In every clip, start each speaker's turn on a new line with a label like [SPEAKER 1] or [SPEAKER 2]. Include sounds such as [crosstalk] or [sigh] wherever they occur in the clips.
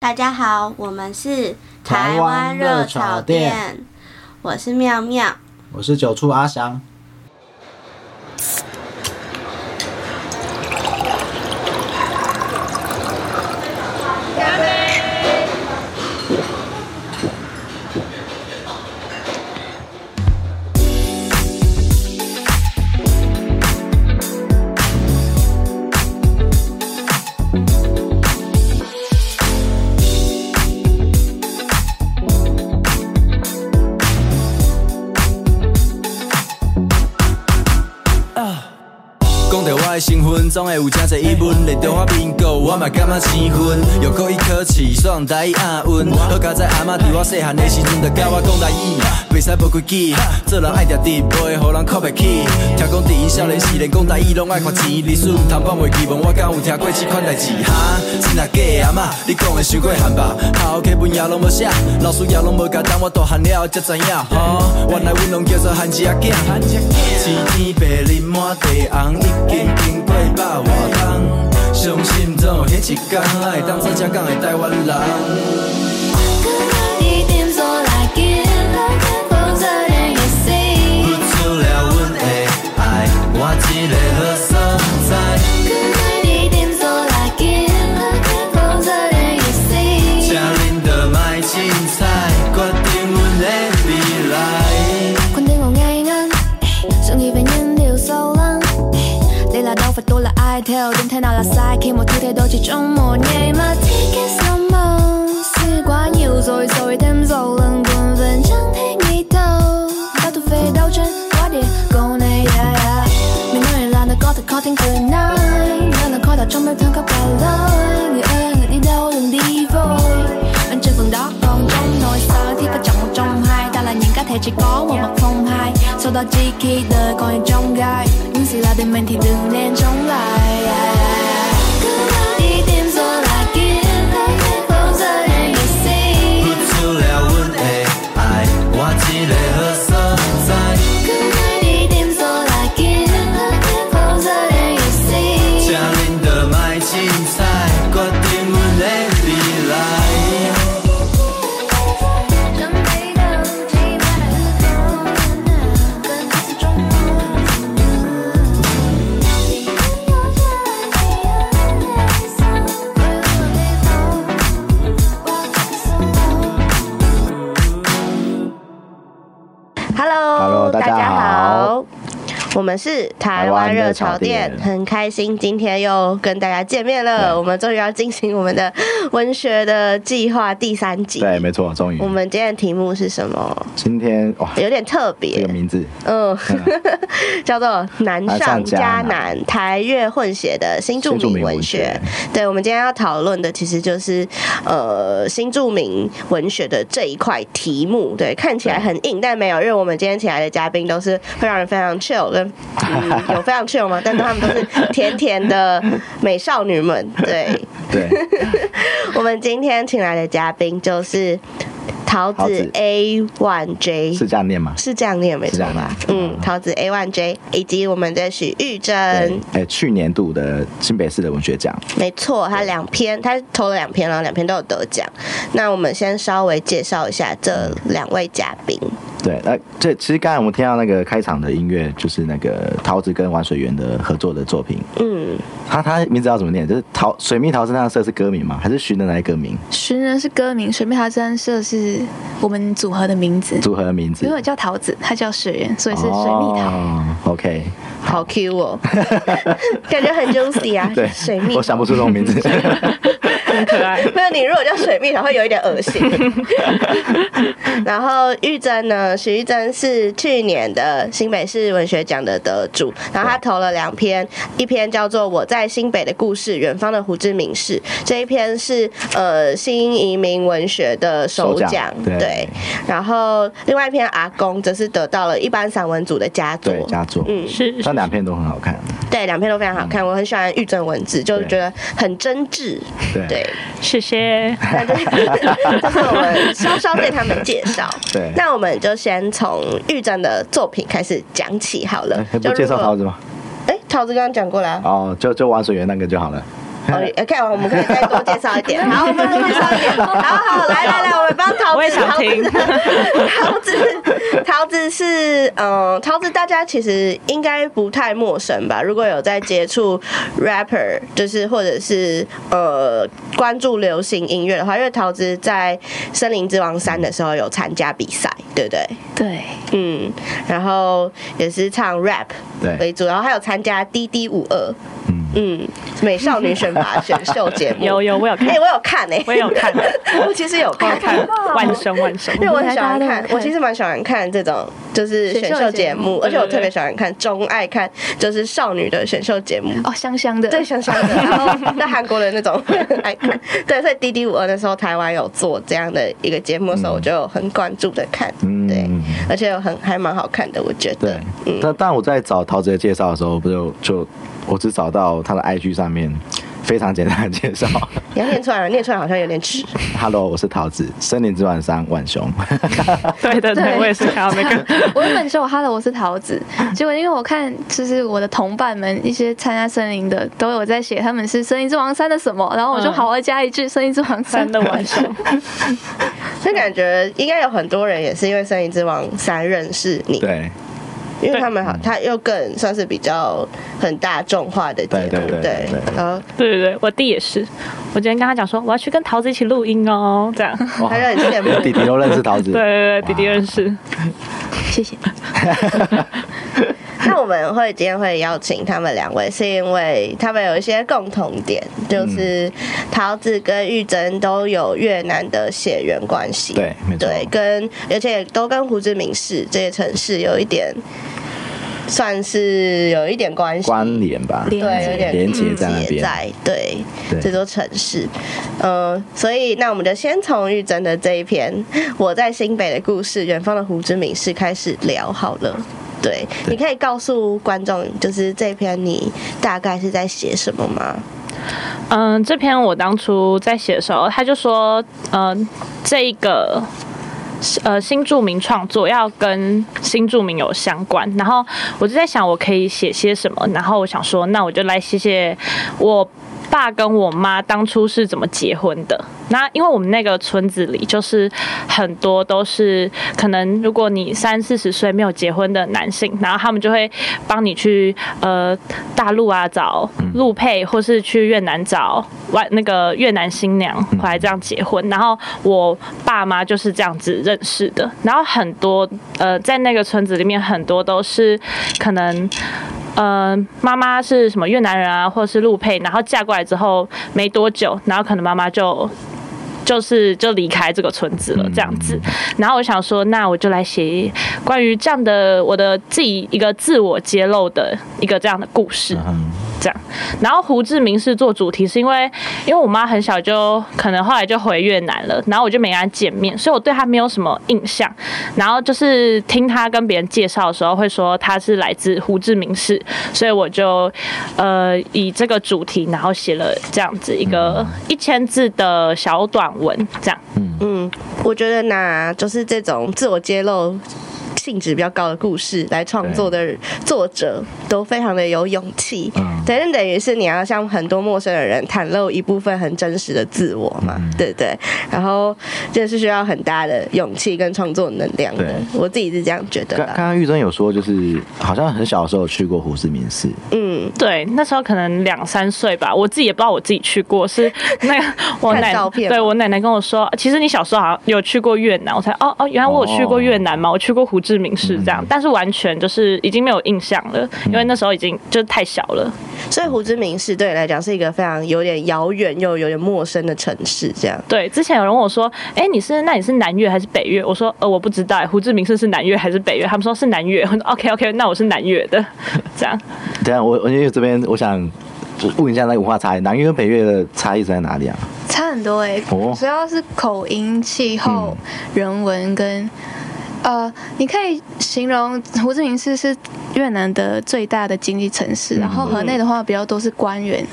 [SPEAKER 1] 大家好，我们是
[SPEAKER 2] 台湾热炒店
[SPEAKER 1] 台湾热炒店，我是妙妙。
[SPEAKER 2] 我是九处阿翔。
[SPEAKER 3] 讲到我的身份，总会有真侪疑问。连着我面告，我嘛感觉生分。又可以考试，煞毋知伊押韵。好佳哉阿嬷伫啊我细汉的时阵，就教我讲台语，袂使无规矩。做人爱定直，袂互人靠袂起。听讲伫伊少年时，连讲台语拢爱花钱。历史毋通放袂记，问我敢有听过即款代志？哈，真若假的阿嬷，你讲的伤过含吧？头课本也拢无写，老师也拢无教，等我大汉了后才知影。吼，原来阮拢叫做汉子阿囝。青天白日满地红，已经经过百外冬。相信总有迄一天，爱当做正港的台湾人。
[SPEAKER 4] 그날이딘소라길날된봉사를했으
[SPEAKER 3] 付出了阮的爱，换一个好所在。
[SPEAKER 4] 그날이딘소라길날된봉사를했으
[SPEAKER 3] 请恁着莫凊彩，决定阮的未来。
[SPEAKER 4] 肯定我爱人，像一杯饮料骚浪。你来到佛多了爱跳，冬天拿了塞，看我天天都去周末夜嘛。Take it slow mo，习惯有所以所以点走冷滚分整听你抖，到处飞到真快点够你呀呀。每个人懒得搞得 cutting good night，懒得搞到装备腾个白烂，你爱我你到我的地方。anh chưa vườn đó còn trong nỗi sợ thì phải chọn một trong hai ta là những cá thể chỉ có một mặt không hai sau đó chỉ khi đời còn ở trong gai những gì là bên mình thì đừng nên chống lại cứ đi tìm rồi lại kia thấy thế không rơi để người xin
[SPEAKER 3] 付出了阮的爱，换一个好所在。
[SPEAKER 4] cứ đi tìm rồi lại kia thấy thế không rơi để người xin
[SPEAKER 3] 请恁着莫凊彩，决定阮的未来。
[SPEAKER 4] 准备到这一晚的日光，跟自己装忙。你不要这样，你要悲伤，快乐背后挂着手。
[SPEAKER 1] Hello，,
[SPEAKER 2] Hello，
[SPEAKER 1] 大
[SPEAKER 2] 大家
[SPEAKER 1] 好
[SPEAKER 2] 好，
[SPEAKER 1] 我们是台湾热炒店
[SPEAKER 2] 台湾热炒，店
[SPEAKER 1] 很开心今天又跟大家见面了。
[SPEAKER 2] 对
[SPEAKER 1] 我们终于要进行我们的文学的计划第三集。
[SPEAKER 2] 对，没错，终于。
[SPEAKER 1] 我们哎今天的题目是什么？
[SPEAKER 2] 今天哇，
[SPEAKER 1] 有点特
[SPEAKER 2] 这
[SPEAKER 1] 别
[SPEAKER 2] 个，名
[SPEAKER 1] [laughs]
[SPEAKER 2] 字
[SPEAKER 1] 嗯，叫做《南
[SPEAKER 2] 南
[SPEAKER 1] 上
[SPEAKER 2] 上迦
[SPEAKER 1] 迦
[SPEAKER 2] 南
[SPEAKER 1] 南》，台越混血的新著
[SPEAKER 2] 新著
[SPEAKER 1] 名
[SPEAKER 2] 名
[SPEAKER 1] 文
[SPEAKER 2] 文
[SPEAKER 1] 学
[SPEAKER 2] 学。
[SPEAKER 1] 对，我们今天要讨论的其实就是呃新著名文学的这一块题目。对，看起来很硬，但没有，因为我们今天请来的嘉宾都是会让人非常 chill 跟、
[SPEAKER 2] [laughs]
[SPEAKER 1] 嗯、有非常 chill 吗？但他们都是甜甜的美少女们。
[SPEAKER 2] [laughs]
[SPEAKER 1] 对，
[SPEAKER 2] 对，
[SPEAKER 1] 我们今天请来的嘉宾就是桃
[SPEAKER 2] 桃
[SPEAKER 1] 子
[SPEAKER 2] 子
[SPEAKER 1] A One J，
[SPEAKER 2] 是这样念吗？
[SPEAKER 1] 是这样念没
[SPEAKER 2] 是
[SPEAKER 1] 错吧？
[SPEAKER 2] 这样念
[SPEAKER 1] 嗯，桃子 A One J 以及我们的许
[SPEAKER 2] 对
[SPEAKER 1] 玉珍，，
[SPEAKER 2] 哎，去年度的新北市的文学奖，
[SPEAKER 1] 没错，他两篇，他投了两篇，然后两篇都有得奖。那我们先稍微介绍一下这两位嘉宾。
[SPEAKER 2] 对，那、这其实刚才我们听到那个开场的音乐，就是那个桃子跟玩水员的合作的作品，
[SPEAKER 1] 嗯，
[SPEAKER 2] 他他名字要怎么念？就是桃水蜜桃侦探社是歌名吗？还是徐的来歌名
[SPEAKER 5] 寻人是歌名，水蜜桃三社是我们组合的名字。
[SPEAKER 2] 组合的名字
[SPEAKER 5] 因为？我叫桃子，他叫水源，所以是水蜜桃。
[SPEAKER 2] 哦、OK，
[SPEAKER 1] 好
[SPEAKER 2] [laughs]
[SPEAKER 1] Q 哦，感觉很 juicy 啊
[SPEAKER 2] 对，，
[SPEAKER 1] 水蜜
[SPEAKER 2] 我想不出这种名
[SPEAKER 1] [laughs]
[SPEAKER 2] 字。
[SPEAKER 1] 没有，你如果叫水蜜桃会有一点
[SPEAKER 2] [laughs]
[SPEAKER 1] 恶心。然后玉珍呢，许玉珍是去年的新北市文学奖的得主，然后她投了两篇，一篇叫做《我在新北的故事：远方的胡志明市》，这一篇是呃新移民文学的首
[SPEAKER 2] 首奖
[SPEAKER 1] 奖，
[SPEAKER 2] 对
[SPEAKER 1] 对。然后另外一篇《阿公》则是得到了一般散文组的佳作，
[SPEAKER 2] 对，佳作，
[SPEAKER 1] 嗯，
[SPEAKER 2] 他两片都很好看。
[SPEAKER 1] 对，两篇都非常好看，我很喜欢玉珍文字，就是
[SPEAKER 2] 嗯对
[SPEAKER 1] 觉得很真挚，
[SPEAKER 2] 对
[SPEAKER 1] 对。[laughs]
[SPEAKER 6] 谢谢。
[SPEAKER 1] 那这这是我们稍稍对他们介绍。
[SPEAKER 2] 对
[SPEAKER 1] 那我们就先从玉珍的作品开始讲起好了
[SPEAKER 2] 哎，。还
[SPEAKER 1] 就
[SPEAKER 2] 不
[SPEAKER 1] 如
[SPEAKER 2] 介绍
[SPEAKER 1] 果
[SPEAKER 2] 桃子吗？
[SPEAKER 1] 哎，桃子刚刚讲过了啊。
[SPEAKER 2] 哦，就就玩水员那个就好了。
[SPEAKER 6] 哎
[SPEAKER 1] 哦，OK，我们可以再多介绍一点。
[SPEAKER 6] [laughs]
[SPEAKER 1] 好，我们多介绍一点。好好，来来来，我们帮桃
[SPEAKER 6] 我也
[SPEAKER 1] 子。
[SPEAKER 6] 想
[SPEAKER 1] 桃
[SPEAKER 6] 听
[SPEAKER 1] 子，桃子， [laughs] 桃子是嗯，桃子大家其实应该不太陌生吧？如果有在接触 rapper，就是或者是呃关注流行音乐的话，因为桃子在《森林之王三》的时候有参加比赛，对不对？
[SPEAKER 5] 对，
[SPEAKER 1] 嗯，然后也是唱 rap
[SPEAKER 2] 对
[SPEAKER 1] 为主，然后还有参加滴滴五二，
[SPEAKER 2] 嗯
[SPEAKER 1] 嗯，美少女选拔选秀节
[SPEAKER 5] [laughs]
[SPEAKER 1] 目。
[SPEAKER 6] 有有，我有看
[SPEAKER 1] 哎、，我有看哎、
[SPEAKER 6] 我也有看，
[SPEAKER 1] [laughs] 我其实有
[SPEAKER 6] 我
[SPEAKER 1] 看
[SPEAKER 6] 有。看，万声万声。
[SPEAKER 1] 因为我很喜
[SPEAKER 5] 大
[SPEAKER 1] 欢
[SPEAKER 5] 家都有
[SPEAKER 1] 看，
[SPEAKER 5] 看
[SPEAKER 1] 我其实蛮喜欢看这种就是选
[SPEAKER 5] 选
[SPEAKER 1] 秀
[SPEAKER 5] 秀
[SPEAKER 1] 节
[SPEAKER 5] 节
[SPEAKER 1] 目
[SPEAKER 5] 目，
[SPEAKER 1] 而且我
[SPEAKER 6] 对对对
[SPEAKER 1] 特别喜欢看，钟爱看就是少女的选秀节目，
[SPEAKER 5] 哦，香香的，
[SPEAKER 1] 对，香香
[SPEAKER 5] [laughs]
[SPEAKER 1] 的。然后那韩国的那种 [laughs] 爱看，对，所以滴滴五二那时候台湾有做这样的一个节目的时
[SPEAKER 2] 嗯
[SPEAKER 1] 候，我就很关注的看，
[SPEAKER 2] 嗯
[SPEAKER 1] 对，而且很还蛮好看的，我觉得
[SPEAKER 2] 对，，但但我在找桃子的介绍的时候，不就就我只找到他的 IG 上面非常简单的介
[SPEAKER 1] [laughs]
[SPEAKER 2] 绍
[SPEAKER 1] 你要念出来吗，念出来好像有点
[SPEAKER 2] [laughs]
[SPEAKER 1] 迟。
[SPEAKER 2] ，Hello，我是桃子，森林之晚上晚
[SPEAKER 1] [laughs]
[SPEAKER 2] 熊，
[SPEAKER 6] 对对对，
[SPEAKER 5] 对
[SPEAKER 6] 我也是看到那个。
[SPEAKER 5] [laughs] 我原本说我 Hello，我是桃子，结果因为我看就是我的同伴们一些参加森林的都有在写他们是森林之王三的什么，然后我就
[SPEAKER 6] 嗯
[SPEAKER 5] 好好加一句森林之王三
[SPEAKER 6] 三的晚上，
[SPEAKER 1] 所以感觉应该有很多人也是因为《森林之王三》认识你，
[SPEAKER 2] 对
[SPEAKER 1] 因为他们好，他又更算是比较很大众化的节
[SPEAKER 2] 对
[SPEAKER 1] 目，
[SPEAKER 2] 对对对对
[SPEAKER 1] 然后
[SPEAKER 6] [laughs] 对对对，我弟也是。我今天跟他讲说，我要去跟桃子一起录音哦，这样。
[SPEAKER 2] 哇
[SPEAKER 1] 他就很
[SPEAKER 2] [laughs]
[SPEAKER 1] 羡慕
[SPEAKER 2] 弟弟都认识桃子，
[SPEAKER 6] 对对对，
[SPEAKER 2] 哇
[SPEAKER 6] 弟弟认识。
[SPEAKER 5] 谢谢。
[SPEAKER 1] 那我们会今天会邀请他们两位，是因为他们有一些共同点，
[SPEAKER 2] 嗯
[SPEAKER 1] 就是桃子跟玉珍都有越南的血缘关系，
[SPEAKER 2] 对没错
[SPEAKER 1] 对，跟而且都跟胡志明市这些城市有一点，算是有一点关系，
[SPEAKER 2] 关联吧，
[SPEAKER 5] 对
[SPEAKER 1] 对，有点
[SPEAKER 2] 连结在那
[SPEAKER 1] 连结
[SPEAKER 2] 边，
[SPEAKER 1] 在对
[SPEAKER 2] 对
[SPEAKER 1] 这座城市，呃，所以那我们就先从玉珍的这一篇《我在新北的故事》，远方的胡志明市开始聊好了。对，
[SPEAKER 2] 对
[SPEAKER 1] 你可以告诉观众，就是这篇你大概是在写什么吗？
[SPEAKER 6] 嗯，这篇我当初在写的时候，他就说，嗯，这个呃新著名创作要跟新著名有相关，然后我就在想我可以写些什么，然后我想说，那我就来写写我爸跟我妈当初是怎么结婚的。那因为我们那个村子里，就是很多都是可能，如果你三四十岁没有结婚的男性，然后他们就会帮你去呃大陆啊找陆配，或是去越南找外那个越南新娘回来这样结婚。然后我爸妈就是这样子认识的。然后很多呃，在那个村子里面，很多都是可能。呃，妈妈是什么越南人啊，或者是陆配，然后嫁过来之后没多久，然后可能妈妈就就是就离开这个村子了，这样子。嗯然后我想说，那我就来写关于这样的我的自己一个自我揭露的一个这样的故事。
[SPEAKER 2] 嗯，
[SPEAKER 6] 这样。然后胡志明市做主题，是因为因为我妈很小就可能后来就回越南了，然后我就没跟她见面，所以我对她没有什么印象。然后就是听她跟别人介绍的时候，会说她是来自胡志明市，所以我就呃以这个主题，然后写了这样子一个一千字的小短文，这样。
[SPEAKER 1] 嗯，我觉得呢，就是这种自我揭露。性质比较高的故事来创作的作者都非常的有勇气，
[SPEAKER 2] 嗯
[SPEAKER 1] 对，那等于是你要向很多陌生的人袒露一部分很真实的自我嘛，
[SPEAKER 2] 嗯
[SPEAKER 1] 对不对？然后这是需要很大的勇气跟创作能量的
[SPEAKER 2] 对，
[SPEAKER 1] 我自己是这样觉得
[SPEAKER 2] 刚刚
[SPEAKER 1] 啦。
[SPEAKER 2] 刚玉珍有说，就是好像很小的时候有去过胡志明市，
[SPEAKER 1] 嗯，
[SPEAKER 6] 对，那时候可能两三岁吧，我自己也不知道我自己去过，是那个我
[SPEAKER 1] 看
[SPEAKER 6] 奶
[SPEAKER 1] 照片
[SPEAKER 6] 对
[SPEAKER 1] 吗
[SPEAKER 6] 我奶奶跟我说，啊其实你小时候好像有去过越南，我才哦哦，原来我有去过越南嘛，我去过胡志明市这样，但是完全就是已经没有印象了，因为那时候已经就是太小了。
[SPEAKER 1] 所以胡志明市对你来讲是一个非常有点遥远又有点陌生的城市，这样。
[SPEAKER 6] 对，之前有人问我说，哎，你是那你是南越还是北越？我说呃我不知道，胡志明市是南越还是北越？他们说是南越， [laughs] 我说 OK OK，那我是南越的，这样。
[SPEAKER 2] 等一下，啊我我因为这边我想就问一下那个文化差异，南越跟北越的差异是在哪里啊？
[SPEAKER 5] 差很多哎、
[SPEAKER 2] 哦
[SPEAKER 5] 主要是口音、气候、人文跟。呃，你可以形容胡志明市是越南的最大的经济城市，然后河内的话比较多是官员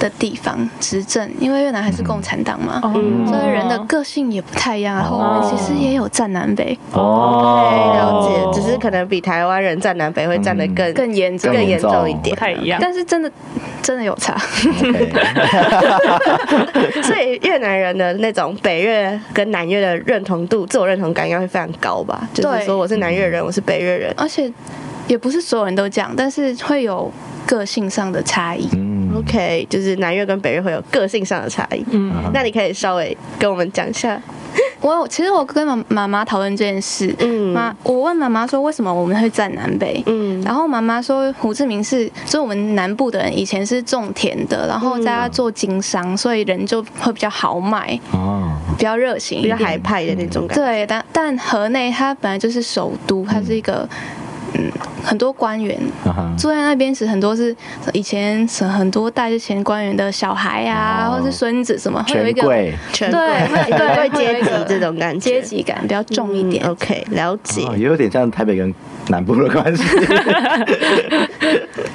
[SPEAKER 5] 的地方执政，因为越南还是共产党嘛，
[SPEAKER 6] 哦
[SPEAKER 5] 所以人的个性也不太一样。然后我们其实也有占南北，
[SPEAKER 2] 哦
[SPEAKER 1] 了解，只是可能比台湾人站南北会站得更
[SPEAKER 2] 嗯
[SPEAKER 5] 更严重
[SPEAKER 1] 更严重一
[SPEAKER 2] 更严重
[SPEAKER 1] 点，
[SPEAKER 6] 不太一样。
[SPEAKER 5] 但是真的真的有差。
[SPEAKER 2] OK
[SPEAKER 1] [laughs] 所以越南人的那种北越跟南越的认同度、自我认同感应该会非常高吧？就是
[SPEAKER 5] 对
[SPEAKER 1] 说我是南越人，我是北越人。
[SPEAKER 5] 而且也不是所有人都这样，但是会有个性上的差异。
[SPEAKER 2] 嗯
[SPEAKER 1] OK，就是南越跟北越会有个性上的差异。
[SPEAKER 6] 嗯，
[SPEAKER 1] 那你可以稍微跟我们讲一下，
[SPEAKER 5] 我有其实我跟妈妈妈讨论这件事，
[SPEAKER 1] 嗯
[SPEAKER 5] 妈，我问妈妈说为什么我们会站南北，
[SPEAKER 1] 嗯
[SPEAKER 5] 然后妈妈说胡志明市，就是我们南部的人以前是种田的，然后大家做经商，所以人就会比较豪迈，
[SPEAKER 2] 哦，
[SPEAKER 5] 比较热情
[SPEAKER 1] 比
[SPEAKER 5] 一
[SPEAKER 1] 较
[SPEAKER 5] 点。
[SPEAKER 1] 海派的那种感觉。
[SPEAKER 5] 对，但但河内它本来就是首都，它是一个嗯很多官员
[SPEAKER 2] 啊哈
[SPEAKER 5] 住在那边时，很多是以前是很多代之前官员的小孩啊，
[SPEAKER 2] 哦
[SPEAKER 5] 或是孙子什么，会有一
[SPEAKER 2] 权
[SPEAKER 5] 个
[SPEAKER 2] 贵
[SPEAKER 1] 权贵
[SPEAKER 5] 对
[SPEAKER 1] 对
[SPEAKER 5] 对
[SPEAKER 1] 阶
[SPEAKER 5] 会有一个
[SPEAKER 1] 级这种感觉，
[SPEAKER 5] 阶级感比较重一点。
[SPEAKER 1] 嗯 OK，了解。
[SPEAKER 2] 哦也有点像台北跟南部的关系。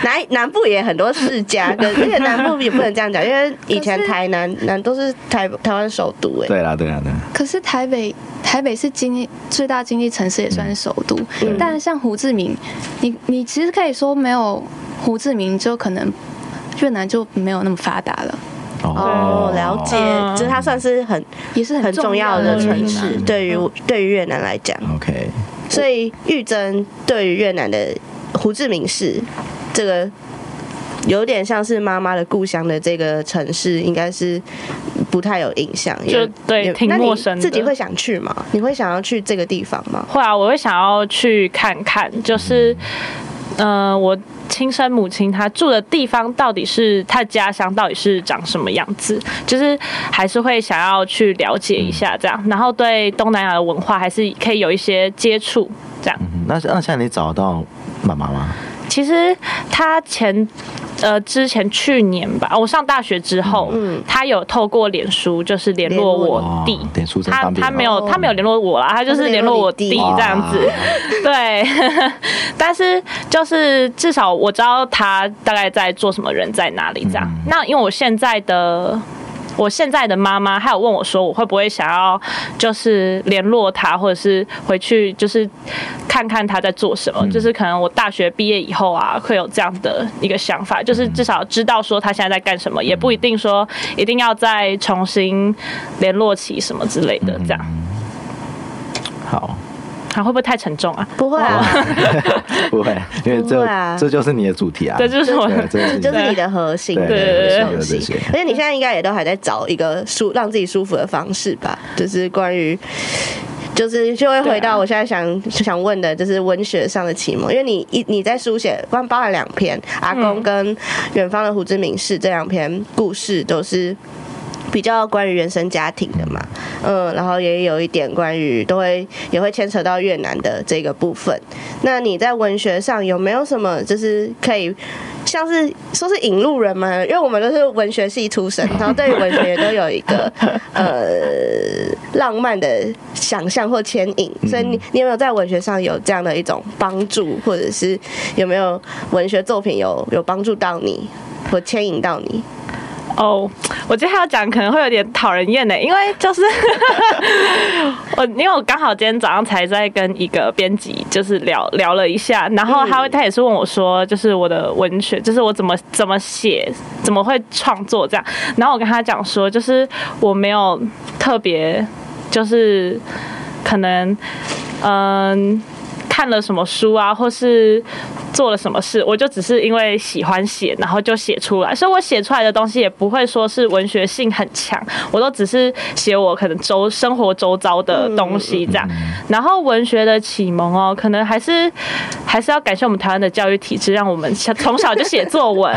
[SPEAKER 1] 南南部也很多世家，跟而且南部也不能这样讲，因为以前
[SPEAKER 5] 可是
[SPEAKER 1] 台南南都是台台湾首都哎。
[SPEAKER 2] 对啦，对啦，对啦。
[SPEAKER 5] 可是台北台北是经济最大经济城市，也算是首都。
[SPEAKER 2] 嗯
[SPEAKER 5] 但像胡志明，你你其实可以说没有胡志明，就可能越南就没有那么发达了，
[SPEAKER 1] 哦，了解，
[SPEAKER 6] 嗯
[SPEAKER 1] 就是它算是很
[SPEAKER 5] 也是
[SPEAKER 1] 很重
[SPEAKER 5] 重
[SPEAKER 1] 要
[SPEAKER 5] 的
[SPEAKER 1] 的城
[SPEAKER 5] 越南
[SPEAKER 1] 市，嗯对于对于越南来讲，
[SPEAKER 2] OK，
[SPEAKER 1] 所以玉珍对于越南的胡志明市这个。有点像是妈妈的故乡的这个城市，应该是不太有印象，
[SPEAKER 6] 就
[SPEAKER 1] 也
[SPEAKER 6] 对
[SPEAKER 1] 也
[SPEAKER 6] 挺
[SPEAKER 1] 那你
[SPEAKER 6] 陌生的
[SPEAKER 1] 自己会想去吗？你会想要去这个地方吗？
[SPEAKER 6] 会啊，我会想要去看看，就是，呃，我亲生母亲她住的地方到底是她家乡到底是长什么样子，就是还是会想要去了解一下这样，然后对东南亚的文化还是可以有一些接触这样。
[SPEAKER 2] 嗯那那现在你找到妈妈吗？
[SPEAKER 6] 其实他前呃之前去年吧，哦我上大学之后，他有透过脸书就是嗯联络我弟
[SPEAKER 2] 联络你哦，脸书真
[SPEAKER 6] 他
[SPEAKER 2] 方便
[SPEAKER 6] 他没有
[SPEAKER 1] 哦
[SPEAKER 6] 他没有联络我啦，他就是联络我
[SPEAKER 1] 他
[SPEAKER 6] 弟
[SPEAKER 1] 是联络
[SPEAKER 6] 这样子， [laughs] 对。但是就是至少我知道他大概在做什么，人在哪里这样。
[SPEAKER 2] 嗯
[SPEAKER 6] 那因为我现在的我现在的妈妈还有问我说，我会不会想要就是联络她，或者是回去就是看看她在做什么？
[SPEAKER 2] 嗯
[SPEAKER 6] 就是可能我大学毕业以后啊，会有这样的一个想法，就是
[SPEAKER 2] 嗯
[SPEAKER 6] 至少知道说她现在在干什么，也不一定说一定要再重新联络起什么之类的。
[SPEAKER 2] 嗯
[SPEAKER 6] 这样，
[SPEAKER 2] 好，
[SPEAKER 6] 啊，会不会太沉重啊？
[SPEAKER 1] 不会啊，
[SPEAKER 2] 不会， [laughs] 因为
[SPEAKER 1] 不
[SPEAKER 2] 这、
[SPEAKER 1] 会啊
[SPEAKER 2] 这就是你的主题啊。
[SPEAKER 6] 这就是我
[SPEAKER 2] 对，
[SPEAKER 6] [laughs]
[SPEAKER 2] 这是你
[SPEAKER 1] 就
[SPEAKER 2] 的
[SPEAKER 1] 是你的核心，
[SPEAKER 2] 对
[SPEAKER 6] 对
[SPEAKER 1] 你的
[SPEAKER 6] 对
[SPEAKER 1] 核
[SPEAKER 2] 对
[SPEAKER 1] 心
[SPEAKER 2] 对对。
[SPEAKER 1] 而且你现在应该也都还在找一个舒让自己舒服的方式吧，就是关于。就是就会回到我现在想、想问的，就是文学上的启蒙，因为你一你在书写，包包含两篇《阿公》跟《远方的胡志明市》这两篇故事都是比较关于原生家庭的嘛，嗯，然后也有一点关于都会也会牵扯到越南的这个部分。那你在文学上有没有什么就是可以像是说是引路人嘛？因为我们都是文学系出身，然后对于文学也都有一个呃浪漫的想象或牵引，所以你你有没有在文学上有这样的一种帮助，或者是有没有文学作品有有帮助到你或牵引到你？
[SPEAKER 6] 哦，我接下来讲可能会有点讨人厌的，因为就是 [laughs] 我，因为我刚好今天早上才在跟一个编辑就是聊聊了一下，然后他会他也是问我说，就是我的文学，就是我怎么怎么写，怎么会创作这样，然后我跟他讲说，就是我没有特别就是可能嗯。看了什么书啊，或是做了什么事，我就只是因为喜欢写，然后就写出来。所以我写出来的东西也不会说是文学性很强，我都只是写我可能周生活周遭的
[SPEAKER 2] 嗯
[SPEAKER 6] 东西这样。然后文学的启蒙哦，可能还是还是要感谢我们台湾的教育体制，让我们小从小就写作
[SPEAKER 2] [laughs]
[SPEAKER 6] 文，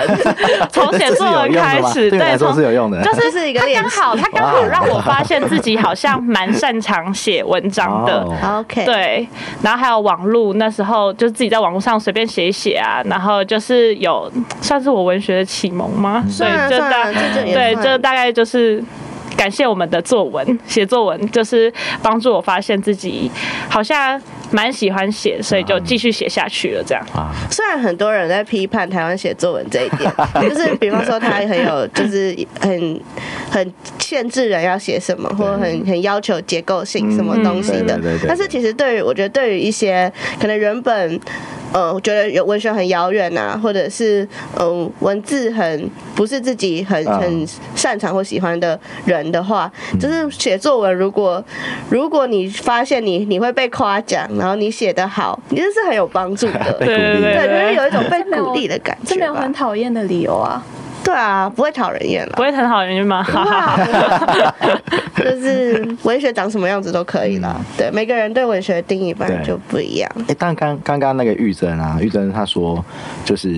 [SPEAKER 6] 从写作文
[SPEAKER 2] 这是有用的
[SPEAKER 6] 开
[SPEAKER 2] 吗
[SPEAKER 6] 始，
[SPEAKER 2] 对你来说
[SPEAKER 6] 从
[SPEAKER 2] 是有用的
[SPEAKER 6] 就
[SPEAKER 1] 这
[SPEAKER 6] 是
[SPEAKER 1] 是一个
[SPEAKER 6] 他
[SPEAKER 1] 练
[SPEAKER 6] 刚
[SPEAKER 1] 习
[SPEAKER 6] 好他刚好
[SPEAKER 2] 哇
[SPEAKER 6] 让我发现自己好像蛮擅长写文章的。
[SPEAKER 2] 哦
[SPEAKER 1] OK，，
[SPEAKER 6] 对，然后还有网路，那时候就是自己在网络上随便写一写啊，然后就是有算是我文学的启蒙吗？所以
[SPEAKER 1] 算了
[SPEAKER 6] 就
[SPEAKER 1] 算
[SPEAKER 6] 大
[SPEAKER 1] 了，这就也
[SPEAKER 6] 对，
[SPEAKER 1] 算
[SPEAKER 6] 这大概就是感谢我们的作文写作文，就是帮助我发现自己好像蛮喜欢写，所以就继续写下去了。这样，
[SPEAKER 2] 啊，
[SPEAKER 1] 虽然很多人在批判台湾写作文这一
[SPEAKER 2] [laughs]
[SPEAKER 1] 点，就是比方说他很有，就是很很限制人要写什么，或者很很要求结构性什么东西的。
[SPEAKER 2] 嗯对对对对
[SPEAKER 1] 但是其实对于我觉得对于一些可能原本。呃，我觉得有文学很遥远呐、或者是嗯、呃文字很不是自己很
[SPEAKER 2] 嗯
[SPEAKER 1] 很擅长或喜欢的人的话，就是写作文，如果如果你发现你你会被夸奖，然后你写得好，你这是很有帮助
[SPEAKER 2] [laughs]
[SPEAKER 1] 的。
[SPEAKER 2] 被鼓
[SPEAKER 6] 对对
[SPEAKER 2] 励
[SPEAKER 1] 对，
[SPEAKER 6] 对，
[SPEAKER 1] 就是有一种被鼓励的感觉吧。
[SPEAKER 5] 这没有很讨厌的理由啊。
[SPEAKER 1] 对啊，不会讨人厌了
[SPEAKER 6] 不。会很好原因吗？ [laughs] 哈哈哈。
[SPEAKER 1] [laughs] 就是文学长什么样子都可以
[SPEAKER 6] 嗯
[SPEAKER 1] 啦。对，每个人对文学的定义本来
[SPEAKER 2] 对
[SPEAKER 1] 就不一样。
[SPEAKER 2] 哎，但刚刚刚那个玉珍啊，玉珍她说，就是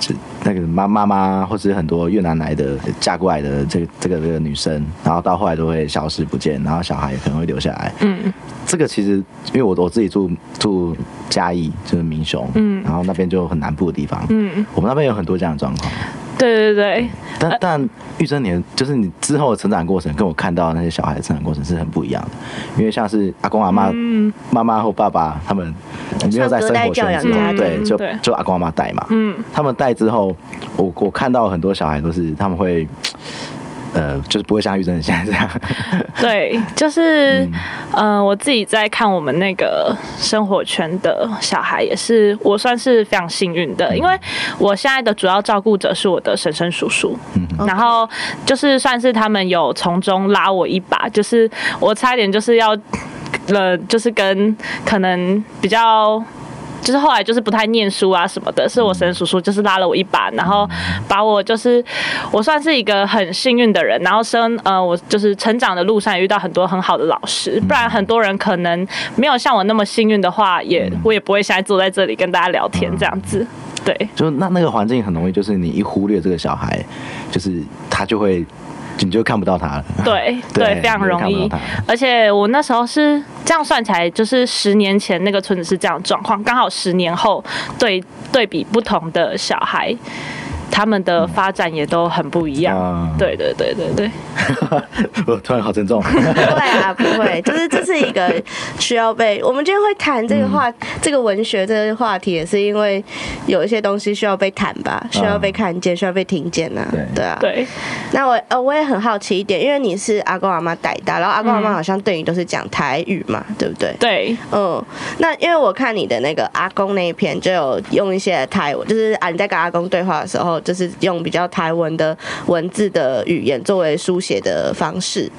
[SPEAKER 2] 这那个妈妈妈，或者是很多越南来的嫁过来的这个这个这个女生，然后到后来都会消失不见，然后小孩也可能会留下来。
[SPEAKER 6] 嗯，
[SPEAKER 2] 这个其实因为我我自己住住嘉义，就是民雄，
[SPEAKER 6] 嗯
[SPEAKER 2] 然后那边就很南部的地方，
[SPEAKER 6] 嗯，
[SPEAKER 2] 我们那边有很多这样的状况。
[SPEAKER 6] 对对对，
[SPEAKER 2] 但但玉珍你的，就是你之后的成长过程，跟我看到那些小孩的成长过程是很不一样的，因为像是阿公阿妈、
[SPEAKER 6] 嗯
[SPEAKER 2] 妈妈或爸爸他们没有在生活圈之
[SPEAKER 1] 上隔代教
[SPEAKER 2] 中，
[SPEAKER 1] 养家庭
[SPEAKER 2] 对，就
[SPEAKER 6] 对
[SPEAKER 2] 就阿公阿妈带嘛，
[SPEAKER 6] 嗯，
[SPEAKER 2] 他们带之后，我我看到很多小孩都是他们会，呃，就是不会像玉珍现在这样， [laughs]
[SPEAKER 6] 对，就是，嗯、我自己在看我们那个生活圈的小孩，也是我算是非常幸运的，因为我现在的主要照顾者是我的婶婶叔叔，然后就是算是他们有从中拉我一把，就是我差点就是要，呃，就是跟可能比较。就是后来就是不太念书啊什么的，是我婶叔叔就是拉了我一把，然后把我就是我算是一个很幸运的人，然后生呃我就是成长的路上也遇到很多很好的老师，不然很多人可能没有像我那么幸运的话，也我也不会现在坐在这里跟大家聊天这样子，对
[SPEAKER 2] 就那那个环境很容易，就是你一忽略这个小孩，就是他就会你就看不到他了，
[SPEAKER 6] 对
[SPEAKER 2] [laughs] 对
[SPEAKER 6] 对，非常容
[SPEAKER 2] 你
[SPEAKER 6] 易
[SPEAKER 2] 就看不到他。
[SPEAKER 6] 而且我那时候是这样算起来，就是十年前那个村子是这样的状况，刚好十年后对对比不同的小孩，他们的发展也都很不一样。
[SPEAKER 2] 嗯
[SPEAKER 6] 对对对对对，
[SPEAKER 2] [laughs] 我突然好沉
[SPEAKER 6] [laughs]
[SPEAKER 2] 重。
[SPEAKER 1] [laughs] 不会啊，不会，就是这是一个需要被我们今天会谈这个话，
[SPEAKER 6] 嗯
[SPEAKER 1] 这个文学这个话题，也是因为有一些东西需要被谈吧，需要被看见，需要被听见呐、啊
[SPEAKER 2] 对。
[SPEAKER 1] 对啊，。
[SPEAKER 6] 嗯对
[SPEAKER 1] 那我呃我也很好奇一点，因为你是阿公阿妈带大，然后阿公阿妈好像对你都是讲台语嘛，对不对？
[SPEAKER 6] 对，
[SPEAKER 1] 嗯，那因为我看你的那个阿公那一篇，就有用一些台文，就是啊你在跟阿公对话的时候，就是用比较台文的文字的语言作为书写的方式。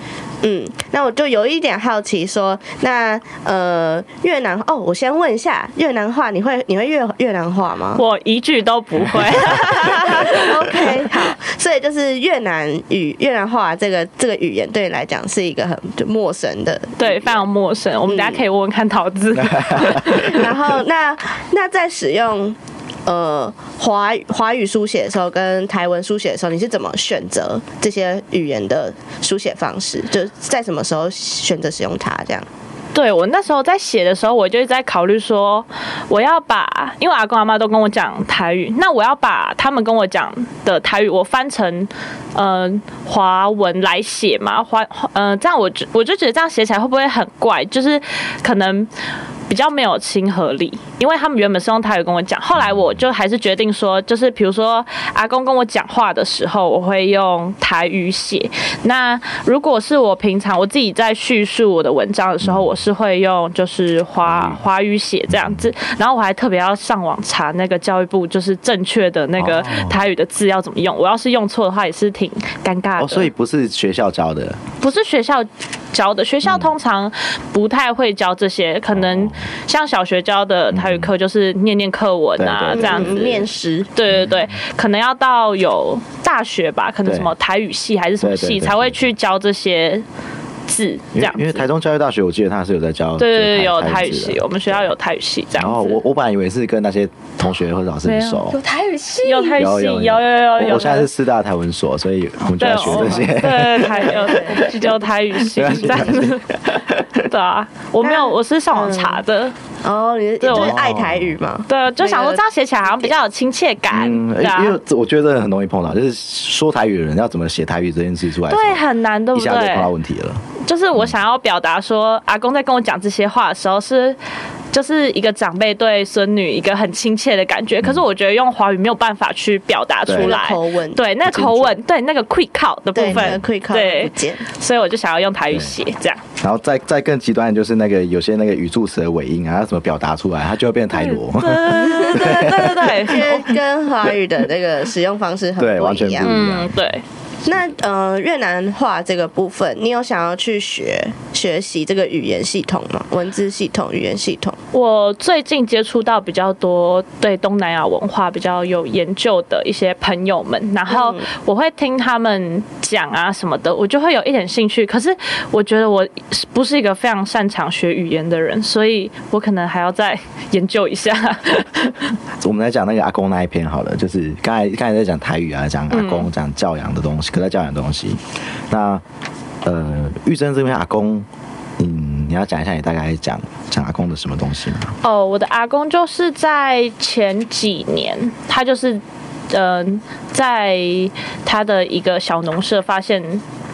[SPEAKER 1] 嗯，那我就有一点好奇说，那呃越南哦，我先问一下越南话，你会你会越越南话
[SPEAKER 6] [laughs]
[SPEAKER 1] 吗？
[SPEAKER 6] 我一句都不会。
[SPEAKER 1] OK，好，所以就是越南语、越南话这个这个语言对你来讲是一个很就陌生的。
[SPEAKER 6] 对，非常陌生。我们大家可以问问看桃子。 [laughs]
[SPEAKER 1] [laughs] 然后那那在使用呃华语华语书写的时候，跟台文书写的时候，你是怎么选择这些语言的书写方式？就是在什么时候选择使用它？这样
[SPEAKER 6] 对我那时候在写的时候，我就一直在考虑说，我要把，因为阿公阿妈都跟我讲台语，那我要把他们跟我讲的台语，我翻成呃华文来写嘛，华呃这样我就我就觉得这样写起来会不会很怪？就是可能。比较没有亲和力，因为他们原本是用台语跟我讲，后来我就还是决定说，就是比如说阿公跟我讲话的时候，我会用台语写。那如果是我平常我自己在叙述我的文章的时候，我是会用就是
[SPEAKER 2] 嗯
[SPEAKER 6] 华华语写这样子，然后我还特别要上网查那个教育部就是正确的那个
[SPEAKER 2] 哦
[SPEAKER 6] 台语的字要怎么用，我要是用错的话也是挺尴尬的。
[SPEAKER 2] 哦，所以不是学校教的，
[SPEAKER 6] 不是学校教的，学校通常不太会教这些，可
[SPEAKER 2] 哦
[SPEAKER 6] 能像小学教的台语课就是念念课文
[SPEAKER 2] 对对
[SPEAKER 6] 啊
[SPEAKER 2] 对
[SPEAKER 6] 这样子。
[SPEAKER 1] 嗯面试
[SPEAKER 6] 对对对，可能要到有大学吧，可能
[SPEAKER 2] 嗯对
[SPEAKER 6] 什么台语系还是什么
[SPEAKER 2] 对对
[SPEAKER 6] 系
[SPEAKER 2] 对对
[SPEAKER 6] 才会去教这些字这
[SPEAKER 2] 因为
[SPEAKER 6] 样
[SPEAKER 2] 因为
[SPEAKER 6] 子。
[SPEAKER 2] 台中教育大学，我记得他是有在教
[SPEAKER 6] 对
[SPEAKER 2] 这
[SPEAKER 6] 对
[SPEAKER 2] 个
[SPEAKER 6] 对，有台语
[SPEAKER 2] 字的
[SPEAKER 6] 系，我们学校有台语系这
[SPEAKER 2] 然
[SPEAKER 6] 样
[SPEAKER 2] 后
[SPEAKER 6] 子。
[SPEAKER 2] 我我本来以为是跟那些同学或者老师很
[SPEAKER 6] 没有
[SPEAKER 2] 熟，
[SPEAKER 1] 有台语系，
[SPEAKER 6] 有台语
[SPEAKER 2] 有
[SPEAKER 6] 系，
[SPEAKER 2] 有
[SPEAKER 6] 有有有
[SPEAKER 2] 我
[SPEAKER 6] 有
[SPEAKER 2] 我现在是师大台文所，所以我们就在
[SPEAKER 6] 对
[SPEAKER 2] 学
[SPEAKER 6] 我
[SPEAKER 2] 这些。
[SPEAKER 6] 对台有有台语系
[SPEAKER 2] 没关系
[SPEAKER 6] 这样子。 [laughs] 对啊，我没有，我是上网查的。
[SPEAKER 1] 哦，你是
[SPEAKER 6] 对
[SPEAKER 1] 就
[SPEAKER 6] 我哦
[SPEAKER 1] 是爱台语嘛？
[SPEAKER 6] 对，就想说这样写起来好像比较有亲切感。
[SPEAKER 2] 嗯，
[SPEAKER 6] 对啊
[SPEAKER 2] 因，为这我觉得这很容易碰到，就是说台语的人要怎么写台语这件事出来的时候，
[SPEAKER 6] 对，很难，对
[SPEAKER 2] 一
[SPEAKER 6] 不
[SPEAKER 2] 下就碰到
[SPEAKER 6] 对？
[SPEAKER 2] 问题了。
[SPEAKER 6] 就是我想要表达说，阿公在跟我讲这些话的时候是。就是一个长辈对孙女一个很亲切的感觉，可是我觉得用华语没有办法去表达出
[SPEAKER 2] 对
[SPEAKER 1] 那
[SPEAKER 6] 来
[SPEAKER 1] 个，口吻，
[SPEAKER 6] 对那个口吻，对那个 quick call 的部
[SPEAKER 1] 对，那
[SPEAKER 6] 分
[SPEAKER 1] 个 quick call
[SPEAKER 6] 对
[SPEAKER 1] 不，见，
[SPEAKER 6] [laughs] 所以我就想要用台语写这样。 [laughs]
[SPEAKER 2] 然后再再更极端的就是那个有些那个语助词的尾音啊，要怎么表达出来，它就会变成台罗。
[SPEAKER 6] 对对对对
[SPEAKER 1] 因
[SPEAKER 6] 对，
[SPEAKER 1] 为跟华语的那个使用方式很
[SPEAKER 2] 对完
[SPEAKER 1] 不
[SPEAKER 2] 全不
[SPEAKER 1] 一样。
[SPEAKER 2] 一
[SPEAKER 6] 嗯
[SPEAKER 2] 样，
[SPEAKER 6] 对。
[SPEAKER 1] 那呃，越南话这个部分，你有想要去学学习这个语言系统吗？文字系统、语言系统？
[SPEAKER 6] 我最近接触到比较多对东南亚文化比较有研究的一些朋友们，然后我会听他们讲啊什么的，我就会有一点兴趣。可是我觉得我不是一个非常擅长学语言的人，所以我可能还要再研究一下。
[SPEAKER 2] 我们来讲那个阿公那一篇好了，就是刚才刚才在讲台语啊，讲阿公，讲教养的东西，隔代教养的东西。那呃，玉珍这边阿公，嗯，你要讲一下你大概讲讲阿公的什么东西吗？
[SPEAKER 6] 哦，我的阿公就是在前几年，他就是嗯、呃在他的一个小农舍发现。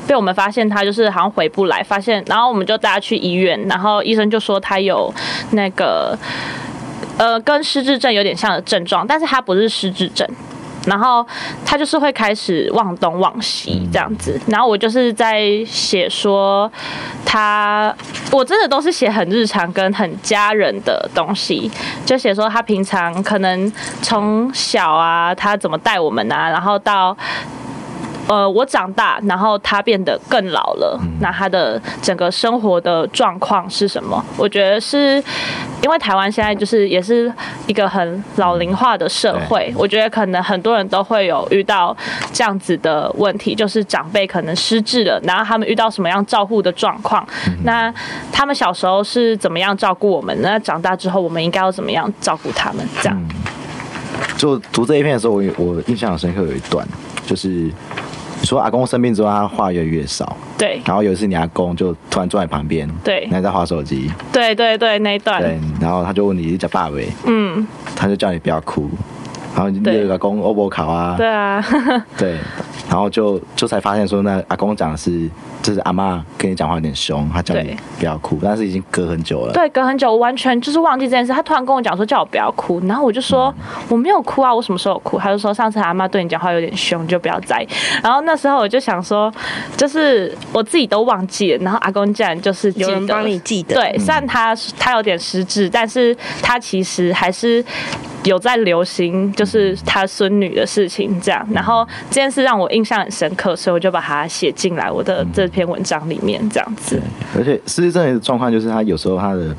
[SPEAKER 6] 被我们发现他就是好像回不来，发现，然后我们就带他去医院，然后医生就说他有那个，呃，跟失智症有点像的症状，但是他不是失智症，然后他就是会开始忘东忘西这样子，然后我就是在写说他，我真的都是写很日常跟很家人的东西，就写说他平常可能从小啊，他怎么带我们啊，然后到。呃，我长大，然后他变得更老了，那他的整个生活的状况是什么？我觉得是因为台湾现在就是也是一个很老龄化的社会，我觉得可能很多人都会有遇到这样子的问题，就是长辈可能失智了，然后他们遇到什么样照护的状况，那他们小时候是怎么样照顾我们，那长大之后我们应该要怎么样照顾他们？这样，
[SPEAKER 2] 就读这一篇的时候，我我印象很深刻有一段，就是你说阿公生病之后，他话越来越少，
[SPEAKER 6] 对
[SPEAKER 2] 然后有一次你阿公就突然坐在旁边，
[SPEAKER 6] 对
[SPEAKER 2] 那在划手机，
[SPEAKER 6] 对对对，那一段，
[SPEAKER 2] 对，然后他就问你你叫爸伟，
[SPEAKER 6] 嗯，
[SPEAKER 2] 他就叫你不要哭，然后你
[SPEAKER 6] 对
[SPEAKER 2] 就阿公欧博考啊，
[SPEAKER 6] 对啊，
[SPEAKER 2] 对，然后就就才发现说，那阿公讲的是就是阿妈跟你讲话有点凶，他叫你
[SPEAKER 6] 对
[SPEAKER 2] 不要哭，但是已经隔很久了，
[SPEAKER 6] 对，隔很久，我完全就是忘记这件事。他突然跟我讲说叫我不要哭，然后我就说、我没有哭啊，我什么时候有哭？他就说上次阿妈对你讲话有点凶，你就不要在意。然后那时候我就想说，就是我自己都忘记了，然后阿公竟然就是记
[SPEAKER 1] 有人
[SPEAKER 6] 得
[SPEAKER 1] 帮你记得？，
[SPEAKER 6] 对，虽然他他有点失智，但是他其实还是有在流行，就是他孙女的事情这样。然后这件事让我印象很深刻，所以我就把它写进来我的这篇文章里面，这样子。
[SPEAKER 2] 而且失智症的状况就是他有时候他的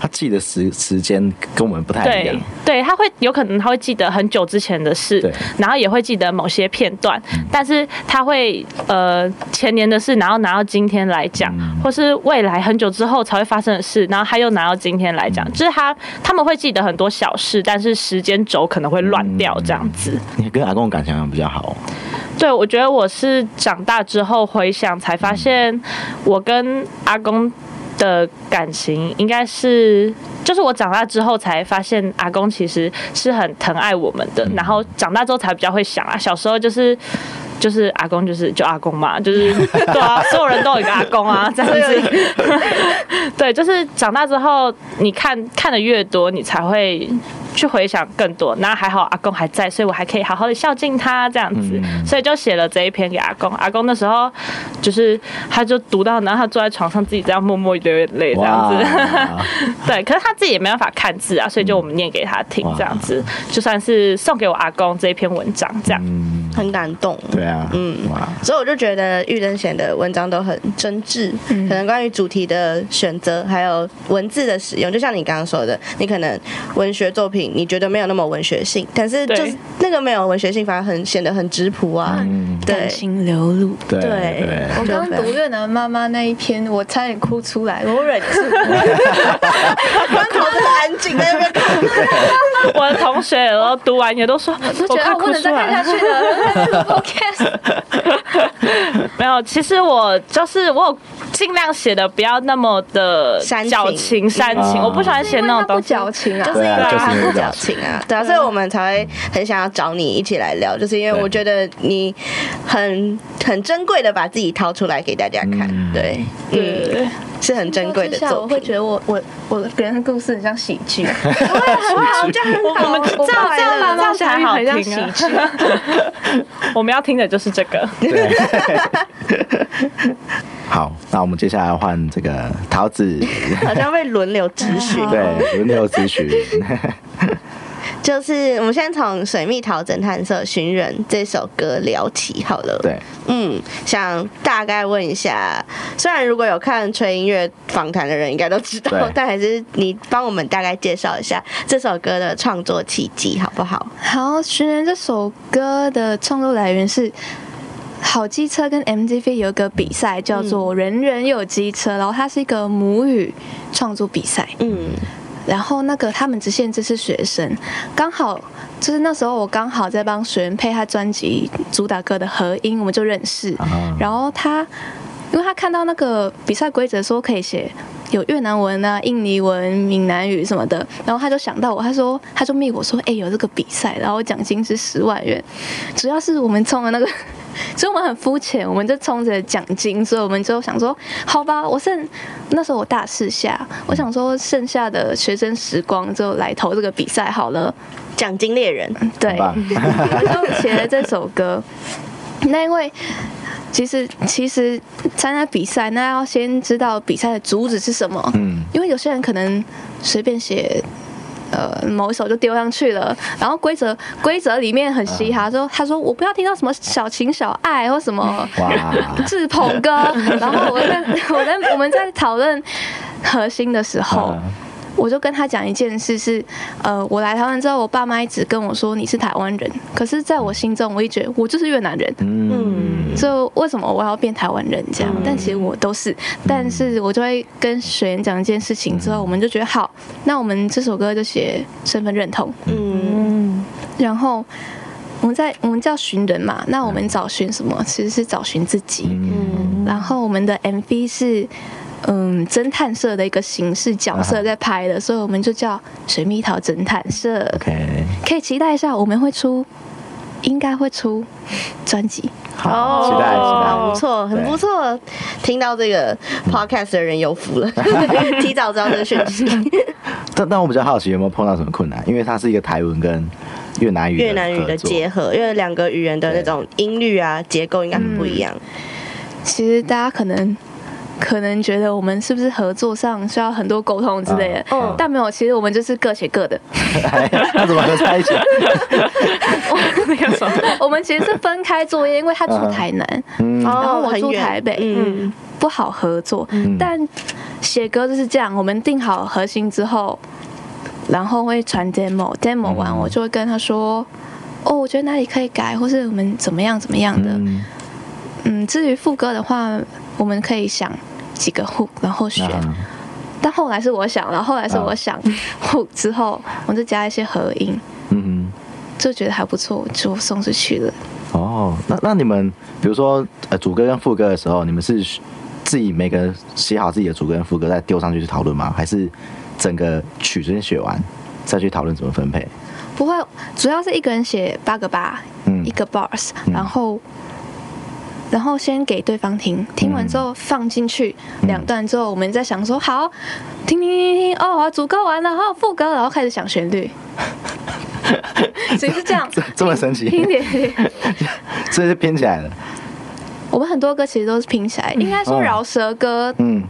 [SPEAKER 2] 他记的时时间跟我们不太一样
[SPEAKER 6] 对。对，他会有可能他会记得很久之前的事
[SPEAKER 2] 对，嗯
[SPEAKER 6] 然后也会记得某些片段，但是他会呃前年的事，然后拿到今天来讲，
[SPEAKER 2] 嗯
[SPEAKER 6] 或是未来很久之后才会发生的事，然后他又拿到今天来讲，
[SPEAKER 2] 嗯
[SPEAKER 6] 就是他他们会记得很多小事，但是时间轴可能会乱
[SPEAKER 2] 嗯
[SPEAKER 6] 掉这样子。
[SPEAKER 2] 你跟阿公感情好像比较好，
[SPEAKER 6] 对，我觉得我是长大之后回想才发现，我跟阿公的感情应该是，就是我长大之后才发现，阿公其实是很疼爱我们的。然后长大之后才比较会想啊，小时候就是。就是阿公，就是就阿公嘛，就是对啊，所有人都有一个阿公啊，这样子。 [laughs] 对，就是长大之后，你看看的越多，你才会去回想更多。那还好阿公还在，所以我还可以好好的孝敬他这样子，所以就写了这一篇给阿公。阿公那时候就是他就读到，然后他坐在床上自己这样默默流眼泪这样子。 [laughs] 对，可是他自己也没办法看字啊，所以就我们念给他听
[SPEAKER 2] 哇
[SPEAKER 6] 这样子，就算是送给我阿公这一篇文章这样。
[SPEAKER 2] 嗯，
[SPEAKER 1] 很感动。
[SPEAKER 2] 对啊，
[SPEAKER 1] 嗯
[SPEAKER 2] 哇，
[SPEAKER 1] 所以我就觉得玉珍贤的文章都很真挚，
[SPEAKER 5] 嗯
[SPEAKER 1] 可能关于主题的选择，还有文字的使用，就像你刚刚说的，你可能文学作品你觉得没有那么文学性，但是就是
[SPEAKER 6] 对
[SPEAKER 1] 那个没有文学性，反而很显得很质朴啊。
[SPEAKER 2] 嗯，
[SPEAKER 1] 对
[SPEAKER 7] 感，情流露。
[SPEAKER 2] 对
[SPEAKER 1] 对
[SPEAKER 2] 对，
[SPEAKER 5] 我刚
[SPEAKER 1] [laughs]
[SPEAKER 5] 读越南妈妈那一篇，我差点哭出来，我忍
[SPEAKER 1] [laughs]
[SPEAKER 5] 住。 [laughs]
[SPEAKER 1] 关口很安静，在那边哭
[SPEAKER 6] [laughs] 我的同学然后读完也都说，
[SPEAKER 5] 我
[SPEAKER 6] 我
[SPEAKER 5] 觉
[SPEAKER 6] 快
[SPEAKER 5] 得我哦不
[SPEAKER 6] 哭
[SPEAKER 5] 能
[SPEAKER 6] 出
[SPEAKER 5] 再看
[SPEAKER 6] 来
[SPEAKER 5] 下
[SPEAKER 6] 了。
[SPEAKER 5] 去 [laughs] 了。Podcast
[SPEAKER 6] [laughs] 没有，其实我就是我有尽量写的不要那么的
[SPEAKER 1] 煽情
[SPEAKER 6] 矫情煽情，
[SPEAKER 2] 嗯
[SPEAKER 6] 我不喜欢写那种
[SPEAKER 5] 不
[SPEAKER 6] 东西。
[SPEAKER 5] 矫情啊，
[SPEAKER 1] 就是
[SPEAKER 2] 对
[SPEAKER 1] 因为
[SPEAKER 2] 啊，就是
[SPEAKER 1] 他
[SPEAKER 2] 因
[SPEAKER 1] 不
[SPEAKER 2] 为这
[SPEAKER 1] 矫
[SPEAKER 2] 样，
[SPEAKER 1] 情啊，对啊，所以我们才会很想要找你一起来聊，就是因为我觉得你很很珍贵的把自己掏出来给大家看，
[SPEAKER 2] 嗯
[SPEAKER 1] 对，嗯，
[SPEAKER 6] 对，
[SPEAKER 1] 是很珍贵的
[SPEAKER 5] 相较之下
[SPEAKER 1] 作
[SPEAKER 5] 我
[SPEAKER 1] 品
[SPEAKER 5] 会。觉得我我我别人的故事很像喜剧，
[SPEAKER 1] 哇，这样很好，我们
[SPEAKER 6] 这样这样这样才好
[SPEAKER 5] 很像
[SPEAKER 6] 听
[SPEAKER 5] 喜
[SPEAKER 6] 啊
[SPEAKER 5] 剧。！
[SPEAKER 6] [laughs] 我们要听的就是这个。
[SPEAKER 2] 好，那我们接下来换这个桃子，
[SPEAKER 1] 好像被轮流咨询。
[SPEAKER 2] 对，轮流咨询，
[SPEAKER 1] [laughs] 就是我们先从《水蜜桃侦探社寻人》这首歌聊起好了。
[SPEAKER 2] 对，
[SPEAKER 1] 嗯，想大概问一下，虽然如果有看吹音乐访谈的人应该都知道
[SPEAKER 2] 对，
[SPEAKER 1] 但还是你帮我们大概介绍一下这首歌的创作契机好不好？
[SPEAKER 5] 好，《寻人》这首歌的创作来源是。好机车跟 MTV 有一个比赛叫做“人人有机车”，然后它是一个母语创作比赛。
[SPEAKER 1] 嗯
[SPEAKER 5] 然后那个他们只限制是学生，刚好就是那时候我刚好在帮学员配他专辑主打歌的合音，我们就认识。
[SPEAKER 2] 啊
[SPEAKER 5] 然后他，因为他看到那个比赛规则说可以写有越南文啊、印尼文、闽南语什么的，然后他就想到我，他说他就密我说，哎、有这个比赛，然后奖金是十万元，主要是我们冲了那个。 [laughs] 所以我们很肤浅，我们就冲着奖金，所以我们就想说，好吧，我剩那时候我大四下，我想说剩下的学生时光就来投这个比赛好了。
[SPEAKER 1] 奖金猎人，
[SPEAKER 5] 对，
[SPEAKER 6] [laughs]
[SPEAKER 2] 很棒，
[SPEAKER 5] 我就写了这首歌。那因为其实其实参加比赛，那要先知道比赛的主旨是什么。
[SPEAKER 2] 嗯，
[SPEAKER 5] 因为有些人可能随便写。呃，某一首就丢上去了，然后规则规则里面很嘻
[SPEAKER 2] 嗯
[SPEAKER 5] 哈，说他说我不要听到什么小情小爱或什么
[SPEAKER 2] 哇，
[SPEAKER 5] 志鹏哥，然后我在 [laughs] 我在我们在讨论核心的时候，
[SPEAKER 2] 啊
[SPEAKER 5] 我就跟他讲一件事是，呃，我来台湾之后，我爸妈一直跟我说你是台湾人，可是在我心中，我一直觉得我就是越南人，
[SPEAKER 2] 嗯，
[SPEAKER 5] 就为什么我要变台湾人这样？但其实我都是，但是我就会跟学员讲一件事情之后，我们就觉得好，那我们这首歌就写身份认同，
[SPEAKER 1] 嗯
[SPEAKER 6] [laughs]
[SPEAKER 5] 然后。我们在我们叫寻人嘛，那我们找寻什么？其实是找寻自己。
[SPEAKER 2] 嗯，
[SPEAKER 5] 然后我们的 MV 是嗯侦探社的一个形式角色在拍的，所以我们就叫水蜜桃侦探社。
[SPEAKER 2] ，OK，
[SPEAKER 5] 可以期待一下，我们会出，应该会出专辑。
[SPEAKER 2] 好，期待期待。
[SPEAKER 1] 哦不错，很不错。听到这个
[SPEAKER 2] 嗯
[SPEAKER 1] podcast 的人有
[SPEAKER 2] [laughs]
[SPEAKER 1] 福了，提早知道这个讯息。
[SPEAKER 2] 但但我比较好奇有没有碰到什么困难，因为它是一个台文跟越南语
[SPEAKER 1] 越南语
[SPEAKER 2] 合
[SPEAKER 1] 的
[SPEAKER 2] 作 [laughs]
[SPEAKER 1] 结合，因为两个语言的那种音律啊、结构应该很不一样。
[SPEAKER 5] 其实大家可能。可能觉得我们是不是合作上需要很多沟通之类的，
[SPEAKER 2] 嗯嗯
[SPEAKER 5] 但没有，其实我们就是各写各的。
[SPEAKER 2] 那哎怎么合在一
[SPEAKER 1] [laughs]
[SPEAKER 2] 起？
[SPEAKER 6] 那个什么，
[SPEAKER 5] 我们其实是分开作业，因为他住台南，
[SPEAKER 2] 嗯
[SPEAKER 1] 哦，
[SPEAKER 5] 然后我
[SPEAKER 1] 很
[SPEAKER 5] 住
[SPEAKER 1] 远
[SPEAKER 5] 台北
[SPEAKER 1] 嗯，
[SPEAKER 5] 不好合作，但写歌就是这样，我们定好核心之后，然后会传 demo，demo
[SPEAKER 1] 嗯
[SPEAKER 5] 完我就会跟他说，哦，我觉得哪里可以改，或是我们怎么样怎么样的。
[SPEAKER 2] 嗯，
[SPEAKER 5] 嗯，至于副歌的话，我们可以想几个 hook，然后选。
[SPEAKER 1] 啊
[SPEAKER 2] 那
[SPEAKER 5] 但后来是我想，然后后来是我想 hook 之后，我就加一些合音，
[SPEAKER 2] 嗯
[SPEAKER 5] 就觉得还不错，就送出去了。
[SPEAKER 2] 哼，哦，那那你们比如说呃主歌跟副歌的时候，你们是自己每个人写好自己的主歌跟副歌再丢上去去讨论吗？还是整个曲子先写完再去讨论怎么分配？
[SPEAKER 5] 不会，主要是一个人写八个八，
[SPEAKER 2] 嗯
[SPEAKER 5] 一个 bars，、
[SPEAKER 2] 嗯
[SPEAKER 5] 然后然后先给对方听，听完之后放进去、
[SPEAKER 2] 嗯
[SPEAKER 5] 两段之后，我们再想说好，听听听听，哦，好主歌完了，好副歌，然后开始想
[SPEAKER 2] [laughs]
[SPEAKER 5] 旋律，所以是这样，
[SPEAKER 2] 这这么神
[SPEAKER 5] 拼
[SPEAKER 2] 奇，
[SPEAKER 5] 点点。
[SPEAKER 2] [laughs] 这是编起来的。
[SPEAKER 5] 我们很多歌其实都是拼起来，应该说
[SPEAKER 2] 嗯
[SPEAKER 5] 饶舌歌
[SPEAKER 2] 嗯，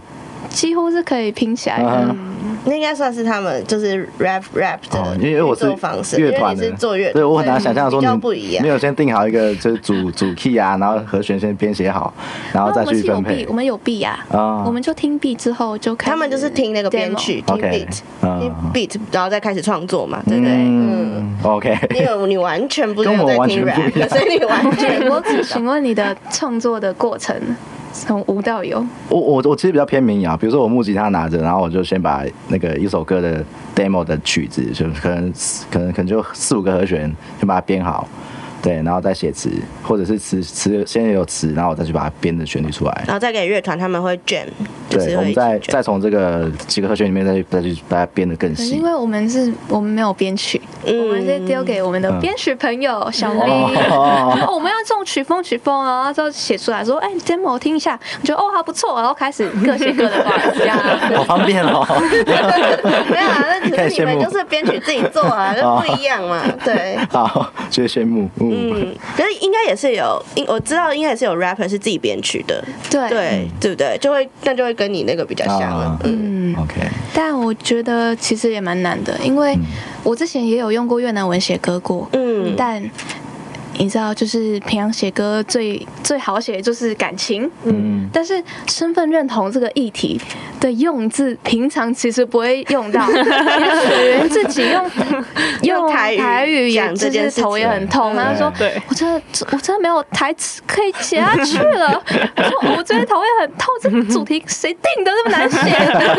[SPEAKER 5] 几乎是可以拼起来的。
[SPEAKER 2] 嗯
[SPEAKER 1] 那应该算是他们就是 rap rap
[SPEAKER 2] 哦
[SPEAKER 1] 的，
[SPEAKER 2] 因为因为我是
[SPEAKER 1] 运作方式，
[SPEAKER 2] 乐
[SPEAKER 1] 因为
[SPEAKER 2] 团
[SPEAKER 1] 你
[SPEAKER 2] 的，
[SPEAKER 1] 是做乐，嗯
[SPEAKER 2] 对我很难想象说
[SPEAKER 1] 比较
[SPEAKER 2] 你
[SPEAKER 1] 不一
[SPEAKER 2] 没
[SPEAKER 1] 样。
[SPEAKER 2] 有先定好一个就是主主 key 啊，然后和弦先编写
[SPEAKER 1] 哦
[SPEAKER 2] 好，然后
[SPEAKER 5] 那
[SPEAKER 2] 再
[SPEAKER 5] 我们
[SPEAKER 2] 去
[SPEAKER 5] 是有
[SPEAKER 2] 分
[SPEAKER 5] B，
[SPEAKER 2] 配
[SPEAKER 5] 我。们有 B 呀、
[SPEAKER 2] 啊
[SPEAKER 5] 我们就听 B 之后就开始
[SPEAKER 1] 他们就是听那个编
[SPEAKER 5] demo
[SPEAKER 1] 曲，听
[SPEAKER 2] OK，
[SPEAKER 1] beat，
[SPEAKER 2] 嗯
[SPEAKER 1] 听 beat，然后再开始创作嘛，对不对？嗯。
[SPEAKER 2] 嗯，OK，
[SPEAKER 1] 因为你完全不是
[SPEAKER 2] 跟
[SPEAKER 1] 有
[SPEAKER 2] 我
[SPEAKER 1] 在
[SPEAKER 2] 完
[SPEAKER 1] 听
[SPEAKER 2] 全
[SPEAKER 1] rap，
[SPEAKER 2] 不一样
[SPEAKER 1] [laughs] 所以你完全
[SPEAKER 5] 对，
[SPEAKER 1] 不
[SPEAKER 5] 哎我 [laughs] 只询问你的创作的过程，从无到有。
[SPEAKER 2] [laughs] 我我我其实比较偏民谣，比如说我木吉他拿着，然后我就先把那个一首歌的 demo 的曲子，就可能可能可能就四五个和弦，先把它编好，对，然后再写词，或者是词词先有词，然后我再去把它编的旋律出来。
[SPEAKER 1] 然后再给乐团，他们会卷，就
[SPEAKER 2] 对，
[SPEAKER 1] 是
[SPEAKER 2] 我
[SPEAKER 1] 会
[SPEAKER 2] 们
[SPEAKER 1] 一起
[SPEAKER 2] 再
[SPEAKER 1] 卷。
[SPEAKER 2] 再从这个几个和弦里面再去再去把它编的更
[SPEAKER 5] 可是
[SPEAKER 2] 细
[SPEAKER 5] 因。为我们是我们没有编曲，
[SPEAKER 1] 嗯
[SPEAKER 5] 我们是丢给我们的编曲朋友小 V，、 [laughs]
[SPEAKER 2] 哦
[SPEAKER 5] 然后我们要这种曲风曲风啊，然后就写出来说，哎、d e m o 听一下，我觉得哦还不错，然后开始各写各的 part，这 [laughs] 样。
[SPEAKER 2] [laughs] 好方便哦！
[SPEAKER 1] [laughs] 没有啊，那只
[SPEAKER 2] 开始
[SPEAKER 1] 是你
[SPEAKER 2] 羡
[SPEAKER 1] 们
[SPEAKER 2] 慕
[SPEAKER 1] 就是编曲自己做
[SPEAKER 2] [laughs]
[SPEAKER 1] 啊，那不一样嘛， [laughs]
[SPEAKER 2] 哦
[SPEAKER 1] 对。
[SPEAKER 2] 好，觉得羡慕。嗯，
[SPEAKER 1] 嗯，可是应该也是有，应我知道应该也是有 rapper 是自己编曲的，
[SPEAKER 5] 对
[SPEAKER 1] 对对不对？就会那就会跟你那个比较像了
[SPEAKER 2] 嗯啊，
[SPEAKER 1] 嗯，
[SPEAKER 5] 嗯，
[SPEAKER 2] OK，
[SPEAKER 5] 但我觉得其实也蛮难的，因为我之前也有用过越南文写歌过，
[SPEAKER 1] 嗯
[SPEAKER 5] 但你知道，就是平常写歌最最好写的就是感情，
[SPEAKER 2] 嗯，
[SPEAKER 5] 但是身份认同这个议题的用字，平常其实不会
[SPEAKER 1] [laughs]
[SPEAKER 5] 用到，学员自己用
[SPEAKER 1] 用台语
[SPEAKER 5] 台语也
[SPEAKER 1] 讲这
[SPEAKER 5] 就
[SPEAKER 1] 件
[SPEAKER 5] 是
[SPEAKER 1] 事情嗯
[SPEAKER 5] 头也很痛，然后说
[SPEAKER 6] 对，
[SPEAKER 5] 我真的我真的没有台词可以写下去了，我说我真的头也很痛，这个主题谁定的这么难
[SPEAKER 1] [laughs]
[SPEAKER 5] 写？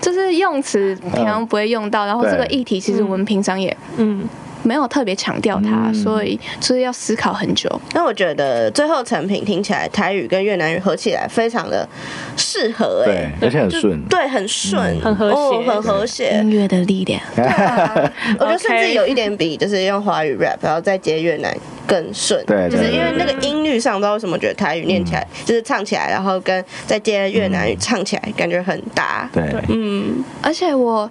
[SPEAKER 5] 就是用词平常不会用到，然后这个
[SPEAKER 2] 对
[SPEAKER 5] 议题其实我们平常也
[SPEAKER 6] 嗯，
[SPEAKER 5] 没有特别强调它，
[SPEAKER 2] 嗯
[SPEAKER 5] 所以就是要思考很久。
[SPEAKER 1] 那我觉得最后成品听起来台语跟越南语合起来非常的适合、
[SPEAKER 2] 对
[SPEAKER 1] 哎，，
[SPEAKER 2] 而且很顺。
[SPEAKER 1] 对，很顺，
[SPEAKER 6] 嗯很和谐
[SPEAKER 1] 哦很和谐
[SPEAKER 2] 嗯
[SPEAKER 5] 音。乐的力量，
[SPEAKER 1] 啊我觉得甚至
[SPEAKER 6] OK
[SPEAKER 1] 有一点比就是用华语 rap，然后再接越南更
[SPEAKER 2] [laughs]
[SPEAKER 1] 顺，
[SPEAKER 2] 对
[SPEAKER 1] 就是
[SPEAKER 2] 对
[SPEAKER 1] 因为
[SPEAKER 2] 对
[SPEAKER 1] 那个音律上，不知道为什么觉得台语念起来
[SPEAKER 5] 嗯
[SPEAKER 1] 就是唱起来，然后跟再接越南语唱起来感觉很搭。
[SPEAKER 2] 对，
[SPEAKER 1] 嗯，
[SPEAKER 5] 而且我。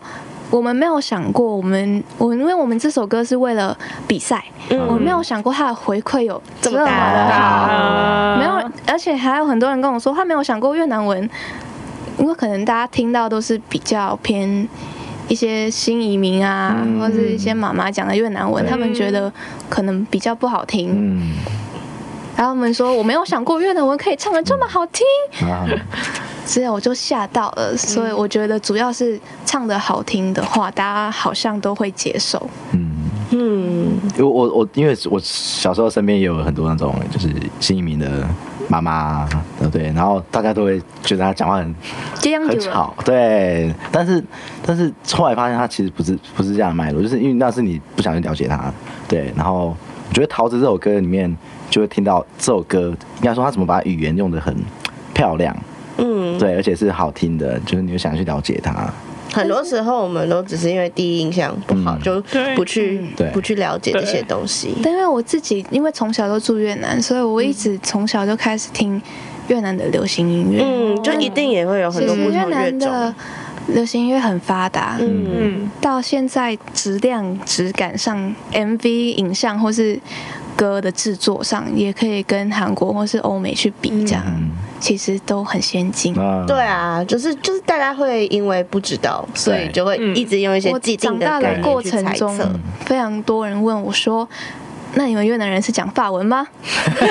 [SPEAKER 5] 我们没有想过，我们我因为我们这首歌是为了比赛，我没有想过它的回馈有
[SPEAKER 1] 这么大
[SPEAKER 5] 么好，
[SPEAKER 6] 啊
[SPEAKER 5] 没有，而且还有很多人跟我说，他没有想过越南文，因为可能大家听到都是比较偏一些新移民啊，
[SPEAKER 2] 嗯
[SPEAKER 5] 或是一些妈妈讲的越南文，
[SPEAKER 2] 对
[SPEAKER 5] 他们觉得可能比较不好听。
[SPEAKER 2] 嗯，
[SPEAKER 5] 然后他们说，我没有想过越南文可以唱的这么好听，
[SPEAKER 2] 啊，
[SPEAKER 5] 所以我就吓到
[SPEAKER 1] 嗯
[SPEAKER 5] 了。所以我觉得主要是唱的好听的话，大家好像都会接受。
[SPEAKER 2] 嗯。
[SPEAKER 1] 嗯，
[SPEAKER 2] 因为我我因为我小时候身边也有很多那种就是新移民的妈妈，对不对？然后大家都会觉得她讲话很
[SPEAKER 5] 这样
[SPEAKER 2] 很
[SPEAKER 5] 子了，
[SPEAKER 2] 吵，对。但是但是后来发现她其实不是不是这样的脉络，就是因为那是你不想去了解她，对。然后我觉得《桃子》这首歌里面就会听到这首歌，应该说她怎么把语言用的很漂亮，
[SPEAKER 1] 嗯，
[SPEAKER 2] 对，而且是好听的，就是你会想去了解她，
[SPEAKER 1] 很多时候我们都只是因为第一印象不好，
[SPEAKER 2] 嗯
[SPEAKER 1] 就
[SPEAKER 6] 对
[SPEAKER 1] 不去
[SPEAKER 5] 嗯
[SPEAKER 2] 对
[SPEAKER 1] 不去了解这些东西。
[SPEAKER 5] 但因为我自己因为从小都住越南，所以我一直从小就开始听越南的流行音乐。
[SPEAKER 1] 嗯，就一定也会有很
[SPEAKER 5] 其
[SPEAKER 1] 多
[SPEAKER 5] 实
[SPEAKER 1] 不
[SPEAKER 5] 越
[SPEAKER 1] 同乐
[SPEAKER 5] 南的
[SPEAKER 1] 种。
[SPEAKER 5] 流行音乐很发达，
[SPEAKER 1] 嗯，
[SPEAKER 6] 嗯，
[SPEAKER 5] 到现在质量、质感上，MV 影像或是歌的制作上，也可以跟韩国或是欧美去比，这样、
[SPEAKER 2] 嗯
[SPEAKER 5] 其实都很先进。
[SPEAKER 2] 啊， [laughs]
[SPEAKER 1] 对啊，就是就是大家会因为不知道，所以就会
[SPEAKER 6] 嗯
[SPEAKER 1] 一直用一些
[SPEAKER 5] 我
[SPEAKER 1] 既定
[SPEAKER 5] 长
[SPEAKER 1] 的
[SPEAKER 5] 大
[SPEAKER 1] 概
[SPEAKER 5] 的
[SPEAKER 1] 念
[SPEAKER 5] 过
[SPEAKER 1] 去
[SPEAKER 5] 程
[SPEAKER 1] 猜
[SPEAKER 5] 中
[SPEAKER 1] 测。，
[SPEAKER 5] 非常多人问我说。那你们越南人是讲法文吗？ [laughs] 这个就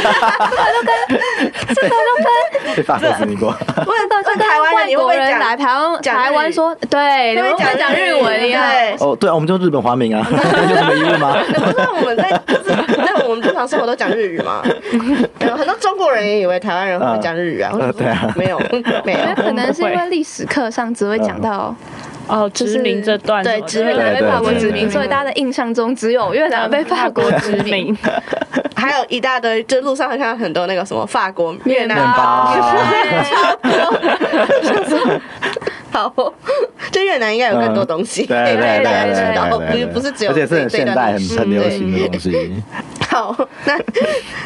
[SPEAKER 5] 跟
[SPEAKER 2] 被法国殖民过，
[SPEAKER 5] 这个就跟问到就跟
[SPEAKER 1] 台湾人你会不
[SPEAKER 5] 外国
[SPEAKER 1] 会
[SPEAKER 5] 人
[SPEAKER 1] 讲
[SPEAKER 5] 来台湾
[SPEAKER 1] 讲日语
[SPEAKER 5] 台湾说，对，你
[SPEAKER 1] 因
[SPEAKER 5] 们
[SPEAKER 1] 为
[SPEAKER 5] 会不会讲日文一样。
[SPEAKER 1] 对
[SPEAKER 2] 哦，对啊，我们就日本华民
[SPEAKER 5] [laughs]
[SPEAKER 2] 啊，有什么疑问吗？
[SPEAKER 1] 你不知啊道我们在就是在我们日常生活都讲日语
[SPEAKER 2] [laughs]
[SPEAKER 1] 吗？有很多中国人也以为台湾人会讲日语啊，我想
[SPEAKER 2] 对啊
[SPEAKER 1] 说 [laughs] 没有没
[SPEAKER 5] 因为
[SPEAKER 1] 有，
[SPEAKER 5] 可能是因为历史课上只会讲到
[SPEAKER 6] 哦，殖民这段哦
[SPEAKER 1] 对
[SPEAKER 6] 什么的
[SPEAKER 1] 殖民
[SPEAKER 5] 越南被法国殖
[SPEAKER 2] 对对
[SPEAKER 5] 民，
[SPEAKER 2] 对
[SPEAKER 5] 所以大家的印象中只有越南被法国殖
[SPEAKER 6] [laughs] 殖
[SPEAKER 5] 民。
[SPEAKER 6] 民，
[SPEAKER 1] 还有一大堆，就路上会看到很多那个什么法国越南
[SPEAKER 2] 面
[SPEAKER 5] [laughs]
[SPEAKER 2] 包
[SPEAKER 1] 超多。 [laughs] 好哦，就越南应该有更多东西
[SPEAKER 2] 嗯
[SPEAKER 1] 可
[SPEAKER 2] 对
[SPEAKER 1] 以
[SPEAKER 2] 对
[SPEAKER 1] 让大家
[SPEAKER 2] 对
[SPEAKER 1] 知
[SPEAKER 2] 对
[SPEAKER 1] 道，
[SPEAKER 2] 对
[SPEAKER 1] 哦不
[SPEAKER 2] 对
[SPEAKER 1] 是
[SPEAKER 2] 对
[SPEAKER 1] 不是只有
[SPEAKER 2] 而且是很
[SPEAKER 1] 这一
[SPEAKER 2] 现
[SPEAKER 1] 段
[SPEAKER 2] 代、
[SPEAKER 1] 历
[SPEAKER 2] 很
[SPEAKER 1] 史嗯
[SPEAKER 2] 很流行
[SPEAKER 1] 对
[SPEAKER 2] 的东西。
[SPEAKER 1] 好，那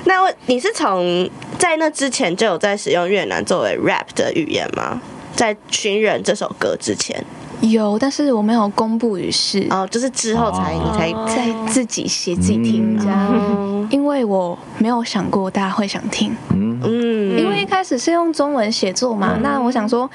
[SPEAKER 1] 那我你是从在那之前就有在使用越南作为 rap 的语言吗？在《寻人》这首歌之前，
[SPEAKER 5] 有，但是我没有公布于世，
[SPEAKER 1] 哦，就是之后才、
[SPEAKER 2] 哦
[SPEAKER 1] 你才
[SPEAKER 5] 在自己写自己听这样，
[SPEAKER 1] 嗯
[SPEAKER 5] 因为我没有想过大家会想听，
[SPEAKER 2] 嗯，
[SPEAKER 1] 嗯
[SPEAKER 5] 因为一开始是用中文写作嘛，那我想说。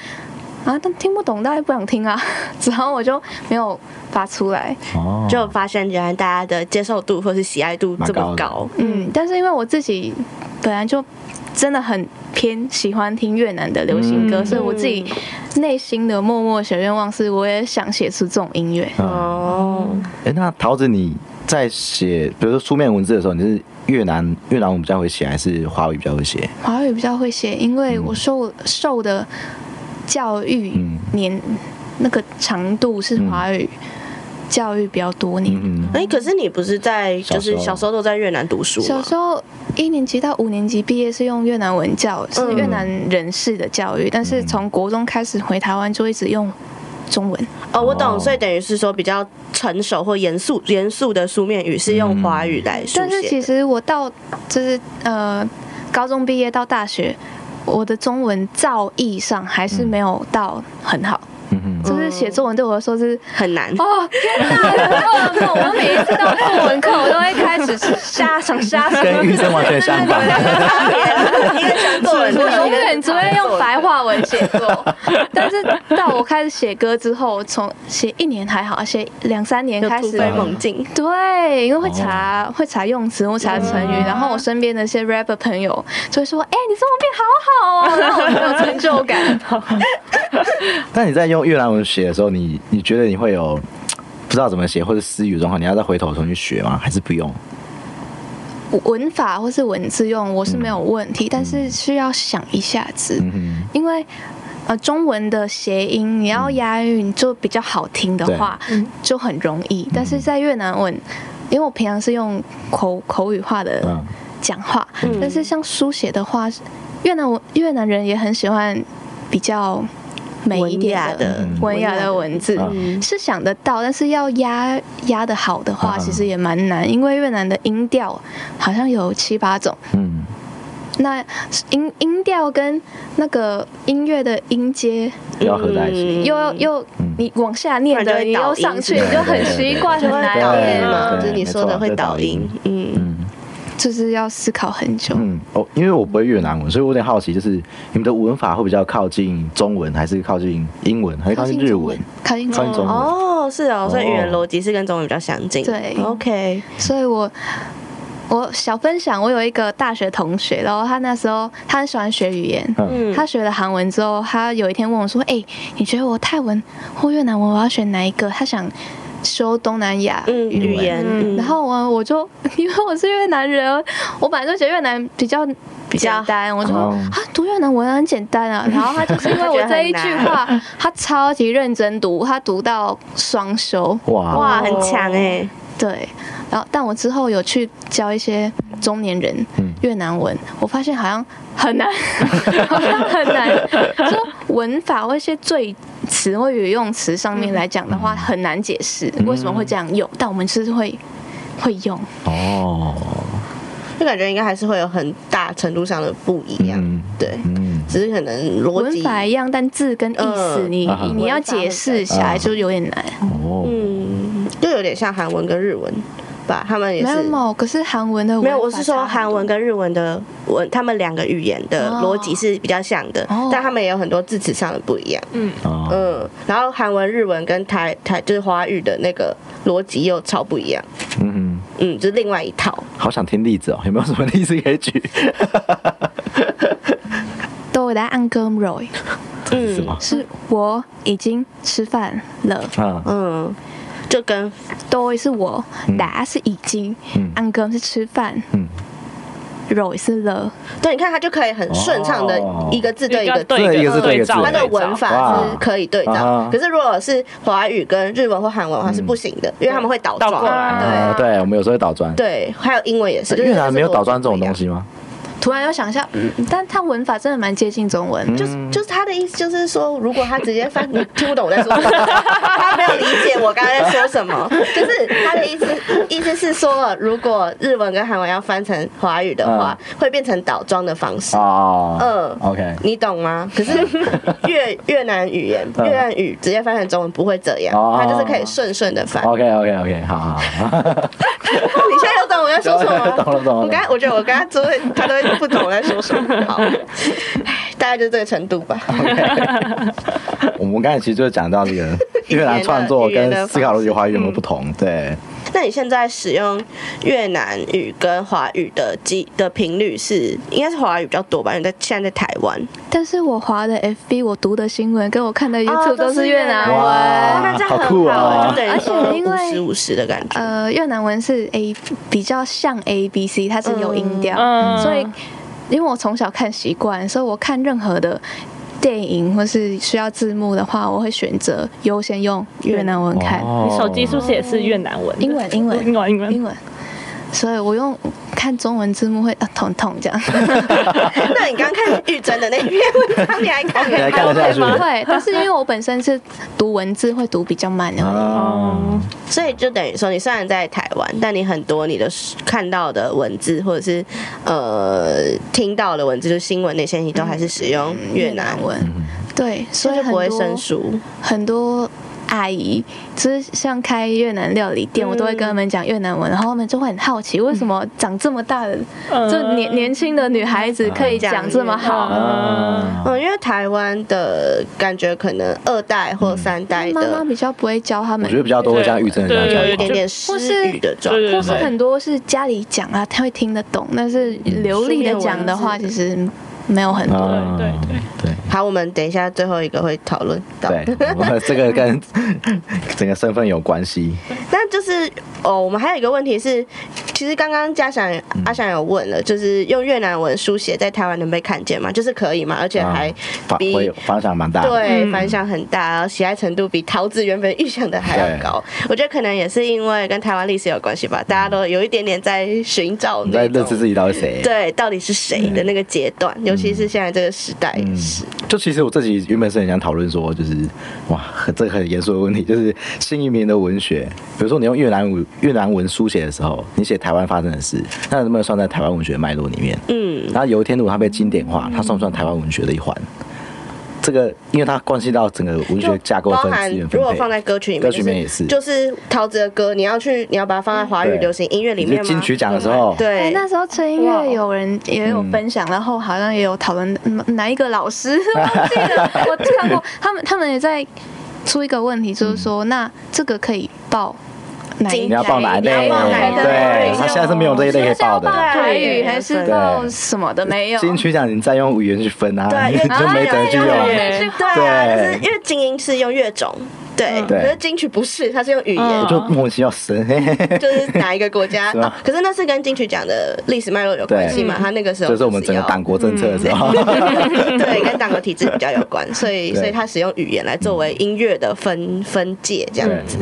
[SPEAKER 5] 啊，但听不懂，大家不想听啊， [laughs] 然后我就没有发出来。
[SPEAKER 2] 哦，
[SPEAKER 1] 就发现原来大家的接受度或是喜爱度这么
[SPEAKER 2] 蛮高
[SPEAKER 1] 高，
[SPEAKER 5] 嗯，但是因为我自己本来就真的很偏喜欢听越南的流行歌，
[SPEAKER 2] 嗯
[SPEAKER 5] 所以我自己内心的默默小愿望是，我也想写出这种音乐。
[SPEAKER 2] 嗯，
[SPEAKER 1] 哦，
[SPEAKER 2] 哎、那桃子你在写，比如说书面文字的时候，你是越南越南文比较会写，还是华语比较会写？
[SPEAKER 5] 华语比较会写，因为我受受的教育
[SPEAKER 2] 嗯
[SPEAKER 5] 年、那个长度是华语、教育比较多年。
[SPEAKER 2] 嗯
[SPEAKER 1] 哎、可是你不是在
[SPEAKER 2] 小时候
[SPEAKER 1] 就是小时候都在越南读书吗？
[SPEAKER 5] 小时候一年级到五年级毕业是用越南文教，
[SPEAKER 1] 嗯
[SPEAKER 5] 是越南人士的教育，但是从国中开始回台湾就一直用中文。
[SPEAKER 1] 哦，我懂，
[SPEAKER 2] 哦嗯
[SPEAKER 1] 所以等于是说比较成熟或严肃严肃的书面语是用华语来书写的、
[SPEAKER 5] 嗯但是其实我到就是呃高中毕业到大学，我的中文造诣上还是没有到很好，
[SPEAKER 2] 嗯
[SPEAKER 1] [laughs]
[SPEAKER 2] 嗯
[SPEAKER 5] 就是写作文对我来说是。
[SPEAKER 1] 很难。
[SPEAKER 5] 哦天哪！噩梦！我每一次到作文课，我都会开始瞎想瞎
[SPEAKER 2] 嗯，
[SPEAKER 1] [laughs]
[SPEAKER 5] 想。
[SPEAKER 2] 跟玉生完全相反。 [laughs]
[SPEAKER 1] 一个想作文，
[SPEAKER 5] 我
[SPEAKER 1] 然后
[SPEAKER 5] 永
[SPEAKER 1] 一个
[SPEAKER 5] 远只会用白话文写 [laughs] 作，但是到我开始写歌之后，从写一年还好，写两三年
[SPEAKER 1] 就
[SPEAKER 5] 开
[SPEAKER 1] 突
[SPEAKER 5] 始，
[SPEAKER 1] 飞猛进。
[SPEAKER 5] 对，因为会查、会查用词，会查成语，然后我身边的一些 rapper 朋友就会说：“哎、你中文变好好哦， [laughs] 让我很有成就感。
[SPEAKER 2] 那你在用越南文写的时候，你你觉得你会有不知道怎么写或者私语的状况，你要再回头重新学吗？还是不用？”
[SPEAKER 5] 文法或是文字用我是没有问题，但是需要想一下子，
[SPEAKER 2] 嗯哼，
[SPEAKER 5] 因为。呃，中文的谐音你要押韵就比较好听的话，
[SPEAKER 2] 嗯
[SPEAKER 5] 就很容易。但是在越南文，因为我平常是用口口语化的
[SPEAKER 2] 嗯
[SPEAKER 5] 讲话，但是像书写的话，越南文越南人也很喜欢比较美一点的
[SPEAKER 2] 文雅的
[SPEAKER 5] 文雅的嗯文字，
[SPEAKER 2] 嗯
[SPEAKER 5] 是想得到，但是要压压的好的话，
[SPEAKER 2] 嗯
[SPEAKER 5] 其实也蛮难，因为越南的音调好像有七八种，
[SPEAKER 2] 嗯，
[SPEAKER 5] 那音音调跟那个音乐的音阶
[SPEAKER 2] 要合在一起。
[SPEAKER 1] 嗯
[SPEAKER 5] 又又又
[SPEAKER 2] 嗯
[SPEAKER 5] 你往下念
[SPEAKER 1] 不然就
[SPEAKER 5] 的，
[SPEAKER 1] 会
[SPEAKER 5] 你又
[SPEAKER 1] 倒音
[SPEAKER 5] 上去，
[SPEAKER 2] 对
[SPEAKER 5] 你就很奇怪，很
[SPEAKER 1] 就会
[SPEAKER 5] 难
[SPEAKER 1] 导
[SPEAKER 2] 对
[SPEAKER 1] 音
[SPEAKER 5] 念
[SPEAKER 1] 嘛，
[SPEAKER 2] 对
[SPEAKER 1] 就是你说的会导音，嗯，
[SPEAKER 2] 嗯
[SPEAKER 5] 就是要思考很久。
[SPEAKER 2] 嗯哦，因为我不会越南文，所以我有点好奇，就是你们的文法会比较靠近中文，还是靠近英文，还是靠近日文？，
[SPEAKER 5] 靠近中
[SPEAKER 2] 靠近中
[SPEAKER 5] 文。
[SPEAKER 2] 文
[SPEAKER 1] 哦，是哦，所以
[SPEAKER 2] 哦
[SPEAKER 1] 语言逻辑是跟中文比较相近。
[SPEAKER 5] 对
[SPEAKER 1] ，OK，
[SPEAKER 5] 所以我我小分享，我有一个大学同学，然后他那时候他很喜欢学语言，
[SPEAKER 2] 嗯
[SPEAKER 1] 嗯，
[SPEAKER 5] 他学了韩文之后，他有一天问我说：“哎、你觉得我泰文或越南文，我要选哪一个？”他想修东南亚
[SPEAKER 1] 嗯
[SPEAKER 5] 语
[SPEAKER 1] 语
[SPEAKER 5] 文。
[SPEAKER 1] 言，嗯
[SPEAKER 5] 然后我我就因为我是越南人，我本来就觉得越南比较比
[SPEAKER 1] 较
[SPEAKER 5] 较简单，我就说
[SPEAKER 2] 哦
[SPEAKER 5] 啊读越南文很简单啊。然后他 [laughs] 就是因为我这一句话，他超级认真读，他读到双修。
[SPEAKER 2] 哇
[SPEAKER 1] 哇，很强
[SPEAKER 6] 哦
[SPEAKER 1] 哎，
[SPEAKER 5] 对，然后但我之后有去教一些中年人
[SPEAKER 2] 嗯
[SPEAKER 5] 越南文，我发现好像很难， [laughs] 好像很难，就文法或一些最词或语用词上面来讲的
[SPEAKER 2] 嗯
[SPEAKER 5] 话，很难解释为什么会这样用，但我们就是会会用。
[SPEAKER 2] 哦，
[SPEAKER 1] 就感觉应该还是会有很大程度上的不一样
[SPEAKER 2] 嗯，
[SPEAKER 1] 对，
[SPEAKER 2] 嗯，
[SPEAKER 1] 只是可能逻
[SPEAKER 5] 文
[SPEAKER 1] 辑，
[SPEAKER 5] 法一样，但字跟意思
[SPEAKER 1] 嗯
[SPEAKER 5] 你、
[SPEAKER 2] 啊哈
[SPEAKER 5] 你要解释起来就有点难。
[SPEAKER 1] 啊
[SPEAKER 2] 哦，
[SPEAKER 1] 嗯，就有点像韩文跟日文吧，他们也
[SPEAKER 5] 没有
[SPEAKER 1] 是。
[SPEAKER 5] 没有，可是韩文的
[SPEAKER 1] 没有，
[SPEAKER 5] 文
[SPEAKER 1] 我
[SPEAKER 5] 法
[SPEAKER 1] 是说
[SPEAKER 5] 差很
[SPEAKER 1] 韩文
[SPEAKER 5] 多
[SPEAKER 1] 跟日文的文，他们两个语言的
[SPEAKER 5] 哦
[SPEAKER 1] 逻辑是比较像的，
[SPEAKER 5] 哦
[SPEAKER 1] 但他们也有很多字词上的不一样。
[SPEAKER 2] 哦，
[SPEAKER 1] 嗯，然后韩文、日文跟台台就是华语的那个逻辑又超不一样，
[SPEAKER 2] 嗯，
[SPEAKER 1] 嗯，就是另外一套。
[SPEAKER 2] 好想听例子哦，有没有什么例子可以举？
[SPEAKER 5] 都有答案跟 roy
[SPEAKER 2] [laughs] 是
[SPEAKER 1] 嗯
[SPEAKER 2] 吗？
[SPEAKER 5] 是我已经吃饭了。
[SPEAKER 2] 啊，
[SPEAKER 1] 嗯，就跟
[SPEAKER 5] 多是我，
[SPEAKER 2] 嗯
[SPEAKER 5] 达是已经
[SPEAKER 2] 嗯，
[SPEAKER 5] 安哥是吃饭，
[SPEAKER 2] 嗯，
[SPEAKER 5] 肉是了，
[SPEAKER 1] 对，你看它就可以很顺畅的
[SPEAKER 2] 哦
[SPEAKER 1] 一个字对一个字。
[SPEAKER 2] 对一个字对一个字
[SPEAKER 1] 它的文法
[SPEAKER 2] 哇
[SPEAKER 1] 是可以对
[SPEAKER 2] 啊
[SPEAKER 1] 照
[SPEAKER 2] 哈，
[SPEAKER 1] 可是如果是华语跟日文或韩文的话是不行
[SPEAKER 2] 嗯
[SPEAKER 1] 的，因为他们会倒
[SPEAKER 6] 倒过来
[SPEAKER 1] 装。
[SPEAKER 2] 啊，对，我们有时候会倒砖，
[SPEAKER 1] 对，还有英文也是。就是
[SPEAKER 2] 越南没有倒砖这种
[SPEAKER 1] 逻辑不一样
[SPEAKER 2] 东西吗？
[SPEAKER 5] 突然又想一下，嗯，但它文法真的蛮接近中
[SPEAKER 2] 嗯
[SPEAKER 5] 文，
[SPEAKER 1] 就是就是他的意思，就是说，如果他直接翻，你听不懂我在说什么，他没有理解我刚才在说什么。就是他的意思，意思是说，如果日文跟韩文要翻成华语的话，
[SPEAKER 2] 嗯
[SPEAKER 1] 会变成倒装的方式。
[SPEAKER 2] 哦，
[SPEAKER 1] 嗯
[SPEAKER 2] ，OK，
[SPEAKER 1] 你懂吗？可
[SPEAKER 2] [laughs]
[SPEAKER 1] 是越越南语言、
[SPEAKER 2] 嗯
[SPEAKER 1] 越南语直接翻成中文不会这样
[SPEAKER 2] 哦，
[SPEAKER 1] 它就是可以顺顺的翻。
[SPEAKER 2] OK OK OK，好好好，
[SPEAKER 1] [laughs] 你现在有懂我在说什么吗？
[SPEAKER 2] [laughs] 懂了懂了。
[SPEAKER 1] 我刚，我觉得我刚刚都会，他都会不
[SPEAKER 2] [laughs]
[SPEAKER 1] 懂我在说什么。好，唉大概就这个程度吧。
[SPEAKER 2] 们刚才其实就是讲
[SPEAKER 1] [laughs]
[SPEAKER 2] 到这个越南创作
[SPEAKER 1] 语言
[SPEAKER 2] 跟
[SPEAKER 1] 的
[SPEAKER 2] 思考逻辑华语有没有不同？对，
[SPEAKER 1] 那你现在使用越南语跟华语的机的频率是，应该是华语比较多吧？因为在现在在台湾，
[SPEAKER 5] 但是我划的 FB，我读的新闻跟我看的 YouTube
[SPEAKER 1] 啊都
[SPEAKER 5] 都
[SPEAKER 1] 是
[SPEAKER 5] 是越南
[SPEAKER 1] 越南
[SPEAKER 2] 哇
[SPEAKER 5] 文。
[SPEAKER 1] 那这
[SPEAKER 2] 啊
[SPEAKER 1] 样
[SPEAKER 2] 好
[SPEAKER 1] 很
[SPEAKER 2] 酷哦
[SPEAKER 1] 就等于
[SPEAKER 5] 而
[SPEAKER 1] 说
[SPEAKER 5] 且因为
[SPEAKER 1] 五十五十的感觉。
[SPEAKER 5] 呃，越南文是 A 比较像 A B C，它是有音调，
[SPEAKER 6] 嗯
[SPEAKER 5] 所以因为我从小看习惯，所以我看任何的电影或是需要字幕的话，我会选择优先用越南文看，
[SPEAKER 2] 哦
[SPEAKER 6] 你手机是不是也是越南文的？
[SPEAKER 5] 英文英文
[SPEAKER 6] 英文英文
[SPEAKER 5] 英文。所以我用看中文字幕会啊痛痛这样，
[SPEAKER 1] [laughs] 那你刚看玉珍的那篇文章，你还看
[SPEAKER 2] 哦你还看得
[SPEAKER 1] 吗？
[SPEAKER 2] 下去？
[SPEAKER 5] 会，但是因为我本身是读文字会读比较慢的，
[SPEAKER 2] 哦，
[SPEAKER 1] 所以就等于说，你虽然在台湾，但你很多你的看到的文字，或者是呃听到的文字，就是新闻那些，你都还是使用越南文，
[SPEAKER 5] 文，对，所
[SPEAKER 1] 所
[SPEAKER 5] 以
[SPEAKER 1] 以就
[SPEAKER 5] 很
[SPEAKER 1] 不会
[SPEAKER 5] 多
[SPEAKER 1] 生疏。
[SPEAKER 5] 很多阿姨，就是像开越南料理店，我都会跟他们讲越南文，然后他们就会很好奇，为什么长这么大的，
[SPEAKER 6] 嗯
[SPEAKER 5] 就年年轻的女孩子可以讲这
[SPEAKER 1] 嗯
[SPEAKER 5] 么好。
[SPEAKER 2] 啊
[SPEAKER 1] 嗯，因为台湾的感觉可能呃二代或三代
[SPEAKER 5] 妈妈
[SPEAKER 1] 的，
[SPEAKER 5] 比较不会教他
[SPEAKER 2] 我
[SPEAKER 5] 们
[SPEAKER 2] 觉，得比较多会像玉珍这样
[SPEAKER 1] 有
[SPEAKER 6] 对
[SPEAKER 2] 讲
[SPEAKER 1] 一
[SPEAKER 2] 法
[SPEAKER 1] 点点失
[SPEAKER 5] 或是
[SPEAKER 1] 语的状
[SPEAKER 6] 对对
[SPEAKER 5] 或
[SPEAKER 1] 态。
[SPEAKER 5] 是很多是家里讲啊，他会听得懂，但是流利的讲的话，
[SPEAKER 1] 嗯书面文字
[SPEAKER 5] 其实没有很多。
[SPEAKER 2] 啊
[SPEAKER 6] 对对
[SPEAKER 2] 对
[SPEAKER 1] 好，我们等一下最后一个会讨论到。
[SPEAKER 2] 对，我啊 [laughs] 这个跟整个身份有关系。
[SPEAKER 1] 那就是哦，我们还有一个问题是，其实刚刚嘉祥、阿祥有问了，就是用越南文书写在台湾能被看见吗？就是可以吗？而且还
[SPEAKER 2] 啊反
[SPEAKER 1] 比
[SPEAKER 2] 我有反响蛮大的。
[SPEAKER 1] 对，
[SPEAKER 6] 嗯
[SPEAKER 1] 反响很大，然后喜爱程度比桃子原本预想的还要高。我觉得可能也是因为跟台湾历史有关系吧，大家都有一点点在寻找
[SPEAKER 2] 你在
[SPEAKER 1] 那
[SPEAKER 2] 认识
[SPEAKER 1] 种
[SPEAKER 2] 自己到底是谁？
[SPEAKER 1] 对到底是谁的那个阶段，
[SPEAKER 2] 嗯
[SPEAKER 1] 尤其是现在这个时代也是。
[SPEAKER 2] 就其实我自己原本是很想讨论说，就是哇，很这个很严肃的问题，就是新移民的文学，比如说你用越南文越南文书写的时候，你写台湾发生的事，那能不能算在台湾文学脉络里面？
[SPEAKER 1] 嗯，
[SPEAKER 2] 然后有一天如果它被经典化，它算不算台湾文学的一环？这个，因为它关系到整个文
[SPEAKER 1] 就
[SPEAKER 2] 学架构
[SPEAKER 1] 包
[SPEAKER 2] 分
[SPEAKER 1] 含
[SPEAKER 2] 资源
[SPEAKER 1] 如
[SPEAKER 2] 分
[SPEAKER 1] 果
[SPEAKER 2] 配，
[SPEAKER 1] 放在歌曲里面，
[SPEAKER 2] 歌曲里面也是嗯
[SPEAKER 1] 就是桃子的歌，你要去，你要把它放在华语
[SPEAKER 2] 对
[SPEAKER 1] 流行音乐里面
[SPEAKER 2] 你
[SPEAKER 1] 吗？
[SPEAKER 2] 就金曲奖的时哦候，
[SPEAKER 5] 哎
[SPEAKER 1] 对，
[SPEAKER 5] 那时候纯音
[SPEAKER 1] 哇哦
[SPEAKER 5] 乐有人
[SPEAKER 2] 嗯
[SPEAKER 5] 也有分享，然后好像也有讨论嗯哪一个
[SPEAKER 2] [laughs]
[SPEAKER 5] 老师忘记了，我看过他们他们也在出一个问题，就是说、那这个可以报哪一
[SPEAKER 1] 金
[SPEAKER 2] 嗯你要报哪一
[SPEAKER 1] 你
[SPEAKER 2] 类？
[SPEAKER 1] 要报哪一类
[SPEAKER 2] 哎对，它现在是没有这一类可以报的。
[SPEAKER 5] 台语还是
[SPEAKER 1] 对
[SPEAKER 5] 报什么的没有？
[SPEAKER 2] 金曲奖你再用语言去分啊，
[SPEAKER 1] 对，
[SPEAKER 2] 你
[SPEAKER 1] 越
[SPEAKER 2] [laughs] 就没得去
[SPEAKER 1] 用
[SPEAKER 2] 用。
[SPEAKER 6] 对
[SPEAKER 1] 对啊，
[SPEAKER 2] 对嗯
[SPEAKER 1] 就是因为精英是用乐种，对，
[SPEAKER 2] 对
[SPEAKER 1] 可是金曲不是，它是用语言
[SPEAKER 2] 我，就莫名其妙神，嘿嘿嘿
[SPEAKER 1] [laughs] 就是哪一个国家
[SPEAKER 2] 是吗
[SPEAKER 1] 啊？可是那是跟金曲奖的历史脉络有关系嘛？它那个时候
[SPEAKER 2] 这是我们整个
[SPEAKER 1] 要 [laughs]
[SPEAKER 2] 党国政策的时候。
[SPEAKER 1] 对，跟党的体制比较有关，所以
[SPEAKER 2] 对
[SPEAKER 1] 所以他使用语言来作为音乐的分分界这样子。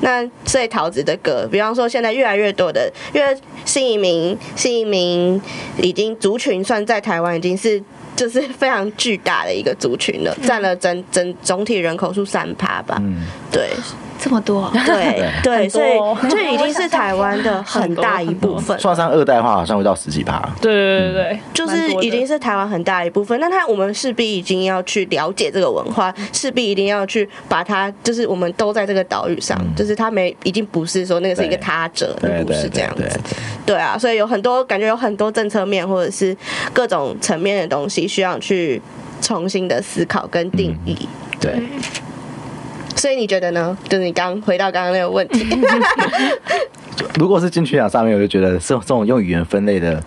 [SPEAKER 1] 那所以桃子的歌，比方说现在越来越多的，因为新移民新移民已经族群算在台湾已经是。就是非常巨大的一个族群了，占了整整总体人口数三趴吧。
[SPEAKER 2] 嗯，
[SPEAKER 1] 对
[SPEAKER 5] 这么多，
[SPEAKER 1] 对对，
[SPEAKER 6] 很多
[SPEAKER 1] 所以
[SPEAKER 6] 哦
[SPEAKER 1] 这已经是台湾的很大一
[SPEAKER 6] 很多
[SPEAKER 1] 部分了。
[SPEAKER 2] 算上二代的话，好像会到十几趴。
[SPEAKER 6] 对对对对，
[SPEAKER 1] 就是已经是台湾很大一部分，那他我们势必已经要去了解这个文化，势必一定要去把它，就是我们都在这个岛屿上，就是他没已经不是说那个是一个他者，
[SPEAKER 2] 对
[SPEAKER 1] 那不是
[SPEAKER 2] 对
[SPEAKER 1] 这样
[SPEAKER 2] 对
[SPEAKER 1] 子
[SPEAKER 2] 对，
[SPEAKER 1] 对啊，所以有很多感觉有很多政策面或者是各种层面的东西需要去重新的思考跟定义。
[SPEAKER 2] 对，嗯
[SPEAKER 1] 所以你觉得呢？就是你刚回到刚刚那个问
[SPEAKER 2] [laughs]
[SPEAKER 1] 题，
[SPEAKER 2] 如果是金曲奖上面，我就觉得这种这种用语言分类的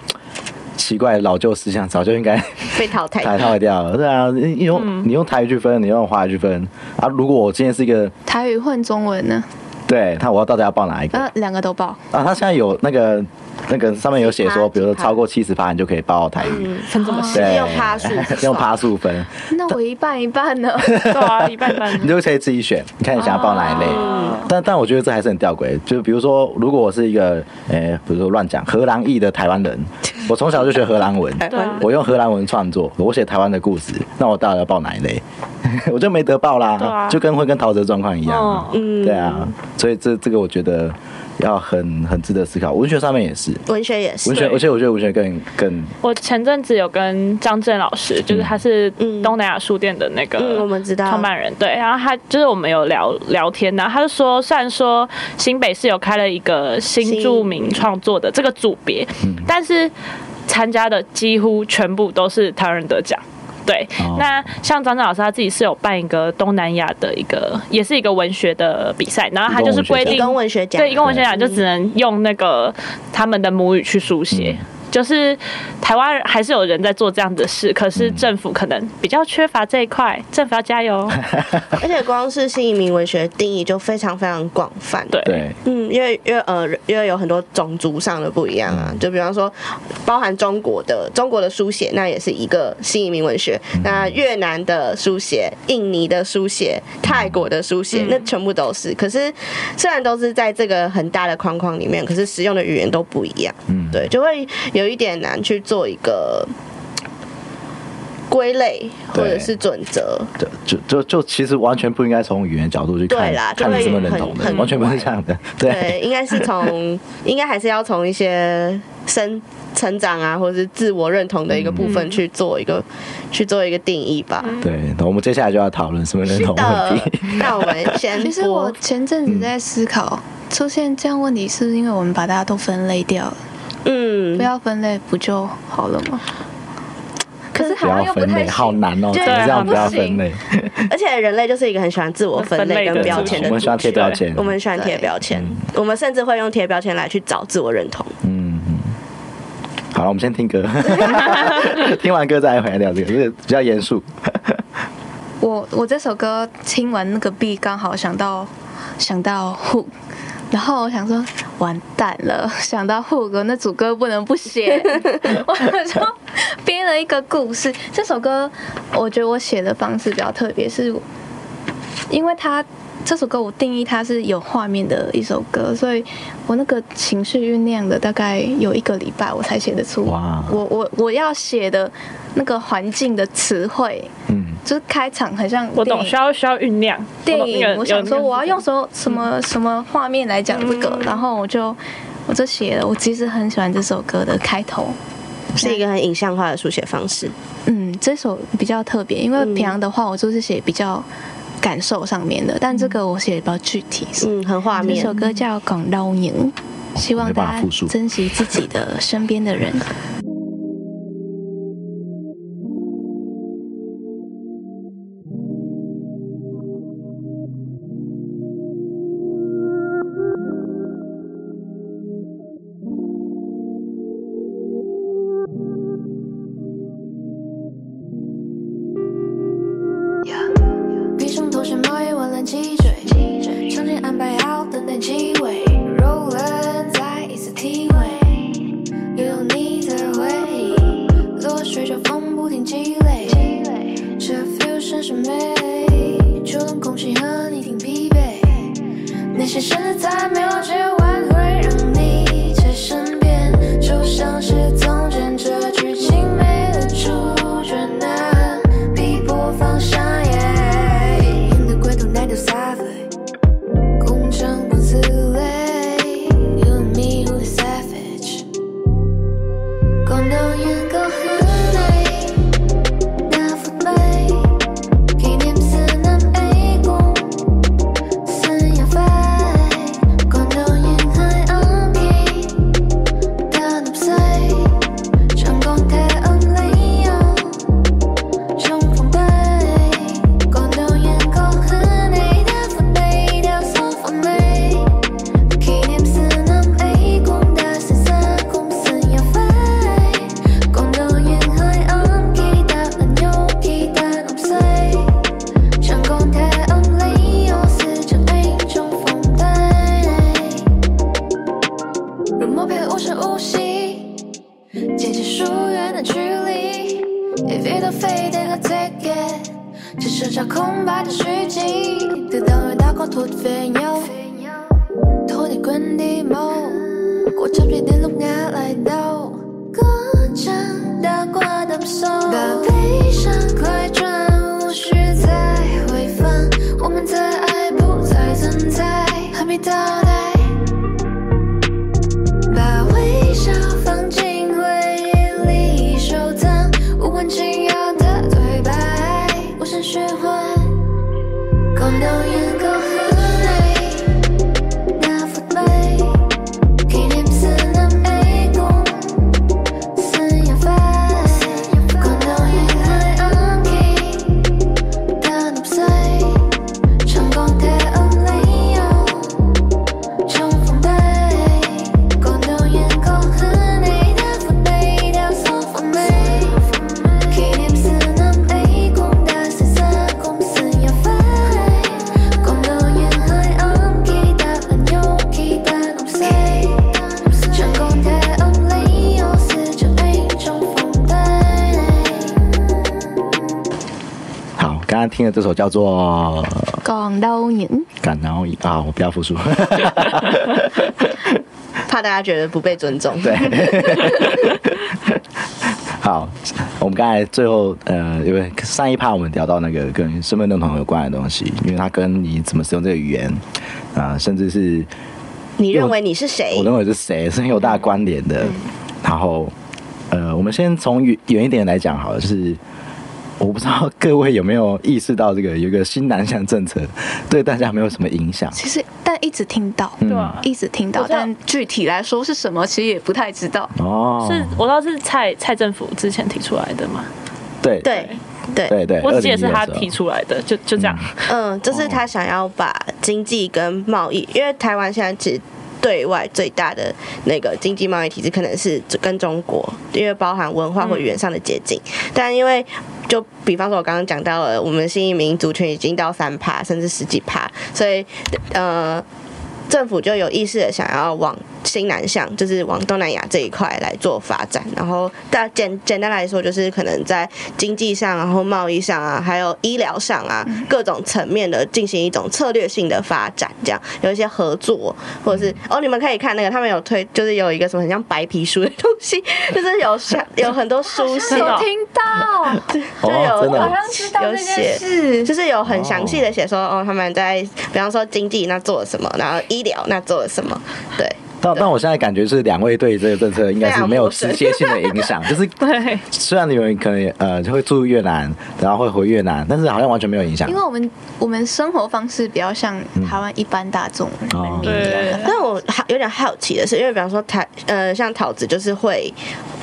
[SPEAKER 2] 奇怪老旧思想，早就应该
[SPEAKER 1] 被淘汰
[SPEAKER 2] 淘汰掉了。对啊，你你
[SPEAKER 1] 嗯
[SPEAKER 2] 用你用台语去分，你用华语去分啊。如果我今天是一个，
[SPEAKER 5] [laughs] 台语混中文呢？
[SPEAKER 2] 对他，我要到底要报哪一个
[SPEAKER 5] 呃，两个都报，
[SPEAKER 2] 啊？他现在有那个那个上面有写说，
[SPEAKER 1] 70%
[SPEAKER 2] 比如说超过七十趴，你就可以报台语。
[SPEAKER 6] 嗯分这么细，
[SPEAKER 2] 对，
[SPEAKER 1] 嗯用
[SPEAKER 2] [laughs]
[SPEAKER 1] 趴数
[SPEAKER 2] 用趴数分，
[SPEAKER 5] 那我一半一半呢？
[SPEAKER 6] 对啊，一 [laughs] 半一半
[SPEAKER 2] 你。就可以自己选，你看你想要报哪一类。但但我觉得这还是很吊诡，就比如说，如果我是一个，诶、比如说乱讲荷兰裔的台湾人，我从小就学荷兰文，
[SPEAKER 6] 对啊
[SPEAKER 2] 我用荷兰文创作，我写台湾的故事，那我到底要报哪一类？ [laughs] 我就没得报啦，
[SPEAKER 6] 对啊
[SPEAKER 2] 就跟会跟陶喆状况一样
[SPEAKER 6] 哦
[SPEAKER 2] 啊，
[SPEAKER 1] 嗯
[SPEAKER 2] 对啊，所以这这个我觉得要很很值得思考，文学上面也是。
[SPEAKER 1] 文学也是
[SPEAKER 2] 文。学，
[SPEAKER 6] 对
[SPEAKER 2] 而且我觉得文学更更
[SPEAKER 6] 我前阵子有跟张震老师，就是他是
[SPEAKER 1] 嗯
[SPEAKER 6] 东南亚书店的那个，
[SPEAKER 1] 嗯我们知道
[SPEAKER 6] 创办人对，然后他就是我们有聊聊天，然后他就说，虽然说新北市有开了一个新著名创作的
[SPEAKER 1] 嗯
[SPEAKER 6] 这个组别，但是参加的几乎全部都是台湾人得奖。对，
[SPEAKER 2] 哦
[SPEAKER 6] 那像张张老师他自己是有办一个东南亚的一个，也是一个文学的比赛，然后他就是规
[SPEAKER 1] 义
[SPEAKER 6] 定
[SPEAKER 1] 工文学奖，
[SPEAKER 6] 对，一共文学奖就只能用那个他们的母语去书写。就是台湾人还是有人在做这样的事，可是政府可能比较缺乏这一块，政府要加油。
[SPEAKER 1] 而且光是新移民文学定义就非常非常广泛。
[SPEAKER 6] 对
[SPEAKER 2] 对，
[SPEAKER 1] 嗯，因为因为呃，因为有很多种族上的不一样啊，就比方说，包含中国的中国的书写，那也是一个新移民文学；那越南的书写、印尼的书写、泰国的书写，那全部都是。可是虽然都是在这个很大的框框里面，可是使用的语言都不一样，
[SPEAKER 2] 嗯，
[SPEAKER 1] 对，就会有一点难去做一个归类或者
[SPEAKER 2] 对
[SPEAKER 1] 是准则。
[SPEAKER 2] 对，就就就其实完全不应该从语言角度去看，
[SPEAKER 1] 对啦
[SPEAKER 2] 看你
[SPEAKER 1] 就会
[SPEAKER 2] 是不是认同
[SPEAKER 1] 很
[SPEAKER 2] 的，
[SPEAKER 1] 很
[SPEAKER 2] 完全不是这样的，
[SPEAKER 1] 对，应该是从，应该还是要从一些生成长啊，或者是自我认同的一个部分去做一个、
[SPEAKER 2] 嗯
[SPEAKER 1] 去做一个定义吧。
[SPEAKER 2] 对，那我们接下来就要讨论身份认
[SPEAKER 1] 是
[SPEAKER 2] 同问
[SPEAKER 1] 的
[SPEAKER 2] 题。，
[SPEAKER 1] 那我们先
[SPEAKER 5] 其实我
[SPEAKER 1] 播。
[SPEAKER 5] 前阵子在思考，出现这样问题是不是因为我们把大家都分类掉了？
[SPEAKER 1] 嗯
[SPEAKER 5] 不，要分类不就好了吗？可是
[SPEAKER 2] 不
[SPEAKER 5] 好像
[SPEAKER 2] 要
[SPEAKER 5] 又不
[SPEAKER 2] 分
[SPEAKER 5] 太
[SPEAKER 2] 类，好
[SPEAKER 5] 行。
[SPEAKER 2] 难哦！
[SPEAKER 1] 对啊
[SPEAKER 2] 怎么这样
[SPEAKER 6] 不
[SPEAKER 2] 不要
[SPEAKER 6] 行
[SPEAKER 2] 分类？
[SPEAKER 1] 嗯而且人类就是一个很喜欢自我分类跟
[SPEAKER 6] 分类的
[SPEAKER 1] 标签的
[SPEAKER 2] 我
[SPEAKER 5] 嗯
[SPEAKER 2] 们喜欢
[SPEAKER 1] 族
[SPEAKER 2] 贴
[SPEAKER 1] 群
[SPEAKER 2] 标签。
[SPEAKER 1] 我们喜欢贴
[SPEAKER 5] 对
[SPEAKER 1] 标签，我们甚至会用贴标签来去找自我认同。
[SPEAKER 2] 嗯，嗯好了，我们先听歌， [laughs] 听完歌再回来聊这个，这个比较严肃。
[SPEAKER 5] 我我这首歌听完那个 B，刚好想到想到 Who，然后我想说完蛋了，想到 Who 歌那组歌不能不写，我就编了一个故事。这首歌我觉得我写的方式比较特别，是因为它这首歌我定义它是有画面的一首歌，所以我那个情绪酝酿了大概有一个礼拜，我才写得出
[SPEAKER 2] 哇
[SPEAKER 5] 我我我要写的那个环境的词汇。
[SPEAKER 2] 嗯，
[SPEAKER 5] 就是开场很像
[SPEAKER 6] 我
[SPEAKER 5] 电
[SPEAKER 6] 懂，
[SPEAKER 5] 影
[SPEAKER 6] 需要需要酝酿。
[SPEAKER 5] 电
[SPEAKER 6] 懂那
[SPEAKER 5] 影，
[SPEAKER 6] 个嗯
[SPEAKER 5] 我想说
[SPEAKER 6] 有
[SPEAKER 5] 我要用什么什么什么画面来讲这
[SPEAKER 6] 嗯
[SPEAKER 5] 个，然后我就我就写了，我其实很喜欢这首歌的开头，
[SPEAKER 1] 是一个很影像化的书写方式，
[SPEAKER 5] 嗯，这首比较特别，因为
[SPEAKER 1] 嗯
[SPEAKER 5] 平常的话我就是写比较感受上面的，但这个我写的比较具体，所以
[SPEAKER 1] 嗯，很画
[SPEAKER 5] 这
[SPEAKER 1] 面
[SPEAKER 5] 首。歌叫《广饶营》，希望
[SPEAKER 2] 没办法
[SPEAKER 5] 大家
[SPEAKER 2] 复述
[SPEAKER 5] 珍惜自己的身边
[SPEAKER 2] [laughs]
[SPEAKER 5] 的人。
[SPEAKER 4] 闭上头，像猫一万蓝脊椎，曾经安排好的那机会，肉轮再一次体会，拥有你的回忆，落水就风不停积累，这 fusion 是美，主动空气和你挺疲惫，那些实在没有去挽回，让你在身边，就像是从前这剧情没了主角难逼迫方向耶，赢得归途难丢洒飞。工整不自累，You and me who is savage，广岛远够很美，大福杯，纪念思南北宫，三亚飞，广岛沿海昂基，大怒塞，成功太昂利昂。重逢杯，广东眼口和你的父辈雕塑完美。纪念思南北共的三三共三要飞，广东沿海岸期待很有期待五岁，长江太岸里有四张一种风对，如默片无声无息。渐渐疏远的距离。If you don't fade, then I take it。只剩下空白的虚惊，得到回到光突飞鸟，拖你滚地毛，我chấp nhận đến lúc ngã lại đau。歌唱打挂的手，把悲伤快转，无需再回放，我们的爱不再存在，还没到来。把微笑放进回忆里收藏，无关紧要的对白，无声循环。广东眼光和你，那父辈，纪念思南北宫，三亚飞，广东沿海昂
[SPEAKER 2] 听的这首叫做《
[SPEAKER 5] 广东人，
[SPEAKER 2] 感然后啊，我不要复述。 [laughs]
[SPEAKER 1] 怕大家觉得不被尊重。
[SPEAKER 2] 对，好，我们刚才最后呃，因为上一趴我们聊到那个跟身份认同有关的东西，因为它跟你怎么使用这个语言啊、呃甚至是
[SPEAKER 1] 你认为你是谁？
[SPEAKER 2] 我认为是谁是很有大关联的。然后，呃，我们先从远远一点来讲好了，就是我不知道各位有没有意识到这个有一个新南向政策对大家有没有什么影响？
[SPEAKER 5] 其实但一直听到，
[SPEAKER 2] 嗯
[SPEAKER 6] 对啊
[SPEAKER 5] 一直听到
[SPEAKER 6] 我，知道
[SPEAKER 5] 但具体来说是什么，其实也不太知道。
[SPEAKER 2] 哦，
[SPEAKER 6] 是我知道是蔡蔡政府之前提出来的嘛，
[SPEAKER 2] 对
[SPEAKER 1] 对对
[SPEAKER 2] 对对，
[SPEAKER 6] 我只记得是他
[SPEAKER 2] 2011的时候
[SPEAKER 6] 提出来的，就就这样。
[SPEAKER 1] 嗯，就是他想要把经济跟贸易，因为台湾现在其实对外最大的那个经济贸易体制可能是跟中国，因为包含文化或语言上的接近，但因为。就比方说，我刚刚讲到了，我们新移民族群已经到三趴，甚至十几趴，所以呃，政府就有意识的想要往新南向，就是往东南亚这一块来做发展。然后大简简单来说，就是可能在经济上，然后贸易上啊，还有医疗上啊，
[SPEAKER 5] 嗯
[SPEAKER 1] 各种层面的进行一种策略性的发展，这样有一些合作，或者是
[SPEAKER 5] 嗯
[SPEAKER 1] 哦，你们可以看那个他们有推，就是有一个什么很像白皮书的 [laughs] 东西，就是有像有很多书写，
[SPEAKER 6] 有
[SPEAKER 5] 听到，
[SPEAKER 1] [laughs] 就
[SPEAKER 2] 哦，真
[SPEAKER 1] 有
[SPEAKER 2] 的
[SPEAKER 5] 好
[SPEAKER 2] 哦
[SPEAKER 5] 像知道
[SPEAKER 1] 有
[SPEAKER 5] 这件
[SPEAKER 1] 写
[SPEAKER 5] 事，
[SPEAKER 1] 就是有很详细的写说哦，他们在比方说经济那做了什么，然后医疗那做了什么，对。
[SPEAKER 2] 但但我现在感觉是两位对这个政策应该是没有直接性的影
[SPEAKER 6] [laughs]
[SPEAKER 2] 响，就是
[SPEAKER 6] 对，
[SPEAKER 2] 虽然你们可能也呃就会住越南，然后会回越南，但是好像完全没有影响
[SPEAKER 5] 因。为我们我们生活方式比较像台湾一般大
[SPEAKER 1] [laughs]
[SPEAKER 5] 众人民一
[SPEAKER 6] 对
[SPEAKER 5] 样，
[SPEAKER 1] 但我好有点好奇的是，因为比方说台呃，像桃子就是会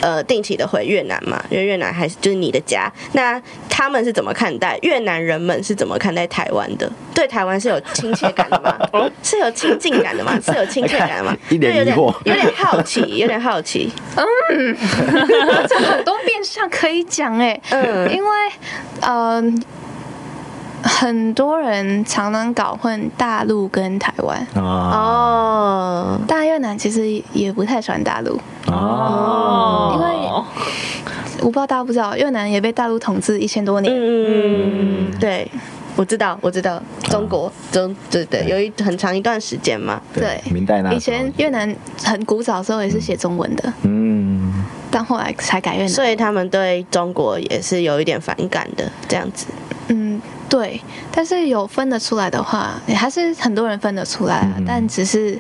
[SPEAKER 1] 呃定期的回越南嘛，因为越南还是就是你的家。那他们是怎么看待越南人们是怎么看待台湾的？对台湾是有亲切感的
[SPEAKER 2] [laughs]
[SPEAKER 1] 吗？是有亲近感的吗？是有亲切感的吗
[SPEAKER 2] 哦？一脸
[SPEAKER 1] 就有点
[SPEAKER 2] 疑惑
[SPEAKER 1] 有点好奇，有点好
[SPEAKER 2] [laughs]
[SPEAKER 1] 奇。
[SPEAKER 5] 这很多面向可以讲哎、
[SPEAKER 1] 嗯
[SPEAKER 5] 因为嗯、很多人常常搞混大陆跟台湾，
[SPEAKER 2] 啊
[SPEAKER 1] 哦，
[SPEAKER 5] 大越南其实也不太喜欢大陆，
[SPEAKER 2] 哦嗯
[SPEAKER 6] 哦，
[SPEAKER 5] 因为我不知道大家不知道，越南也被大陆统治一千多年，
[SPEAKER 1] 嗯，对。我知道，我知道，中
[SPEAKER 2] 嗯
[SPEAKER 1] 国中对对，有一很长一段时间嘛，
[SPEAKER 5] 对
[SPEAKER 2] 明代那时候
[SPEAKER 5] 以前越南很古早的时候也是写中文的，
[SPEAKER 2] 嗯
[SPEAKER 5] 但后来才改越南。
[SPEAKER 1] 所以他们对中国也是有一点反感的，这样子。
[SPEAKER 5] 嗯，对，但是有分得出来的话，也还是很多人分得出来啊，
[SPEAKER 2] 嗯
[SPEAKER 5] 但只是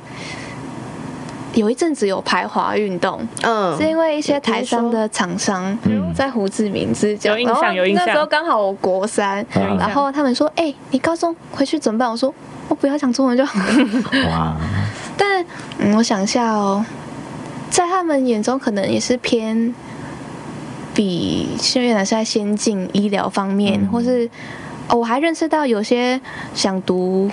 [SPEAKER 5] 有一阵子有排华运动，
[SPEAKER 1] 嗯，
[SPEAKER 5] 是因为一些台商的厂商
[SPEAKER 2] 嗯
[SPEAKER 5] 在胡志明之交，
[SPEAKER 6] 有印象
[SPEAKER 5] 然后
[SPEAKER 6] 有印象
[SPEAKER 5] 那时候刚好我国三，
[SPEAKER 2] 有印象
[SPEAKER 5] 然后他们说：“哎、你高中回去怎么办？”我说：“我不要讲中文就好。
[SPEAKER 2] 哇，”
[SPEAKER 5] 但嗯，我想一下哦，在他们眼中可能也是偏比现在越南是在先进医疗方面，
[SPEAKER 2] 嗯
[SPEAKER 5] 或是哦，我还认识到有些想读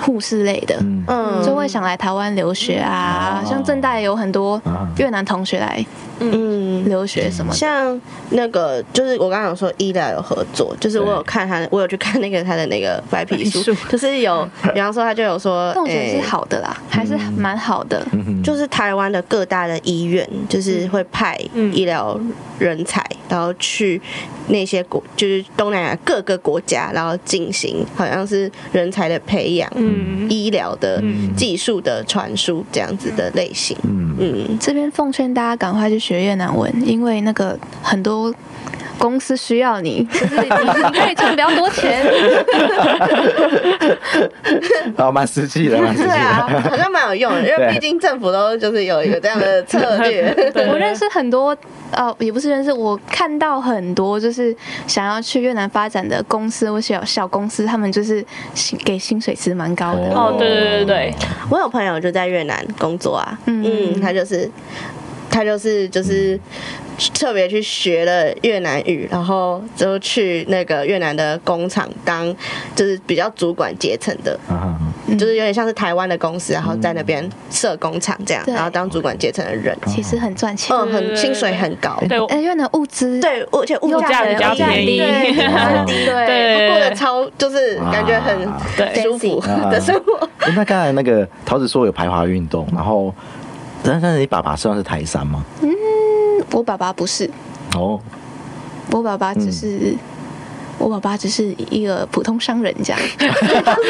[SPEAKER 5] 护士类的。
[SPEAKER 2] 嗯
[SPEAKER 1] 嗯，
[SPEAKER 5] 就会想来台湾留学啊，
[SPEAKER 2] 哦
[SPEAKER 5] 像正大也有很多
[SPEAKER 2] 啊
[SPEAKER 5] 越南同学来
[SPEAKER 1] 嗯。
[SPEAKER 5] 留学什么的。
[SPEAKER 1] 像那个，就是我刚刚有说医疗有合作，就是我有看他，我有去看那个他的那个白皮书
[SPEAKER 6] 白皮，
[SPEAKER 1] 就是有，比方说他就有说，
[SPEAKER 5] 但我觉得
[SPEAKER 1] 诶
[SPEAKER 5] 是好的啦，还是蛮好的。
[SPEAKER 2] 嗯哼
[SPEAKER 1] 就是台湾的各大的医院，就是会派
[SPEAKER 6] 嗯
[SPEAKER 1] 医疗人才，然后去那些国，就是东南亚各个国家，然后进行好像是人才的培养、
[SPEAKER 6] 嗯，
[SPEAKER 1] 医疗的
[SPEAKER 6] 嗯
[SPEAKER 1] 技术的传输这样子的类型。
[SPEAKER 2] 嗯
[SPEAKER 1] 嗯，
[SPEAKER 5] 这边奉劝大家赶快去学越南文，因为那个很多公司需要你，就是你你可以存比较多
[SPEAKER 6] [laughs]
[SPEAKER 5] 钱。
[SPEAKER 2] 哦，蛮实际
[SPEAKER 6] [laughs]
[SPEAKER 2] 的，蛮实际
[SPEAKER 1] 对啊
[SPEAKER 2] 的。， [laughs]
[SPEAKER 1] 好像蛮有用的，因为
[SPEAKER 2] 对
[SPEAKER 1] 毕竟政府都就是有一个这样的策
[SPEAKER 6] [laughs]
[SPEAKER 1] 略。
[SPEAKER 6] 对
[SPEAKER 5] 我认识很多，呃，也不是认识，我看到很多就是想要去越南发展的公司或小小公司，他们就是薪给薪水其实蛮高的。
[SPEAKER 6] 哦，对对对对
[SPEAKER 1] 我有朋友就在越南工作啊，
[SPEAKER 5] 嗯
[SPEAKER 1] 嗯，他就是他就是就是特别去学了越南语，然后就去那个越南的工厂当就是比较主管阶层的，
[SPEAKER 2] 啊，
[SPEAKER 5] 嗯
[SPEAKER 1] 就是有点像是台湾的公司，然后在那
[SPEAKER 6] 嗯
[SPEAKER 1] 边设工厂这样，
[SPEAKER 5] 对
[SPEAKER 1] 然后当主管阶层的人，
[SPEAKER 5] 其实很赚钱。
[SPEAKER 1] 嗯，
[SPEAKER 6] 对
[SPEAKER 1] 很
[SPEAKER 6] 对
[SPEAKER 1] 薪水很高。
[SPEAKER 6] 对，我
[SPEAKER 5] 哎，越南物资
[SPEAKER 1] 对，而且物价
[SPEAKER 6] 嗯物价比较
[SPEAKER 1] 很
[SPEAKER 6] 便宜
[SPEAKER 1] 对物价很低，
[SPEAKER 5] 对
[SPEAKER 1] 哎他
[SPEAKER 6] 对
[SPEAKER 1] 过得超就是感觉很
[SPEAKER 2] 哇
[SPEAKER 6] 对
[SPEAKER 1] 舒服
[SPEAKER 2] 啊
[SPEAKER 1] 的生
[SPEAKER 2] [laughs]
[SPEAKER 1] 活。
[SPEAKER 2] 诶那刚才那个桃子说有排华运动，然后，但但是你爸爸算是台山吗？
[SPEAKER 5] 我爸爸不是，
[SPEAKER 2] 哦，
[SPEAKER 5] 嗯我爸爸只是我爸爸只是一个普通商人这样，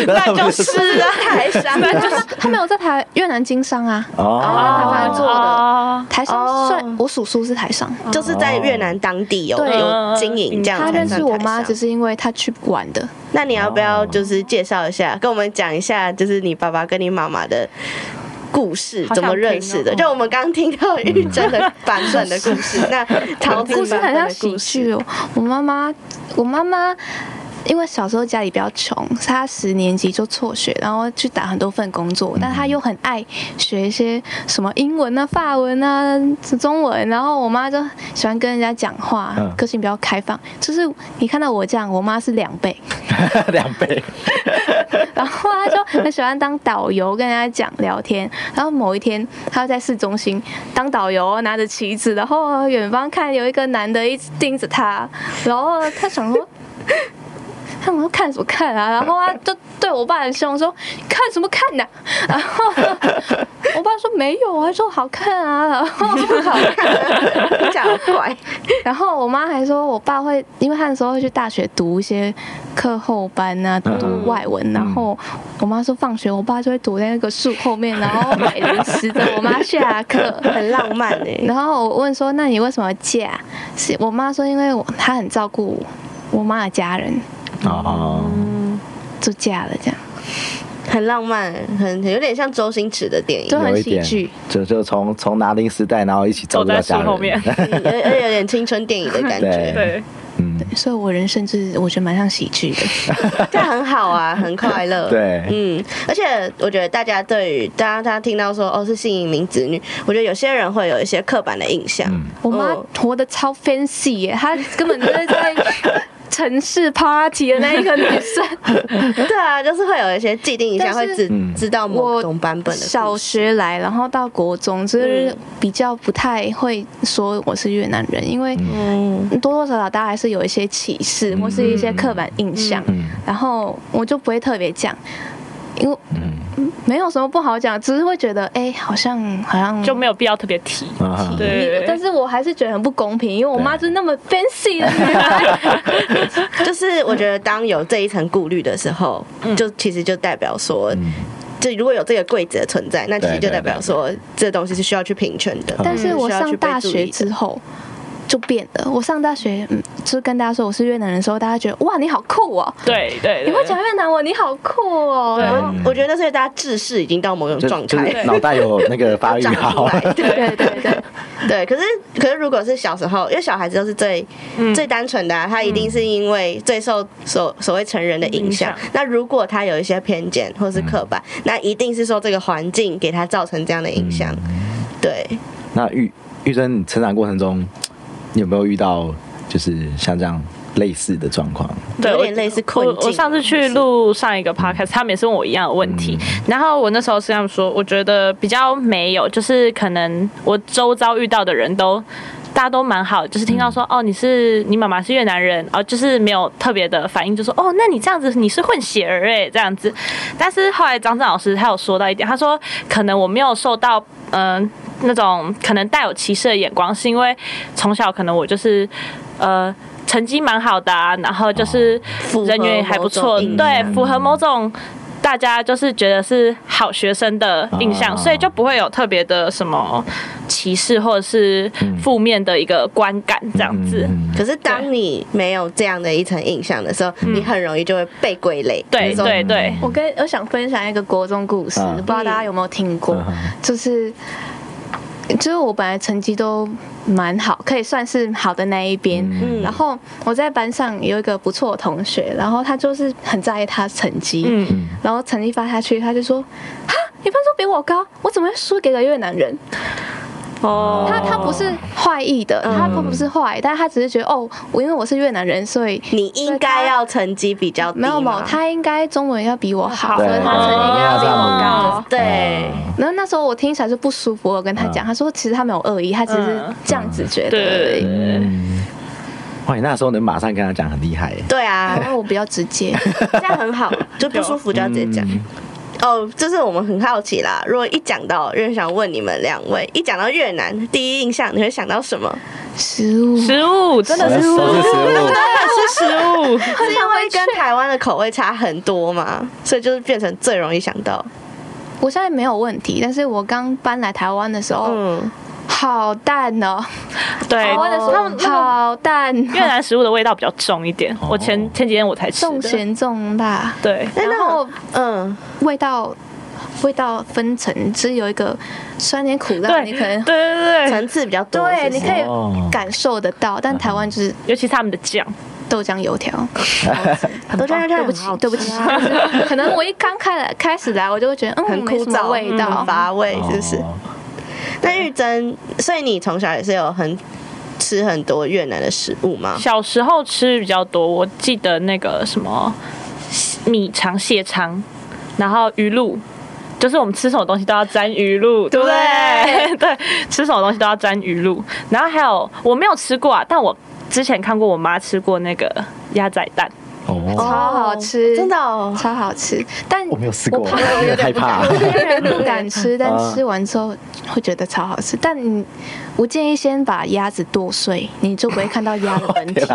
[SPEAKER 6] 那就是啊，
[SPEAKER 1] 台商， [laughs]
[SPEAKER 5] 就是他没有在台越南经商啊，
[SPEAKER 2] [laughs] 哦，
[SPEAKER 5] 台湾做的
[SPEAKER 6] 哦
[SPEAKER 5] 台商
[SPEAKER 1] 哦
[SPEAKER 5] 算我叔叔是台商，
[SPEAKER 1] 就是在越南当地有
[SPEAKER 5] 对嗯
[SPEAKER 1] 有经营这样
[SPEAKER 5] 他
[SPEAKER 1] 才
[SPEAKER 5] 认
[SPEAKER 1] 算台商。
[SPEAKER 5] 识我妈只是因为他去玩的，
[SPEAKER 1] 那你要不要就是介绍一下，跟我们讲一下，就是你爸爸跟你妈妈的故事，
[SPEAKER 6] 好想
[SPEAKER 1] 怎么认识
[SPEAKER 6] 听
[SPEAKER 1] 的？
[SPEAKER 6] 哦
[SPEAKER 1] 就我们刚听到玉珍的版本的故事，那桃子
[SPEAKER 5] 故事
[SPEAKER 1] 版
[SPEAKER 5] 很
[SPEAKER 1] 本
[SPEAKER 5] 像
[SPEAKER 1] 的
[SPEAKER 5] 喜
[SPEAKER 1] 故事，
[SPEAKER 5] 剧哦。我妈妈，我妈妈。因为小时候家里比较穷，所以她十年级就辍学，然后去打很多份工
[SPEAKER 1] 嗯
[SPEAKER 5] 作，但她又很爱学一些什么英文啊、法文啊、中文，然后我妈就喜欢跟人家讲话
[SPEAKER 2] 嗯，
[SPEAKER 5] 个性比较开放。就是你看到我这样，我妈是两倍，
[SPEAKER 2] 两倍，
[SPEAKER 5] [laughs] 然后他就很喜欢当导游，跟人家讲聊天。然后某一天，他在市中心当导游，拿着旗子，然后远方看有一个男的一直盯着他，然后他想说。 [laughs] 他们说看什么看啊？然后他就对我爸很凶，说看什么看呐、 [laughs] 然后我爸说没有啊，说好看啊。 [laughs] 然后不好
[SPEAKER 1] 这样好怪。
[SPEAKER 5] 然后我妈还说，我爸会，因为他那时候会去大学读一些课后班啊，读外文。然后我妈说，放学我爸就会躲在那个树后面，然后买零食等我妈下
[SPEAKER 2] [laughs]
[SPEAKER 5] 课。
[SPEAKER 1] 很浪漫
[SPEAKER 5] [laughs]
[SPEAKER 1] 哎、
[SPEAKER 5] 然后我问说，那你为什么嫁？是我妈说，因为我她很照顾我妈的家人，
[SPEAKER 6] 嗯
[SPEAKER 2] 哦，
[SPEAKER 5] 就嫁了这样，
[SPEAKER 1] 很浪漫，很有点像周星驰的电影
[SPEAKER 5] 就，
[SPEAKER 2] 有
[SPEAKER 5] 很
[SPEAKER 2] 一
[SPEAKER 5] 喜
[SPEAKER 2] 点
[SPEAKER 5] 剧。，
[SPEAKER 2] 就就从从拿零食袋，然后一起走
[SPEAKER 6] 嗯走
[SPEAKER 2] 到
[SPEAKER 6] 在
[SPEAKER 2] 家
[SPEAKER 6] 树
[SPEAKER 2] 人
[SPEAKER 6] 后面，
[SPEAKER 2] [laughs]
[SPEAKER 1] 有有有点青春电影的感觉，
[SPEAKER 2] 对，
[SPEAKER 6] 对，
[SPEAKER 2] 嗯，
[SPEAKER 5] 所以我人生就是我觉得蛮像喜剧的。
[SPEAKER 1] 这样很好啊，很快乐。
[SPEAKER 2] 对
[SPEAKER 1] 嗯，而且我觉得大家对于大家他听到说哦是性移民子女，我觉得有些人会有一些刻板的印象，
[SPEAKER 2] 嗯
[SPEAKER 5] 我妈
[SPEAKER 1] 嗯
[SPEAKER 5] 活得超 fancy 耶，她根本就是在城市 party 的那一个女
[SPEAKER 2] [laughs]
[SPEAKER 5] 生。
[SPEAKER 1] 对啊，就是会有一些既定印象，
[SPEAKER 5] 但
[SPEAKER 1] 会
[SPEAKER 5] 是
[SPEAKER 1] 知
[SPEAKER 2] 嗯
[SPEAKER 1] 知道某
[SPEAKER 5] 我
[SPEAKER 1] 种版本的故事
[SPEAKER 5] 小学来，然后到国中，就是
[SPEAKER 1] 嗯
[SPEAKER 5] 比较不太会说我是越南人，因为
[SPEAKER 1] 嗯
[SPEAKER 5] 多多少少大家还是有一些歧视或是一些刻板印象，
[SPEAKER 2] 嗯
[SPEAKER 5] 然后我就不会特别讲，因为
[SPEAKER 1] 嗯
[SPEAKER 5] 没有什么不好讲，只是会觉得哎、好像好像
[SPEAKER 6] 就没有必要特别提。
[SPEAKER 2] 嗯啊，
[SPEAKER 6] 对
[SPEAKER 5] 但是我还是觉得很不公平，因为我妈就是那么 fancy 的女
[SPEAKER 1] [laughs]
[SPEAKER 5] 人，
[SPEAKER 1] 嗯就是我觉得当有这一层顾虑的时候，就其实就代表说，就如果有这个柜子的存在，那其实
[SPEAKER 2] 嗯对嗯
[SPEAKER 1] 就
[SPEAKER 2] 对
[SPEAKER 1] 代表说这东西是需要去平权的。
[SPEAKER 5] 但是我
[SPEAKER 1] 需要
[SPEAKER 5] 上
[SPEAKER 1] 去被
[SPEAKER 5] 大
[SPEAKER 1] 注
[SPEAKER 5] 学
[SPEAKER 1] 意的
[SPEAKER 5] 之后就变了。我上大学，嗯，就是跟大家说我是越南人的时候，大家觉得哇，你好酷哦，
[SPEAKER 6] 对对对，
[SPEAKER 5] 你会讲越南文，你好酷哦。然后
[SPEAKER 1] 我觉得那是大家智识已经到某种
[SPEAKER 2] 就
[SPEAKER 1] 状
[SPEAKER 2] 就是
[SPEAKER 1] 态。
[SPEAKER 2] 脑袋有那个发育
[SPEAKER 1] 长出
[SPEAKER 2] 好，
[SPEAKER 1] 来，对
[SPEAKER 5] 对对对，
[SPEAKER 1] [laughs] 对，可是可是，如果是小时候，因为小孩子都是最、
[SPEAKER 6] 嗯
[SPEAKER 1] 最单纯的、啊，他一定是因为最受所所谓成人的影响
[SPEAKER 6] 影响。嗯
[SPEAKER 1] 那如果他有一些偏见或是刻板，那一定是说这个环境给他造成这样的影响。
[SPEAKER 6] 嗯
[SPEAKER 1] 对，
[SPEAKER 2] 那玉玉珍，你成长过程中你有没有遇到就是像这样类似的状况？
[SPEAKER 6] 对
[SPEAKER 1] 有
[SPEAKER 6] 我
[SPEAKER 1] 点类似困境啊
[SPEAKER 6] 我我上次去录上一
[SPEAKER 1] 嗯
[SPEAKER 6] 个 podcast，他们也是问我一样的问题，然后我那时候是这样说，我觉得比较没有，就是可能我周遭遇到的人都。大家都蛮好，就是听到说、
[SPEAKER 1] 嗯
[SPEAKER 6] 哦，你是你妈妈是越南人，哦，就是没有特别的反应，就说哦，那你这样子你是混血儿哎，这样子。但是后来张震老师他有说到一点，他说可能我没有受到嗯、呃那种可能带有歧视的眼光，是因为从小可能我就是呃成绩蛮好的、啊，然后就是
[SPEAKER 1] 符合
[SPEAKER 6] 人缘也还不
[SPEAKER 1] 某
[SPEAKER 6] 错，
[SPEAKER 1] 种印
[SPEAKER 6] 对，
[SPEAKER 1] 象
[SPEAKER 6] 符合某种。大家就是觉得是好学生的印象，
[SPEAKER 2] 啊
[SPEAKER 6] 所以就不会有特别的什么歧视或者是负面的一个观感这样子。
[SPEAKER 2] 嗯
[SPEAKER 1] 可是当你没有这样的一层印象的时候，你很容易就会被归类。
[SPEAKER 6] 嗯对
[SPEAKER 1] 就是说
[SPEAKER 6] 对对，
[SPEAKER 5] 我跟我想分享一个国中故
[SPEAKER 1] 啊
[SPEAKER 5] 事，
[SPEAKER 2] 嗯
[SPEAKER 5] 不知道大家有没有听过
[SPEAKER 2] 嗯，
[SPEAKER 5] 就是。就是我本来成绩都蛮好，可以算是好的那一边。
[SPEAKER 1] 嗯
[SPEAKER 5] 然后我在班上有一个不错的同学，然后他就是很在意他成绩，
[SPEAKER 6] 嗯，
[SPEAKER 5] 然后成绩发下去，他就说：“哈，你分数比我高，我怎么会输给个越南人？”
[SPEAKER 1] 哦，嗯
[SPEAKER 5] 他他不是坏意的，他不不是坏，但他只是觉得哦，我因为我是越南人，所以
[SPEAKER 1] 你应该要成绩比较低
[SPEAKER 5] 没
[SPEAKER 1] 吗
[SPEAKER 5] 有没有，他应该中文要比我啊好，
[SPEAKER 2] 对
[SPEAKER 5] 所以他成绩应该要比我高。
[SPEAKER 1] 对。
[SPEAKER 6] 哦
[SPEAKER 5] 然后那时候我听起来就不舒服，我跟他讲，他说其实他没有恶意，他只是这样子觉得
[SPEAKER 6] 对
[SPEAKER 5] 而
[SPEAKER 6] 对
[SPEAKER 5] 已。
[SPEAKER 6] 对，
[SPEAKER 2] 哇，你那时候能马上跟他讲，很厉害耶。
[SPEAKER 1] 对啊，
[SPEAKER 5] 然后我比较直 [laughs] 接，
[SPEAKER 1] 这样很好， [laughs] 就不舒服就要直接讲。哦，就是我们很好奇啦。如果一讲到，就想问你们两位，一讲到越南，第一印象你会想到什么？
[SPEAKER 5] 食物，
[SPEAKER 6] 食物真的是
[SPEAKER 2] 食
[SPEAKER 6] 食
[SPEAKER 2] 物都是食物
[SPEAKER 6] 真的是食物。
[SPEAKER 1] 是因为跟台湾的口味差很多嘛，所以就是变成最容易想到。
[SPEAKER 5] 我现在没有问题，但是我刚搬来台湾的时候，
[SPEAKER 1] 嗯，
[SPEAKER 5] 好淡哦，
[SPEAKER 6] 对，
[SPEAKER 5] 台湾的时候好淡、
[SPEAKER 6] 越
[SPEAKER 5] 哦，
[SPEAKER 6] 南食物的味道比较重一点。我前前几天我才吃
[SPEAKER 5] 重
[SPEAKER 6] 的，
[SPEAKER 5] 咸重辣，
[SPEAKER 6] 对，
[SPEAKER 1] 哎
[SPEAKER 5] 然后
[SPEAKER 1] 嗯，
[SPEAKER 5] 味道味道分层，只有一个酸甜苦辣，
[SPEAKER 6] 对，
[SPEAKER 5] 你可
[SPEAKER 6] 对对
[SPEAKER 5] 能
[SPEAKER 6] 对对，
[SPEAKER 1] 层次比较多。
[SPEAKER 5] 对，你
[SPEAKER 1] 是不是
[SPEAKER 5] 可
[SPEAKER 2] 哦
[SPEAKER 5] 以感受得到，但台湾就是
[SPEAKER 6] 尤其是他们的酱，
[SPEAKER 5] 豆浆油条。
[SPEAKER 1] 都这样
[SPEAKER 5] 对不起，对不起，就是 [laughs] 可能我一刚开来开始来，我就会觉得嗯，
[SPEAKER 1] 啊很
[SPEAKER 5] 没
[SPEAKER 1] 枯
[SPEAKER 5] 什么
[SPEAKER 1] 燥，
[SPEAKER 5] 味道
[SPEAKER 1] 很。乏味，是不是？
[SPEAKER 2] 哦
[SPEAKER 1] 那玉珍，所以你从小也是有很吃很多越南的食物吗？
[SPEAKER 6] 小时候吃比较多。我记得那个什么米肠、蟹肠，然后鱼露。就是我们吃什么东西都要沾鱼
[SPEAKER 5] [laughs]
[SPEAKER 6] 露，对不对？ [laughs] 对，吃什么东西都要沾鱼露。然后还有我没有吃过啊，但我之前看过我妈吃过那个鸭仔蛋， [laughs]
[SPEAKER 2] 哦，
[SPEAKER 5] 超好吃
[SPEAKER 1] 哦真的哦。
[SPEAKER 5] 超好吃，但
[SPEAKER 2] 我没有试过，
[SPEAKER 5] 我怕
[SPEAKER 2] 有点害怕。
[SPEAKER 5] 不
[SPEAKER 2] [laughs]
[SPEAKER 5] 敢吃，但
[SPEAKER 2] 啊
[SPEAKER 5] 吃完之后会觉得超好吃。但你，我建议先把鸭子剁碎，你就不会看到鸭的
[SPEAKER 1] [laughs]
[SPEAKER 5] 本体，
[SPEAKER 2] 天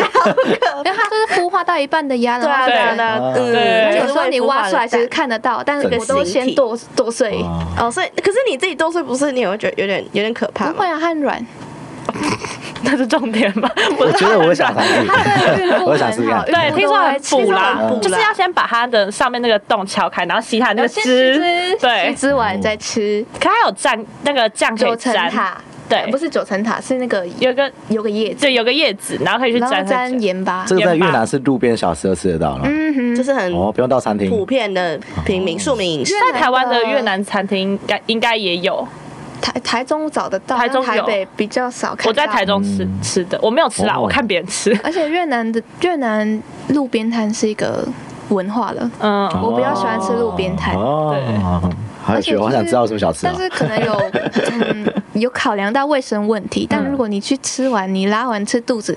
[SPEAKER 5] 因
[SPEAKER 2] 哪
[SPEAKER 5] 为它就是孵化到一半的鸭，
[SPEAKER 1] 对
[SPEAKER 5] 然
[SPEAKER 1] 啊，
[SPEAKER 5] 后
[SPEAKER 1] 对
[SPEAKER 5] 可
[SPEAKER 1] 啊，对啊
[SPEAKER 5] 能
[SPEAKER 2] 对
[SPEAKER 1] 嗯，
[SPEAKER 6] 对
[SPEAKER 5] 有
[SPEAKER 1] 就是
[SPEAKER 5] 时候你
[SPEAKER 1] 会孵化
[SPEAKER 5] 挖出来
[SPEAKER 1] 的
[SPEAKER 5] 其实
[SPEAKER 1] 蛋
[SPEAKER 5] 看得到，但
[SPEAKER 2] 整个
[SPEAKER 5] 我都
[SPEAKER 1] 形体
[SPEAKER 5] 先剁剁碎。
[SPEAKER 2] 哇
[SPEAKER 1] 哦，所以可是你自己剁碎不是，你也会觉得有点有点可怕
[SPEAKER 5] 不
[SPEAKER 1] 吗
[SPEAKER 5] 会？啊，它很软，
[SPEAKER 6] 那是重点吧？我
[SPEAKER 2] 我觉得我
[SPEAKER 1] 啊
[SPEAKER 2] 想尝试
[SPEAKER 5] 它，的孕妇
[SPEAKER 2] [laughs] 我想试
[SPEAKER 5] 很
[SPEAKER 2] 看
[SPEAKER 5] 好，
[SPEAKER 6] 对，
[SPEAKER 5] 孕妇
[SPEAKER 6] 听
[SPEAKER 5] 都
[SPEAKER 6] 说
[SPEAKER 5] 会
[SPEAKER 6] 很
[SPEAKER 5] 吃
[SPEAKER 6] 补啦
[SPEAKER 5] 这种，
[SPEAKER 6] 就是要先把它的上面那个洞敲开，然后吸它的那个
[SPEAKER 5] 先
[SPEAKER 6] 汁，
[SPEAKER 5] 吃
[SPEAKER 6] 对
[SPEAKER 5] 吃。完再吃
[SPEAKER 6] 可它有蘸那个酱可以
[SPEAKER 5] 九层
[SPEAKER 6] 蘸，
[SPEAKER 5] 塔，
[SPEAKER 6] 对
[SPEAKER 5] 不，是九层塔，是那个
[SPEAKER 6] 有个
[SPEAKER 5] 有个叶子，
[SPEAKER 6] 对有个叶子，然后可以去
[SPEAKER 5] 然后
[SPEAKER 6] 蘸
[SPEAKER 5] 沾。盐巴
[SPEAKER 2] 这。个在越南是路边小吃就吃得到了，
[SPEAKER 5] 嗯哼，
[SPEAKER 1] 就是很
[SPEAKER 2] 哦，不用到餐厅。
[SPEAKER 1] 普遍的平民庶民饮食。
[SPEAKER 6] 在台湾的越南餐厅应该应该也有，
[SPEAKER 5] 台台中找得到，
[SPEAKER 6] 台中有
[SPEAKER 5] 但台北比较少看到。
[SPEAKER 6] 我在台中吃
[SPEAKER 2] 嗯
[SPEAKER 6] 吃的，我没有吃啦，
[SPEAKER 2] 哦
[SPEAKER 6] 我看别人吃。
[SPEAKER 5] 而且越南的越南路边摊是一个文化了，
[SPEAKER 6] 嗯，
[SPEAKER 5] 我比较喜欢吃路边摊
[SPEAKER 2] 哦，好有
[SPEAKER 5] 而
[SPEAKER 2] 趣，
[SPEAKER 5] 且就是
[SPEAKER 2] 我好想知道有什么小吃啊
[SPEAKER 5] 但。是可
[SPEAKER 2] [laughs]
[SPEAKER 5] 能有嗯有考量到卫生问题，
[SPEAKER 2] 嗯
[SPEAKER 5] 但如果你去吃完，你拉完吃肚子，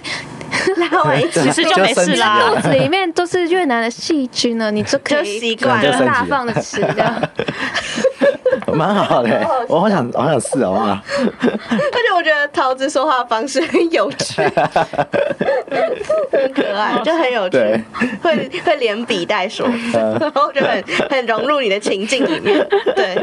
[SPEAKER 1] 拉完一起
[SPEAKER 6] 其实就没事啦
[SPEAKER 2] 啊
[SPEAKER 5] 肚子里面都是越南的细菌呢，你就可
[SPEAKER 1] 就
[SPEAKER 6] [laughs]
[SPEAKER 5] 以
[SPEAKER 1] 习惯
[SPEAKER 2] 就
[SPEAKER 1] 了
[SPEAKER 2] 升级了
[SPEAKER 5] 大放的吃的。
[SPEAKER 2] [laughs] 蛮好的，我好想，好想试，啊好不好？
[SPEAKER 1] 而且我觉得桃子说话的方式很有
[SPEAKER 2] [laughs]
[SPEAKER 1] 趣，很可爱，就很有趣
[SPEAKER 2] 对，嗯
[SPEAKER 1] 会会连笔带说，然后就很很融入你的情境里面。对，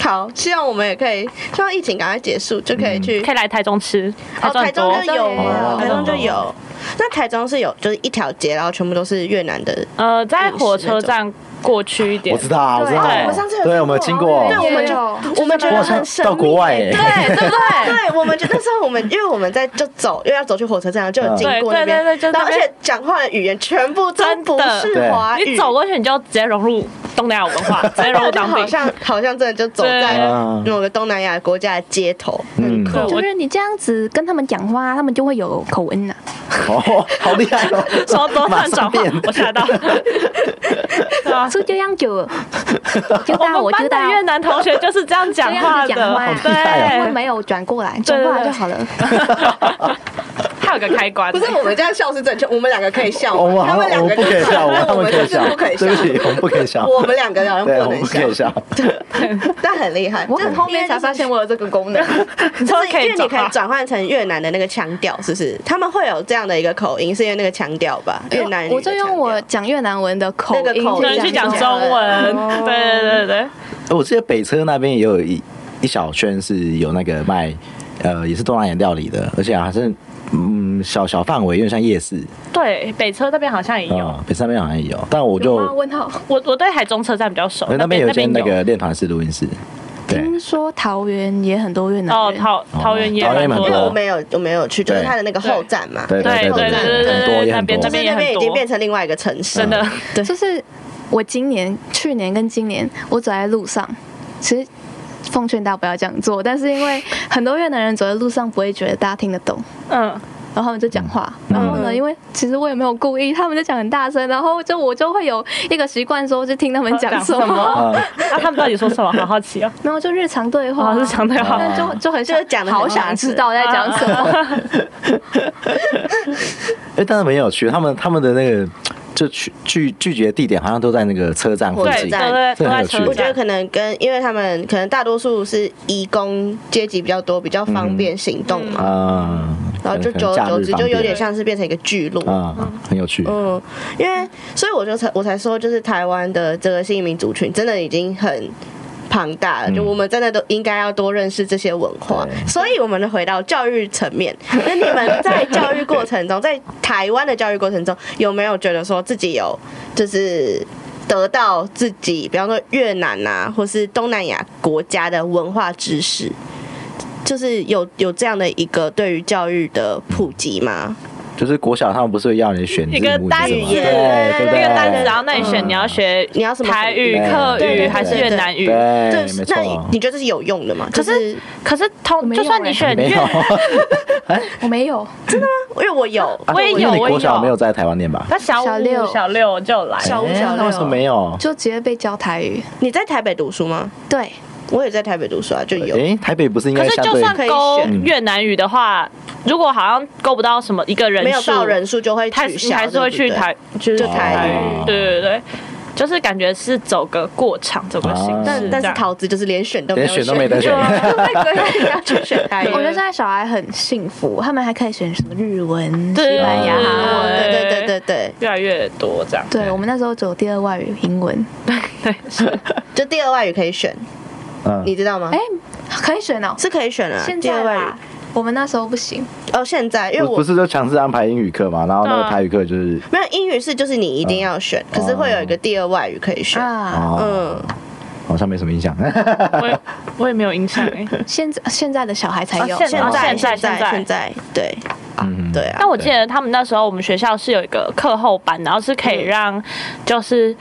[SPEAKER 1] 好，希望我们也可以，希望疫情赶快结束，就
[SPEAKER 2] 嗯
[SPEAKER 1] 可以去。
[SPEAKER 6] 可以来台中吃，
[SPEAKER 1] 哦，
[SPEAKER 6] 中
[SPEAKER 1] 台
[SPEAKER 6] 很
[SPEAKER 1] 中
[SPEAKER 6] 多。
[SPEAKER 1] 就有
[SPEAKER 5] 哦，
[SPEAKER 1] 台中就有。那台中是有，就是一条街，然后全部都是越南的。
[SPEAKER 6] 呃，在火车站过去一点
[SPEAKER 2] 我知，道啊，我知道啊，
[SPEAKER 6] 对我们
[SPEAKER 1] 哎上次有
[SPEAKER 2] 对，我们有经过，
[SPEAKER 1] 对，我们
[SPEAKER 5] 也
[SPEAKER 1] 就
[SPEAKER 5] 有
[SPEAKER 1] 我们觉
[SPEAKER 2] 我
[SPEAKER 1] 得
[SPEAKER 2] 好
[SPEAKER 1] 很
[SPEAKER 2] 像
[SPEAKER 1] 神
[SPEAKER 2] 到
[SPEAKER 1] 秘
[SPEAKER 2] 国外耶，
[SPEAKER 6] 对对不对？
[SPEAKER 1] 对，我们就那时候我们
[SPEAKER 2] [laughs]
[SPEAKER 1] 因为我们在就走，又要走去火车站，就有经过那边，
[SPEAKER 6] 嗯对对对就
[SPEAKER 1] 然后
[SPEAKER 6] 那
[SPEAKER 1] 而
[SPEAKER 6] 边
[SPEAKER 1] 且讲话的语言全部都不是华语，
[SPEAKER 6] 你走过去你就直接融入东南亚文化，直接融入
[SPEAKER 1] 就
[SPEAKER 6] 当地
[SPEAKER 1] 好。像好像真的就走在
[SPEAKER 2] 对
[SPEAKER 1] 某个东南亚国家的街头，
[SPEAKER 2] 嗯
[SPEAKER 1] 很酷。
[SPEAKER 6] 哦对我
[SPEAKER 5] 就是你这样子跟他们讲话，他们就会有口音啊了。
[SPEAKER 2] 哦，好厉害哦，
[SPEAKER 6] 说多
[SPEAKER 2] 马
[SPEAKER 6] 算
[SPEAKER 2] 上
[SPEAKER 6] 转化
[SPEAKER 2] 变，
[SPEAKER 6] 我吓到。对啊，
[SPEAKER 5] 是这样就就
[SPEAKER 6] 我
[SPEAKER 5] 到
[SPEAKER 6] 们
[SPEAKER 5] 我
[SPEAKER 6] 班
[SPEAKER 5] 就
[SPEAKER 6] 的
[SPEAKER 5] 到
[SPEAKER 6] 越南同学就是这样
[SPEAKER 5] 这
[SPEAKER 6] 讲
[SPEAKER 5] 样
[SPEAKER 6] 话
[SPEAKER 5] 子讲话
[SPEAKER 6] 的，，
[SPEAKER 5] 他们
[SPEAKER 2] 啊
[SPEAKER 6] 对，
[SPEAKER 5] 没有转过来，转过来就好了。
[SPEAKER 6] 还有个开关
[SPEAKER 1] 不，是我们这样笑是正确，我们两个可以笑
[SPEAKER 2] 哦我们
[SPEAKER 1] 吗，他
[SPEAKER 2] 好
[SPEAKER 1] 们
[SPEAKER 2] 像
[SPEAKER 1] 两
[SPEAKER 2] 我们
[SPEAKER 1] 个
[SPEAKER 2] 不可以笑，
[SPEAKER 1] 但
[SPEAKER 2] 他
[SPEAKER 1] 我
[SPEAKER 2] 们
[SPEAKER 1] 们
[SPEAKER 2] 可以
[SPEAKER 1] 就是
[SPEAKER 2] 笑
[SPEAKER 1] 不可以，
[SPEAKER 2] 对，
[SPEAKER 1] 笑
[SPEAKER 2] 不起，我们不可以笑，
[SPEAKER 1] 我们两个好像不
[SPEAKER 2] 对，我们
[SPEAKER 1] 能
[SPEAKER 2] 不可以笑，
[SPEAKER 1] 但很厉害。
[SPEAKER 5] 我很后面才发现我有这个功能。
[SPEAKER 6] 都
[SPEAKER 1] 就是
[SPEAKER 6] 可
[SPEAKER 1] 因
[SPEAKER 6] 以
[SPEAKER 1] 为你
[SPEAKER 6] 转
[SPEAKER 1] 可以
[SPEAKER 6] 化。
[SPEAKER 1] 转换成越南的那个腔调，是不是？他们会有这样的一个口音，是因为那个腔调吧？越南语的
[SPEAKER 5] [laughs] 我就用
[SPEAKER 1] 腔
[SPEAKER 5] 我
[SPEAKER 2] 哦
[SPEAKER 1] 调
[SPEAKER 5] 讲越南文的口
[SPEAKER 1] 那个
[SPEAKER 5] 音
[SPEAKER 1] 口
[SPEAKER 6] 可能
[SPEAKER 1] 音
[SPEAKER 6] 去
[SPEAKER 1] 去
[SPEAKER 6] 讲
[SPEAKER 1] 讲
[SPEAKER 6] 中
[SPEAKER 1] 中
[SPEAKER 6] 文，对对对对，
[SPEAKER 2] 哎我记得北车那边也有一一小圈是有那个卖，呃，也是东南亚料理的，而且好像是嗯小小范围，有点像夜市
[SPEAKER 6] 对北车那边好像也有。
[SPEAKER 2] 啊，北车那边好像也有，但我就哎
[SPEAKER 5] 有吗问号。
[SPEAKER 6] 我我对台中车站比较熟，
[SPEAKER 2] 那边有一间那
[SPEAKER 6] 有
[SPEAKER 2] 个练团式录音室，对
[SPEAKER 5] 听说桃园也很多越南
[SPEAKER 6] 哦
[SPEAKER 5] 人，
[SPEAKER 6] 桃桃园也
[SPEAKER 2] 桃园也蛮
[SPEAKER 6] 多
[SPEAKER 1] 因为我
[SPEAKER 6] 的，
[SPEAKER 1] 没有我没有去，就是
[SPEAKER 2] 对
[SPEAKER 1] 它的那个后站嘛，
[SPEAKER 2] 对对
[SPEAKER 6] 对
[SPEAKER 2] 对
[SPEAKER 6] 对
[SPEAKER 2] 对，
[SPEAKER 6] 对
[SPEAKER 2] 很多
[SPEAKER 6] 对
[SPEAKER 2] 也
[SPEAKER 6] 那
[SPEAKER 2] 很
[SPEAKER 6] 边
[SPEAKER 2] 多
[SPEAKER 6] 那，
[SPEAKER 1] 就是
[SPEAKER 6] 边也
[SPEAKER 1] 那
[SPEAKER 6] 很
[SPEAKER 1] 边已
[SPEAKER 6] 多
[SPEAKER 1] 经变成另外一个城市，
[SPEAKER 6] 真的。
[SPEAKER 1] 对
[SPEAKER 5] 就是我今年、去年跟今年，我走在路上，其实奉劝大家不要这样做，但是因为很多越南人走在路上不会觉得大家听得懂，
[SPEAKER 6] 嗯，
[SPEAKER 5] 然后他们就讲话，然后呢，
[SPEAKER 1] 嗯
[SPEAKER 5] 因为其实我也没有故意，他们就讲很大声，然后就我就会有一个习惯说，就听他们讲什
[SPEAKER 6] 讲什么 [laughs]
[SPEAKER 5] 么，
[SPEAKER 2] 啊，
[SPEAKER 6] 那他们到底说什么？好好奇哦，
[SPEAKER 5] 然后就日常对话
[SPEAKER 6] 哦日常对话
[SPEAKER 5] 但就就很想
[SPEAKER 1] 就讲得很
[SPEAKER 5] 好想知道在讲什么，
[SPEAKER 2] 哎，但是很有趣，他们他们的那个就拒拒拒绝地点好像都在那个车站附
[SPEAKER 1] 火
[SPEAKER 6] 对
[SPEAKER 1] 车
[SPEAKER 2] 近，
[SPEAKER 1] 站
[SPEAKER 6] 对对，
[SPEAKER 2] 这
[SPEAKER 6] 都
[SPEAKER 2] 很有
[SPEAKER 6] 在
[SPEAKER 2] 趣
[SPEAKER 6] 车
[SPEAKER 1] 我觉得
[SPEAKER 6] 站。
[SPEAKER 1] 可能跟，因为他们可能大多数是移工阶级比较多，比较方便行动嘛，
[SPEAKER 2] 啊，
[SPEAKER 1] 然后就
[SPEAKER 2] 可能
[SPEAKER 1] 久而
[SPEAKER 2] 假日
[SPEAKER 1] 久之
[SPEAKER 2] 方
[SPEAKER 1] 就有
[SPEAKER 2] 便
[SPEAKER 1] 点像是变成一个巨鹿。
[SPEAKER 2] 啊，很有趣，
[SPEAKER 1] 嗯，因为所以我就才我才说，就是台湾的这个新移民族群真的已经很庞大了，就我们真的都应该要多认识这些文化。
[SPEAKER 2] 对
[SPEAKER 1] 所以我们回到教育层面，那你们在教育过程中，在台湾的教育过程中，有没有觉得说自己有就是？得到自己，比方说越南啊，或是东南亚国家的文化知识，就是有有这样的一个对于教育的普及吗？
[SPEAKER 2] 就是国小他们不是要你选
[SPEAKER 6] 一
[SPEAKER 2] 字
[SPEAKER 6] 个
[SPEAKER 2] 幕
[SPEAKER 6] 单
[SPEAKER 2] 是
[SPEAKER 6] 字，
[SPEAKER 2] 吗对
[SPEAKER 1] 对对
[SPEAKER 6] 那
[SPEAKER 2] 对，
[SPEAKER 6] 个单
[SPEAKER 1] 对
[SPEAKER 6] 字，然后那你选
[SPEAKER 2] 嗯
[SPEAKER 6] 你要学
[SPEAKER 1] 你要什么
[SPEAKER 6] 台语、
[SPEAKER 2] 对
[SPEAKER 6] 客
[SPEAKER 1] 对
[SPEAKER 6] 语
[SPEAKER 1] 对
[SPEAKER 6] 还是
[SPEAKER 1] 对
[SPEAKER 6] 越
[SPEAKER 1] 对
[SPEAKER 6] 南语？
[SPEAKER 2] 对，
[SPEAKER 1] 对
[SPEAKER 2] 哎没，
[SPEAKER 1] 那你
[SPEAKER 2] 错，
[SPEAKER 1] 你觉得是有用的嘛？就
[SPEAKER 6] 可
[SPEAKER 1] 是
[SPEAKER 6] 是可是同
[SPEAKER 5] 没
[SPEAKER 6] 就
[SPEAKER 5] 有
[SPEAKER 6] 算
[SPEAKER 5] 欸
[SPEAKER 6] 你选
[SPEAKER 2] 没
[SPEAKER 6] 越
[SPEAKER 2] 有， [laughs]
[SPEAKER 5] 我没有，
[SPEAKER 1] 因为我有，
[SPEAKER 6] 啊我也有
[SPEAKER 2] 因为
[SPEAKER 6] 我
[SPEAKER 2] 你
[SPEAKER 6] 也
[SPEAKER 2] 国小
[SPEAKER 6] 有
[SPEAKER 2] 没有在台湾念吧？
[SPEAKER 6] 那小
[SPEAKER 5] 小
[SPEAKER 6] 五、
[SPEAKER 5] 六
[SPEAKER 6] 小六我就来了，
[SPEAKER 5] 小五
[SPEAKER 2] 哎
[SPEAKER 5] 小
[SPEAKER 2] 那为什么
[SPEAKER 5] 六
[SPEAKER 2] 没有？
[SPEAKER 5] 就直接被教台语。
[SPEAKER 1] 你在台北读书吗？
[SPEAKER 5] 对，
[SPEAKER 1] 我也在台北读书啊，就有。
[SPEAKER 2] 哎，台北不是应
[SPEAKER 6] 可
[SPEAKER 2] 该
[SPEAKER 6] 是
[SPEAKER 2] 相
[SPEAKER 6] 就
[SPEAKER 2] 对
[SPEAKER 6] 算
[SPEAKER 1] 可以
[SPEAKER 6] 勾
[SPEAKER 1] 选
[SPEAKER 6] 越南语的话，如果好像勾不到什么一个人
[SPEAKER 1] 没有
[SPEAKER 6] 数，
[SPEAKER 1] 到人数就会
[SPEAKER 6] 他
[SPEAKER 1] 取
[SPEAKER 6] 你
[SPEAKER 1] 消，
[SPEAKER 6] 还是会去
[SPEAKER 1] 对不对
[SPEAKER 6] 台，就是
[SPEAKER 1] 就台
[SPEAKER 2] 语
[SPEAKER 6] 对对对，就是感觉是走个过场，走个形式
[SPEAKER 2] 啊。
[SPEAKER 1] 但但
[SPEAKER 6] 这
[SPEAKER 1] 是
[SPEAKER 6] 样
[SPEAKER 1] 桃子就是连选都没有
[SPEAKER 2] 连选都没得选
[SPEAKER 1] 对 [laughs] 啊对要去选台语。啊
[SPEAKER 6] 哦
[SPEAKER 5] 我觉得现在小孩很幸福，他们还可以选什么日文、西
[SPEAKER 6] 对
[SPEAKER 5] 班牙
[SPEAKER 6] 啊
[SPEAKER 5] 文。
[SPEAKER 1] 对对对对对，
[SPEAKER 6] 越来越多这样。
[SPEAKER 5] 对我们那时候只有第二外语英文，
[SPEAKER 6] 对，是
[SPEAKER 1] 就第二外语可以选，
[SPEAKER 2] 嗯
[SPEAKER 1] 你知道吗
[SPEAKER 5] 哎？，可以选哦。
[SPEAKER 1] 是可以选啊，
[SPEAKER 5] 现
[SPEAKER 1] 第二
[SPEAKER 5] 在
[SPEAKER 1] 外语
[SPEAKER 5] 吧，我们那时候不行。
[SPEAKER 1] 哦，现在因为
[SPEAKER 2] 不
[SPEAKER 1] 我
[SPEAKER 2] 不是就强制安排英语课嘛，然后那
[SPEAKER 6] 对
[SPEAKER 2] 个
[SPEAKER 6] 啊
[SPEAKER 2] 台语课就是
[SPEAKER 1] 没有英语是就是你一定要选，可是会有一个第二外语可以选。
[SPEAKER 5] 啊，
[SPEAKER 2] 嗯哦，
[SPEAKER 1] 嗯，
[SPEAKER 2] 好像没什么印象，
[SPEAKER 6] 我也 [laughs] 我也没有印象哎。
[SPEAKER 5] 现在现在的小孩才
[SPEAKER 6] 哦
[SPEAKER 5] 有，
[SPEAKER 6] 现
[SPEAKER 1] 现
[SPEAKER 6] 哦
[SPEAKER 1] 在
[SPEAKER 6] 现在
[SPEAKER 1] 现
[SPEAKER 6] 现在
[SPEAKER 1] 现在对
[SPEAKER 2] 嗯，
[SPEAKER 1] 对啊
[SPEAKER 6] 但，我记得他们那时候我们学校是有一个课后班，然后是可以让就是。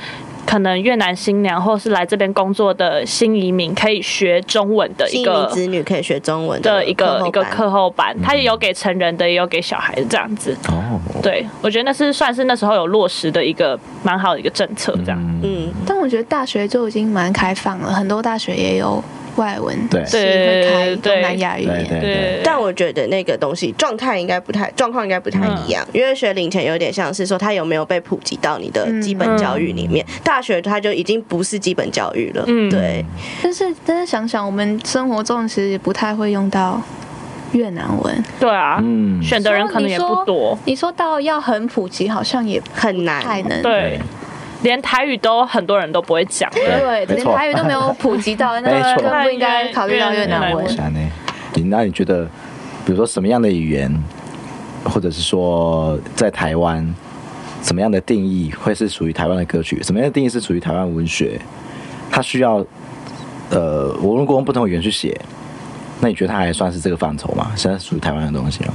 [SPEAKER 6] 可能越南新娘或是来这边工作的新移民可以学中文的
[SPEAKER 1] 新
[SPEAKER 6] 一
[SPEAKER 1] 移民
[SPEAKER 6] 个
[SPEAKER 1] 子女可以学中文
[SPEAKER 6] 的一
[SPEAKER 1] 课
[SPEAKER 6] 个
[SPEAKER 1] 后
[SPEAKER 6] 一个
[SPEAKER 1] 班
[SPEAKER 6] 课后班，他也有给成人的，也有给小孩子这样子。
[SPEAKER 2] [laughs] 哦，
[SPEAKER 6] 对，我觉得那是算是那时候有落实的一个蛮好的一个政策，这样。
[SPEAKER 2] 嗯，
[SPEAKER 1] 嗯，
[SPEAKER 5] 但我觉得大学就已经蛮开放了，很多大学也有外文
[SPEAKER 2] 对
[SPEAKER 5] 系会开
[SPEAKER 6] 对
[SPEAKER 5] 东南亚语
[SPEAKER 2] 对对
[SPEAKER 5] 言。
[SPEAKER 2] 对，
[SPEAKER 6] 对，
[SPEAKER 1] 但我觉得那个东西状态应该不太，状况应该不太一
[SPEAKER 6] 嗯
[SPEAKER 1] 样，因为学龄前有点像是说它有没有被普及到你的基本教育里面，大学它就已经不是基本教育了，
[SPEAKER 6] 嗯
[SPEAKER 1] 对，
[SPEAKER 5] 但是但是想想，我们生活中其实也不太会用到越南文，
[SPEAKER 6] 对啊，
[SPEAKER 2] 嗯
[SPEAKER 6] 选的人可能也不多，
[SPEAKER 5] 你说到要很普及，好像也
[SPEAKER 1] 很
[SPEAKER 5] 不太
[SPEAKER 1] 难。
[SPEAKER 5] 能。
[SPEAKER 6] 对，连台语都很多人都不会讲。
[SPEAKER 2] 没
[SPEAKER 5] 对，连
[SPEAKER 2] 错
[SPEAKER 5] 台语都没有普
[SPEAKER 2] [laughs]
[SPEAKER 5] 及到，那
[SPEAKER 2] 没错
[SPEAKER 5] 更不应该考虑到越南文
[SPEAKER 6] 对。
[SPEAKER 2] 想呢，你那你觉得，比如说什么样的语言，或者是说在台湾，什么样的定义会是属于台湾的歌曲？什么样的定义是属于台湾文学？它需要，呃，我如果用不同语言去写，那你觉得它还算是这个范畴吗？现在属于台湾的东西吗？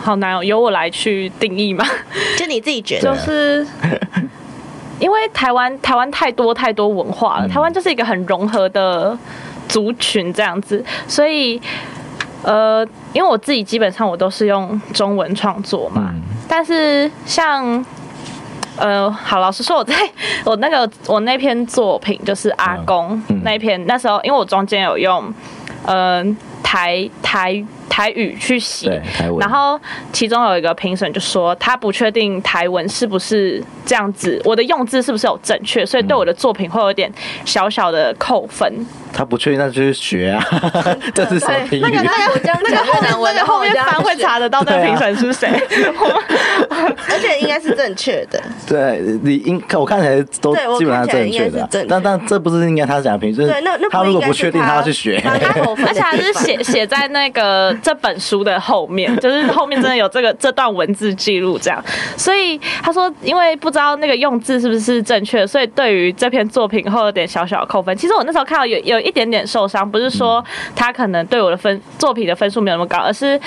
[SPEAKER 6] 好难哦，由我来去定义嘛，
[SPEAKER 1] 就你自己觉
[SPEAKER 6] 就
[SPEAKER 1] 得，
[SPEAKER 6] 是。因为台湾台湾太多太多文化
[SPEAKER 2] 嗯
[SPEAKER 6] 了，台湾就是一个很融合的族群这样子，所以呃，因为我自己基本上我都是用中文创作嘛，
[SPEAKER 2] 嗯
[SPEAKER 6] 但是像。呃，好，老实说，我在 [laughs] 我那个我那篇作品就是阿公、
[SPEAKER 2] 嗯
[SPEAKER 6] 那一篇，那时候因为我中间有用，呃，台台台语去
[SPEAKER 2] 对
[SPEAKER 6] 写
[SPEAKER 2] 台文，
[SPEAKER 6] 然后其中有一个评审就说他不确定台文是不是这样子，我的用字是不是有正确，所以对我的作品会有点小小的扣分。
[SPEAKER 2] 他不确定，那就去学
[SPEAKER 1] [laughs]
[SPEAKER 2] 啊，这是什么评语？
[SPEAKER 5] 我这样
[SPEAKER 1] 那个
[SPEAKER 5] 讲越南文，
[SPEAKER 6] 那个后面
[SPEAKER 5] 然
[SPEAKER 6] 翻
[SPEAKER 5] 我这样
[SPEAKER 6] 会查得到那个评审是谁， [laughs]
[SPEAKER 1] 而且应该是正确的，
[SPEAKER 2] 对你应看我看起来都
[SPEAKER 1] 对我
[SPEAKER 2] 基本上
[SPEAKER 1] 看起来
[SPEAKER 2] 正确
[SPEAKER 1] 应该
[SPEAKER 2] 的
[SPEAKER 1] 是
[SPEAKER 2] 啊，
[SPEAKER 1] 正确
[SPEAKER 2] 但但这不是应该他讲的评语，就
[SPEAKER 1] 对
[SPEAKER 2] 是，
[SPEAKER 1] 那那
[SPEAKER 2] 他如
[SPEAKER 1] 应
[SPEAKER 2] 果
[SPEAKER 1] 该
[SPEAKER 2] 不确定，他要去学。
[SPEAKER 1] 帮 [laughs] 他扣分的
[SPEAKER 6] 而
[SPEAKER 1] 地
[SPEAKER 6] 且
[SPEAKER 1] 方 [laughs]
[SPEAKER 6] 还是写写在那个这本书的后面，就是后面真的有这个这段文字记录这样。所以他说，因为不知道那个用字是不是正确，所以对于这篇作品后有点小小的扣分。其实我那时候看到有有一点点受伤，不是说他可能对我的分作品的分数没有那么高，而是。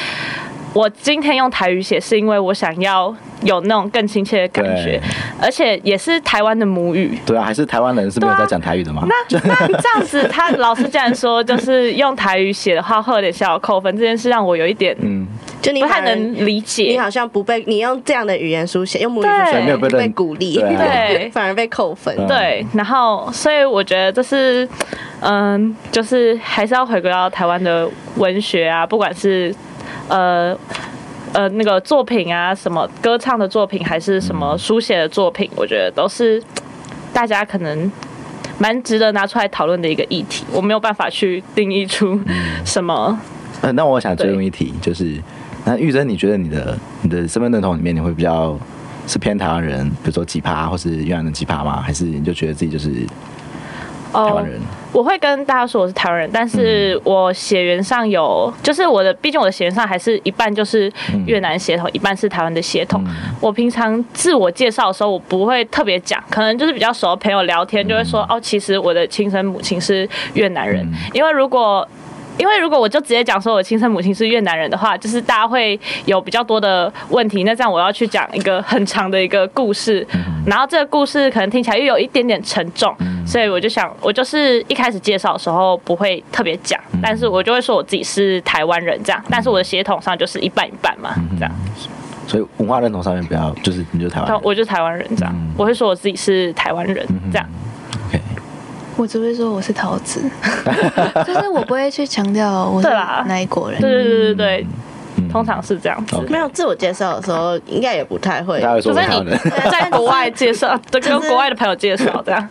[SPEAKER 6] 我今天用台语写，是因为我想要有那种更亲切的感觉
[SPEAKER 2] 对，
[SPEAKER 6] 而且也是台湾的母语，
[SPEAKER 2] [laughs] 对啊，还是台湾人是没有在讲台语的嘛？
[SPEAKER 6] 那 [laughs] 那这样子，他老师竟然说，就是用台语写的话会有点小扣分，这件事让我有一点
[SPEAKER 2] 嗯，
[SPEAKER 1] 就你
[SPEAKER 6] 不太
[SPEAKER 1] 反而
[SPEAKER 6] 能理
[SPEAKER 1] 你
[SPEAKER 6] 解。
[SPEAKER 1] 好像不被你用这样的语言书写，用母语书
[SPEAKER 6] 对
[SPEAKER 1] 写
[SPEAKER 6] 没有
[SPEAKER 2] 被
[SPEAKER 1] 就被
[SPEAKER 2] 认
[SPEAKER 1] 鼓励，
[SPEAKER 2] 对
[SPEAKER 6] 啊对
[SPEAKER 1] [laughs] 反而被扣分。
[SPEAKER 2] 嗯
[SPEAKER 6] 对，然后所以我觉得这是，嗯，就是还是要回归到台湾的文学啊，不管是呃呃那个作品啊，什么歌唱的作品，还是什么书写的作品，我觉得都是大家可能蛮值得拿出来讨论的一个议题。我没有办法去定义出
[SPEAKER 2] 嗯
[SPEAKER 6] 什么。
[SPEAKER 2] 呃，那我想追问
[SPEAKER 6] 对
[SPEAKER 2] 一题，就是那玉珍，你觉得你的你的身份认同里面，你会比较是偏台湾人，比如说几趴，或是越南人几趴吗？还是你就觉得自己就是
[SPEAKER 6] 哦
[SPEAKER 2] 台湾人？
[SPEAKER 1] 哦
[SPEAKER 6] 我会跟大家说我是台湾人，但是我血缘上有，就是我的，毕竟我的血缘上还是一半就是越南血统，一半是台湾的血统。
[SPEAKER 2] 嗯
[SPEAKER 6] 我平常自我介绍的时候，我不会特别讲，可能就是比较熟的朋友聊天就会说，哦，其实我的亲生母亲是越南人，因为如果。因为如果我就直接讲说我亲生母亲是越南人的话，就是大家会有比较多的问题。那这样我要去讲一个很长的一个故事，然后这个故事可能听起来又有一点点沉重，所以我就想，我就是一开始介绍的时候不会特别讲，但是我就会说我自己是台湾人这样，但是我的血统上就是一半一半嘛，
[SPEAKER 2] 嗯
[SPEAKER 6] 这样，
[SPEAKER 2] 所以文化认同上面比较就是你就是台湾
[SPEAKER 6] 但
[SPEAKER 2] 人。
[SPEAKER 6] 我就是台湾人这样
[SPEAKER 2] 嗯，
[SPEAKER 6] 我会说我自己是台湾人这样。
[SPEAKER 2] OK，
[SPEAKER 5] 我只会说我是桃
[SPEAKER 2] [laughs]
[SPEAKER 5] 子，就是我不会去强调我是
[SPEAKER 6] 对啦
[SPEAKER 5] 哪一国人。
[SPEAKER 6] 对对对对对，
[SPEAKER 2] 嗯
[SPEAKER 6] 通常是这样子。
[SPEAKER 2] OK
[SPEAKER 1] 没有自我介绍的时候，应该也不太会。
[SPEAKER 2] 大家会说
[SPEAKER 6] 除
[SPEAKER 2] 我
[SPEAKER 6] 非
[SPEAKER 2] 是台湾
[SPEAKER 6] 你
[SPEAKER 2] 人。
[SPEAKER 6] 在国外介绍，对，跟
[SPEAKER 1] 就是
[SPEAKER 6] 国外的朋友介绍这样，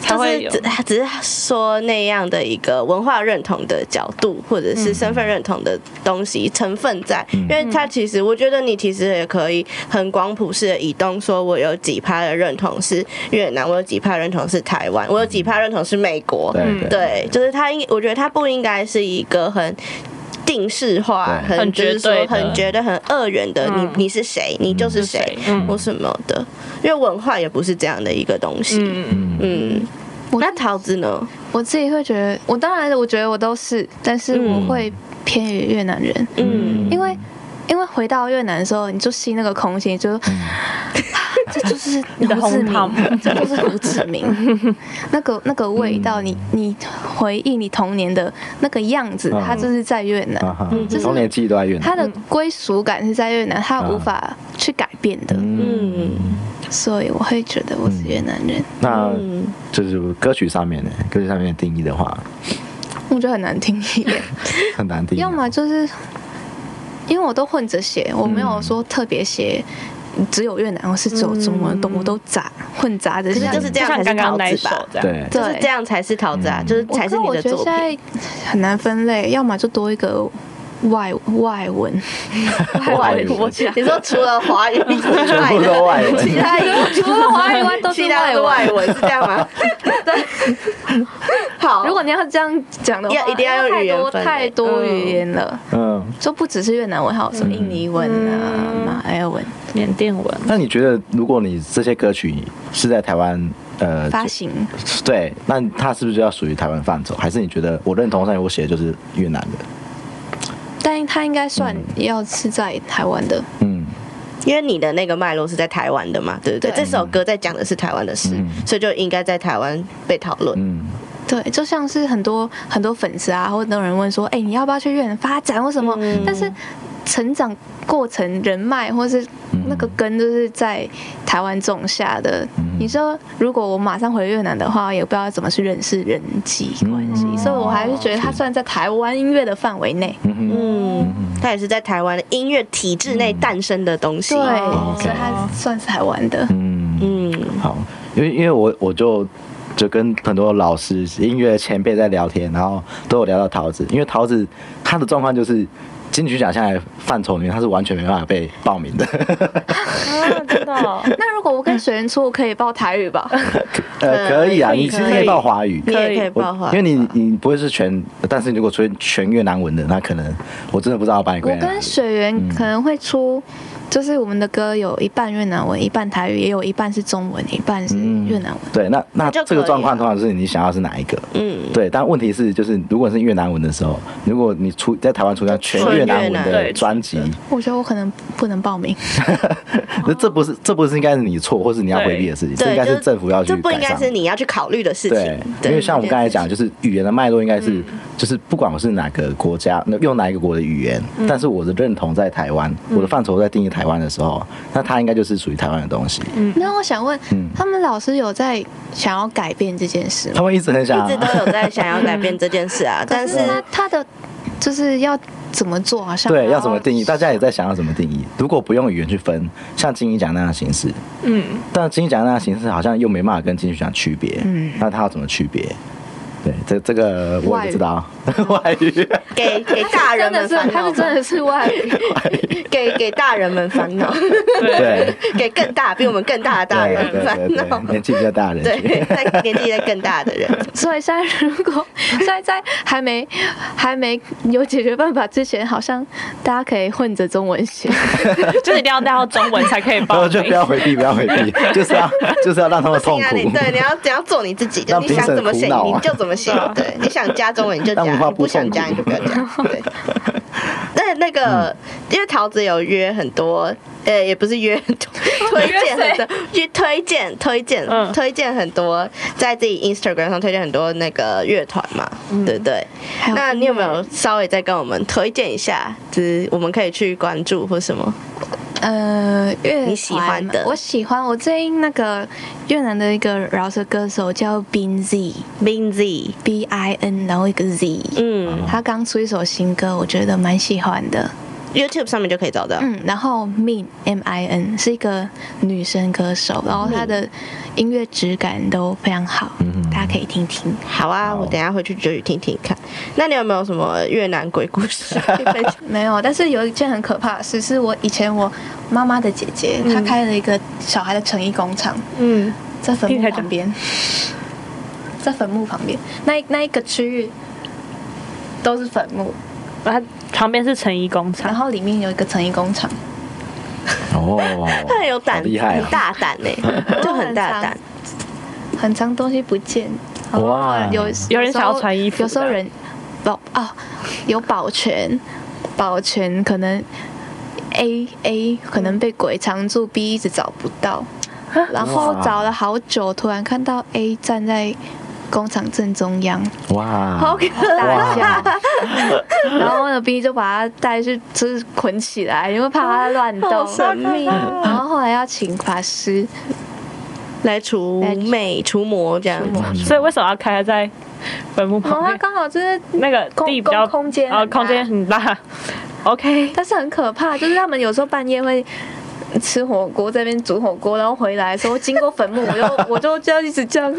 [SPEAKER 6] 才
[SPEAKER 1] 就
[SPEAKER 6] 会
[SPEAKER 1] 是
[SPEAKER 6] 有
[SPEAKER 1] 只。只是说那样的一个文化认同的角度，或者是身份认同的东西成分在，因为它其实我觉得你其实也可以很广谱式的移动，说我有几趴的认同是越南，我有几趴认同是台湾，我有几趴认同是美国，
[SPEAKER 2] [laughs] 对对
[SPEAKER 1] 嗯对，就是它应，我觉得它不应该是一个很。定式化，
[SPEAKER 2] 对
[SPEAKER 1] 很就是说
[SPEAKER 6] 很绝
[SPEAKER 1] 很觉
[SPEAKER 6] 对的
[SPEAKER 1] 得很二元的，
[SPEAKER 6] 嗯
[SPEAKER 1] 你你是谁，你就是
[SPEAKER 6] 是
[SPEAKER 1] 谁
[SPEAKER 6] 谁，嗯
[SPEAKER 1] 或什么的，因为文化也不是这样的一个东西。
[SPEAKER 6] 嗯，
[SPEAKER 1] 嗯，
[SPEAKER 5] 我
[SPEAKER 1] 那桃子呢？
[SPEAKER 5] 我自己会觉得，我当然我觉得我都是，但是我
[SPEAKER 1] 嗯
[SPEAKER 5] 会偏于越南人，
[SPEAKER 1] 嗯，
[SPEAKER 5] 因为。因为回到越南的时候，你就吸那个空气，你就、
[SPEAKER 1] 嗯
[SPEAKER 5] [laughs] 这
[SPEAKER 1] [laughs]
[SPEAKER 5] 就是
[SPEAKER 6] 你的
[SPEAKER 5] 胡志
[SPEAKER 6] 红糖
[SPEAKER 5] 明， [laughs] 这就是胡志明，那个那个味道，
[SPEAKER 1] 嗯
[SPEAKER 5] 你你回忆你童年的那个样子，
[SPEAKER 2] 嗯
[SPEAKER 5] 它就是在越南，
[SPEAKER 2] 啊哈
[SPEAKER 1] 嗯，就是
[SPEAKER 2] 童年记忆都在越南。
[SPEAKER 5] 它的归属感是在越南，它
[SPEAKER 2] 啊
[SPEAKER 5] 无法去改变的，
[SPEAKER 1] 嗯，
[SPEAKER 5] 所以我会觉得我是越南人，
[SPEAKER 2] 那
[SPEAKER 1] 嗯
[SPEAKER 2] 就是歌曲上面的歌曲上面的定义的话，
[SPEAKER 5] 我觉得很难听一
[SPEAKER 1] [laughs]
[SPEAKER 5] 点。
[SPEAKER 2] 很难定义啊。
[SPEAKER 5] 要么就是因为我都混着写，
[SPEAKER 1] 嗯
[SPEAKER 5] 我没有说特别写。只有越南或是只有中文，都我都杂混杂着
[SPEAKER 1] 嗯可是
[SPEAKER 5] 写。
[SPEAKER 1] 就是这样
[SPEAKER 6] 像
[SPEAKER 1] 才
[SPEAKER 6] 刚
[SPEAKER 1] 是
[SPEAKER 6] 刚那
[SPEAKER 1] 桃子
[SPEAKER 6] 一首
[SPEAKER 1] 吧？
[SPEAKER 6] 这样。
[SPEAKER 2] 对，
[SPEAKER 1] 就是
[SPEAKER 5] 对
[SPEAKER 1] 这样才是桃子啊，
[SPEAKER 2] 嗯
[SPEAKER 1] 就是
[SPEAKER 5] 我
[SPEAKER 1] 才是
[SPEAKER 5] 可
[SPEAKER 1] 你
[SPEAKER 5] 我
[SPEAKER 1] 的
[SPEAKER 5] 觉得
[SPEAKER 1] 作
[SPEAKER 5] 现
[SPEAKER 1] 品。啊
[SPEAKER 5] 在很难分类，要么就多一个外外文，
[SPEAKER 1] [laughs]
[SPEAKER 2] 外
[SPEAKER 5] 文 [laughs]
[SPEAKER 2] 文
[SPEAKER 5] 国家。
[SPEAKER 1] 你说除了华语 [laughs] 以
[SPEAKER 2] 全部都外文
[SPEAKER 1] 其他
[SPEAKER 5] 除了华语以外都是
[SPEAKER 1] 其他的
[SPEAKER 5] 外
[SPEAKER 1] 外文是这样
[SPEAKER 2] [laughs]
[SPEAKER 1] 吗？对，好，
[SPEAKER 5] 如果你要这样讲的话，
[SPEAKER 1] 要一定要用
[SPEAKER 5] 因为
[SPEAKER 1] 语言
[SPEAKER 5] 太多
[SPEAKER 1] 分类嗯
[SPEAKER 5] 太多语言了，
[SPEAKER 2] 嗯。
[SPEAKER 5] 就不只是越南文，还有什么印尼文啊、
[SPEAKER 1] 嗯
[SPEAKER 5] 马来文。
[SPEAKER 6] 缅甸文，
[SPEAKER 2] 那你觉得，如果你这些歌曲是在台湾呃
[SPEAKER 5] 发行，
[SPEAKER 2] 就对，那它是不是就要属于台湾范畴？还是你觉得我认同上面我写的就是越南的？
[SPEAKER 5] 但它应该算
[SPEAKER 1] 嗯
[SPEAKER 5] 要是在台湾的，
[SPEAKER 2] 嗯，
[SPEAKER 1] 因为你的那个脉络是在台湾的嘛，对不对？
[SPEAKER 5] 对
[SPEAKER 1] 这首歌在讲的是台湾的事
[SPEAKER 2] 嗯，
[SPEAKER 1] 所以就应该在台湾被讨论。
[SPEAKER 2] 嗯，
[SPEAKER 5] 对，就像是很多很多粉丝啊，或者有人问说，哎、你要不要去越南发展或什么？
[SPEAKER 1] 嗯
[SPEAKER 5] 但是成长过程、人脉或是
[SPEAKER 2] 嗯
[SPEAKER 5] 那个根，就是在台湾种下的。
[SPEAKER 2] 嗯
[SPEAKER 5] 你说，如果我马上回越南的话，也不知道怎么去认识人际关系，
[SPEAKER 2] 嗯
[SPEAKER 5] 所以我还是觉得它算在台湾音乐的范围内。
[SPEAKER 1] 嗯，它也是在台湾的音乐体制内诞生的东西。
[SPEAKER 5] 对，
[SPEAKER 2] 哦 OK
[SPEAKER 5] 所以它算是台湾的。
[SPEAKER 2] 嗯，
[SPEAKER 1] 嗯，
[SPEAKER 2] 好，因为因为我我就就跟很多老师、音乐前辈在聊天，然后都有聊到桃子，因为桃子她的状况就是金曲奖现在范畴里面，她是完全没办法被报名的。
[SPEAKER 6] 啊，真的哦，
[SPEAKER 5] 那如果我跟水源出，我可以报台语吧？
[SPEAKER 2] 呃，可以啊，你其实可以报华语，
[SPEAKER 1] 你也 [laughs] 可
[SPEAKER 6] 可
[SPEAKER 1] 以
[SPEAKER 6] 以
[SPEAKER 1] 爆
[SPEAKER 2] 我
[SPEAKER 1] 花，
[SPEAKER 2] 因为你你不会是全，但是你如果出现全越南文的，那可能我真的不嗯知道把你归
[SPEAKER 5] 我
[SPEAKER 2] 在哪里
[SPEAKER 5] 跟水源可能会出，就是我们的歌有一半越南文，一半台语，也有一半是中文，一半是越南文。
[SPEAKER 2] 对，那那
[SPEAKER 1] 就
[SPEAKER 2] 这个
[SPEAKER 1] 可以
[SPEAKER 2] 状况
[SPEAKER 1] 啊
[SPEAKER 2] 通常是你想要是哪一个？
[SPEAKER 1] 嗯，
[SPEAKER 2] 对，但问题是，就是如果是越南文的时候，如果你出在台湾出张全
[SPEAKER 1] 纯
[SPEAKER 2] 越
[SPEAKER 1] 越
[SPEAKER 2] 南文
[SPEAKER 1] 南
[SPEAKER 2] 的
[SPEAKER 6] 对
[SPEAKER 2] 专辑，
[SPEAKER 5] 我觉得我可能不能报名，
[SPEAKER 2] [laughs] 那这不是这不是应该是你错，或是你要回避的事情，这
[SPEAKER 1] 对，
[SPEAKER 2] 应该是
[SPEAKER 1] 就
[SPEAKER 2] 政府要去
[SPEAKER 1] 这不应
[SPEAKER 2] 改
[SPEAKER 1] 该
[SPEAKER 2] 善
[SPEAKER 1] 是。你要去考虑的事情
[SPEAKER 2] 对，。因为像我们刚才讲，就是语言的脉络应该
[SPEAKER 1] 嗯
[SPEAKER 2] 是，就是不管我是哪个国家，那用哪一个国的语言，
[SPEAKER 1] 嗯
[SPEAKER 2] 但是我的认同在台湾，我的范畴在定义台湾的时候，那它应该就是属于台湾的东西。
[SPEAKER 5] 那我想问
[SPEAKER 2] 嗯，
[SPEAKER 5] 他们老师有在想要改变这件事吗？
[SPEAKER 2] 他们一直很想
[SPEAKER 1] [laughs] 一直都有在想要改变这件事啊，但
[SPEAKER 5] 可
[SPEAKER 1] 是
[SPEAKER 5] 他他的就是要怎么做，好像
[SPEAKER 2] 对，要怎么定义？大家也在想要怎么定义。如果不用语言去分，像金鹰奖那样的形式，
[SPEAKER 6] 嗯，
[SPEAKER 2] 但金鹰奖那样的形式好像又没办法跟金曲奖区别，嗯，那它要怎么区别？对，这这个我也不知道， [laughs] 外语
[SPEAKER 1] 给给大人
[SPEAKER 5] 真的
[SPEAKER 1] 们
[SPEAKER 5] 是
[SPEAKER 1] 烦
[SPEAKER 5] 他
[SPEAKER 1] 恼
[SPEAKER 5] 是
[SPEAKER 1] 吧， [laughs]
[SPEAKER 5] 真的是
[SPEAKER 2] [laughs]
[SPEAKER 5] 外语，
[SPEAKER 1] 给给大人们烦恼，
[SPEAKER 2] 对，
[SPEAKER 1] [laughs] 给更大比我们更大的大
[SPEAKER 2] 对
[SPEAKER 1] 人
[SPEAKER 2] 对
[SPEAKER 1] 烦
[SPEAKER 2] 对
[SPEAKER 1] 恼
[SPEAKER 2] 对，。年纪比较大的人
[SPEAKER 1] [laughs] 对
[SPEAKER 2] 群，，
[SPEAKER 1] 在年纪
[SPEAKER 2] [laughs]
[SPEAKER 1] 在更大的人，
[SPEAKER 5] 所以现在如果现在在还没还没有解决办法之前，好像大家可以混着中文写，
[SPEAKER 6] [laughs] 就是一定要带到中文才可以
[SPEAKER 2] [laughs] 然
[SPEAKER 6] 报
[SPEAKER 2] 后就
[SPEAKER 6] 名
[SPEAKER 2] 不。
[SPEAKER 6] [laughs]
[SPEAKER 2] 要回避，不要回避，就是要就是要让他们痛
[SPEAKER 1] 对啊，你
[SPEAKER 2] 苦，
[SPEAKER 1] 对，你要你要做你自己，
[SPEAKER 2] [laughs]
[SPEAKER 1] 就
[SPEAKER 2] 让
[SPEAKER 1] 你想
[SPEAKER 2] 评审
[SPEAKER 1] 怎么写
[SPEAKER 2] 苦恼啊
[SPEAKER 1] 你就怎么
[SPEAKER 5] [laughs]
[SPEAKER 1] 写，对，你想加中文你就
[SPEAKER 2] [laughs]
[SPEAKER 1] 加，
[SPEAKER 2] 让文化
[SPEAKER 1] 你
[SPEAKER 2] 部
[SPEAKER 1] 不想加
[SPEAKER 2] 痛
[SPEAKER 1] 你
[SPEAKER 2] 苦
[SPEAKER 1] 就不要加，
[SPEAKER 2] [laughs]
[SPEAKER 1] 对。但那个，
[SPEAKER 2] 嗯
[SPEAKER 1] 因为桃子有约很多，呃，也不是约很
[SPEAKER 5] [laughs]
[SPEAKER 1] 多，推荐很多，去推荐推荐、
[SPEAKER 6] 嗯
[SPEAKER 1] 推荐很多，在自己 Instagram 上推荐很多那个乐团嘛，对不对？
[SPEAKER 5] 嗯还有
[SPEAKER 1] 那
[SPEAKER 5] 音
[SPEAKER 1] 你有没
[SPEAKER 5] 乐
[SPEAKER 1] 有稍微再跟我们推荐一下，就是我们可以去关注或什么？
[SPEAKER 5] 呃，越南
[SPEAKER 1] 你喜欢的
[SPEAKER 5] 我喜欢。我最近那个越南的一个饶舌歌手叫 Bin Z
[SPEAKER 1] Binzy，
[SPEAKER 5] B I N，然后一个 Z，、
[SPEAKER 1] 嗯
[SPEAKER 5] 他刚出一首新歌，我觉得蛮喜欢的。
[SPEAKER 1] ，YouTube 上面就可以找到。
[SPEAKER 5] 嗯，然后 Min M I N 是一个女生歌手，然后她的音乐质感都非常好，大家可以听听。
[SPEAKER 1] 好啊，我等一下回去就去听听看。那你有没有什么越南鬼故事可以分享？
[SPEAKER 5] 没有，但是有一件很可怕的事，是我以前我妈妈的姐姐，她开了一个小孩的成衣工厂，
[SPEAKER 6] 嗯，
[SPEAKER 5] 在坟
[SPEAKER 6] 听起
[SPEAKER 5] 墓
[SPEAKER 6] 来就
[SPEAKER 5] 旁边，在坟墓旁边那一那一个区域都是坟墓，
[SPEAKER 6] 它旁边是成衣工
[SPEAKER 5] 然
[SPEAKER 6] 厂，
[SPEAKER 5] 后里面有一个成衣工厂，
[SPEAKER 2] 哦，
[SPEAKER 1] [laughs] 他很有胆，
[SPEAKER 2] 好厉害啊
[SPEAKER 1] 很大胆呢、就很大胆。
[SPEAKER 5] 很长东西不见，
[SPEAKER 1] 哦
[SPEAKER 5] 然后
[SPEAKER 2] 哇
[SPEAKER 5] 有
[SPEAKER 6] 有人想要
[SPEAKER 5] 时候
[SPEAKER 6] 穿衣服
[SPEAKER 5] 有时候
[SPEAKER 6] 的
[SPEAKER 5] 人保啊有保全，保全可能 A A 可能被鬼藏住，B 一直找不到，然后
[SPEAKER 2] 哇
[SPEAKER 5] 找了好久，突然看到 A 站在工厂正中央，
[SPEAKER 2] 哇，
[SPEAKER 1] 好可
[SPEAKER 5] 打架， [laughs] 然后呢 B 就把他带去就是捆起来，因为怕他乱
[SPEAKER 1] 好
[SPEAKER 5] 动，
[SPEAKER 1] 神秘啊
[SPEAKER 5] 然后后来要请法师，
[SPEAKER 1] 来除魅除魔这样，
[SPEAKER 6] 所以为什么要开在坟墓
[SPEAKER 5] 然后哦
[SPEAKER 6] 旁
[SPEAKER 5] 他
[SPEAKER 6] 边？
[SPEAKER 5] 刚好就是
[SPEAKER 6] 那个地比较
[SPEAKER 5] 空空间很大
[SPEAKER 6] 哦，空间很大。OK，
[SPEAKER 5] 但是很可怕，就是他们有时候半夜会吃火锅，在那边煮火锅，然后回来的时候经过坟墓，我就 [laughs] 我就这样一直这样，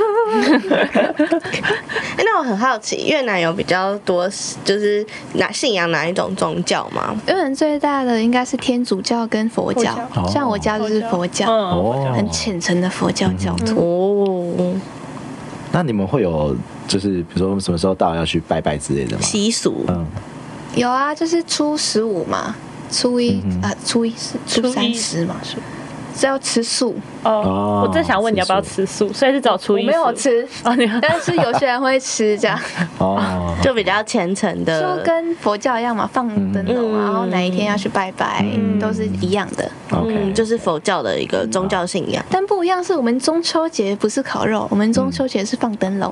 [SPEAKER 1] 哎那我很好奇，越南有比较多就是哪信仰哪一种宗教吗？
[SPEAKER 5] 日本最大的应该是天主教跟佛教，
[SPEAKER 2] 佛教
[SPEAKER 5] 像我家就是佛教，
[SPEAKER 6] 哦嗯，
[SPEAKER 2] 哦，
[SPEAKER 5] 很虔诚的佛教教徒。
[SPEAKER 1] 哦，
[SPEAKER 2] 那你们会有就是比如说什么时候到要去拜拜之类的吗？
[SPEAKER 1] 习俗
[SPEAKER 2] 嗯，
[SPEAKER 5] 有啊，就是初十五嘛，初一
[SPEAKER 2] 嗯哼
[SPEAKER 5] 啊，初一是初
[SPEAKER 6] 初一
[SPEAKER 5] 三十嘛，是要吃素，
[SPEAKER 6] 哦，我正想问你要不要吃素，所以是找初
[SPEAKER 5] 我
[SPEAKER 6] 一。
[SPEAKER 5] 没有。
[SPEAKER 6] [laughs]
[SPEAKER 5] 吃，
[SPEAKER 6] 哦，你要
[SPEAKER 5] [laughs] 但是有些人会吃
[SPEAKER 6] [laughs]
[SPEAKER 5] 这样。
[SPEAKER 2] 哦，
[SPEAKER 1] 就比较虔诚
[SPEAKER 5] 就
[SPEAKER 6] 呃
[SPEAKER 1] 的，
[SPEAKER 5] 跟佛教一样嘛，放灯笼啊，
[SPEAKER 1] 嗯
[SPEAKER 5] 然后哪一天要去拜拜，
[SPEAKER 2] 嗯
[SPEAKER 5] 都是一样的。
[SPEAKER 2] OK，
[SPEAKER 1] 嗯，就是佛教的一个宗教信仰。
[SPEAKER 5] 但不一样是我们中秋节不是烤肉，我们中秋节是放灯笼。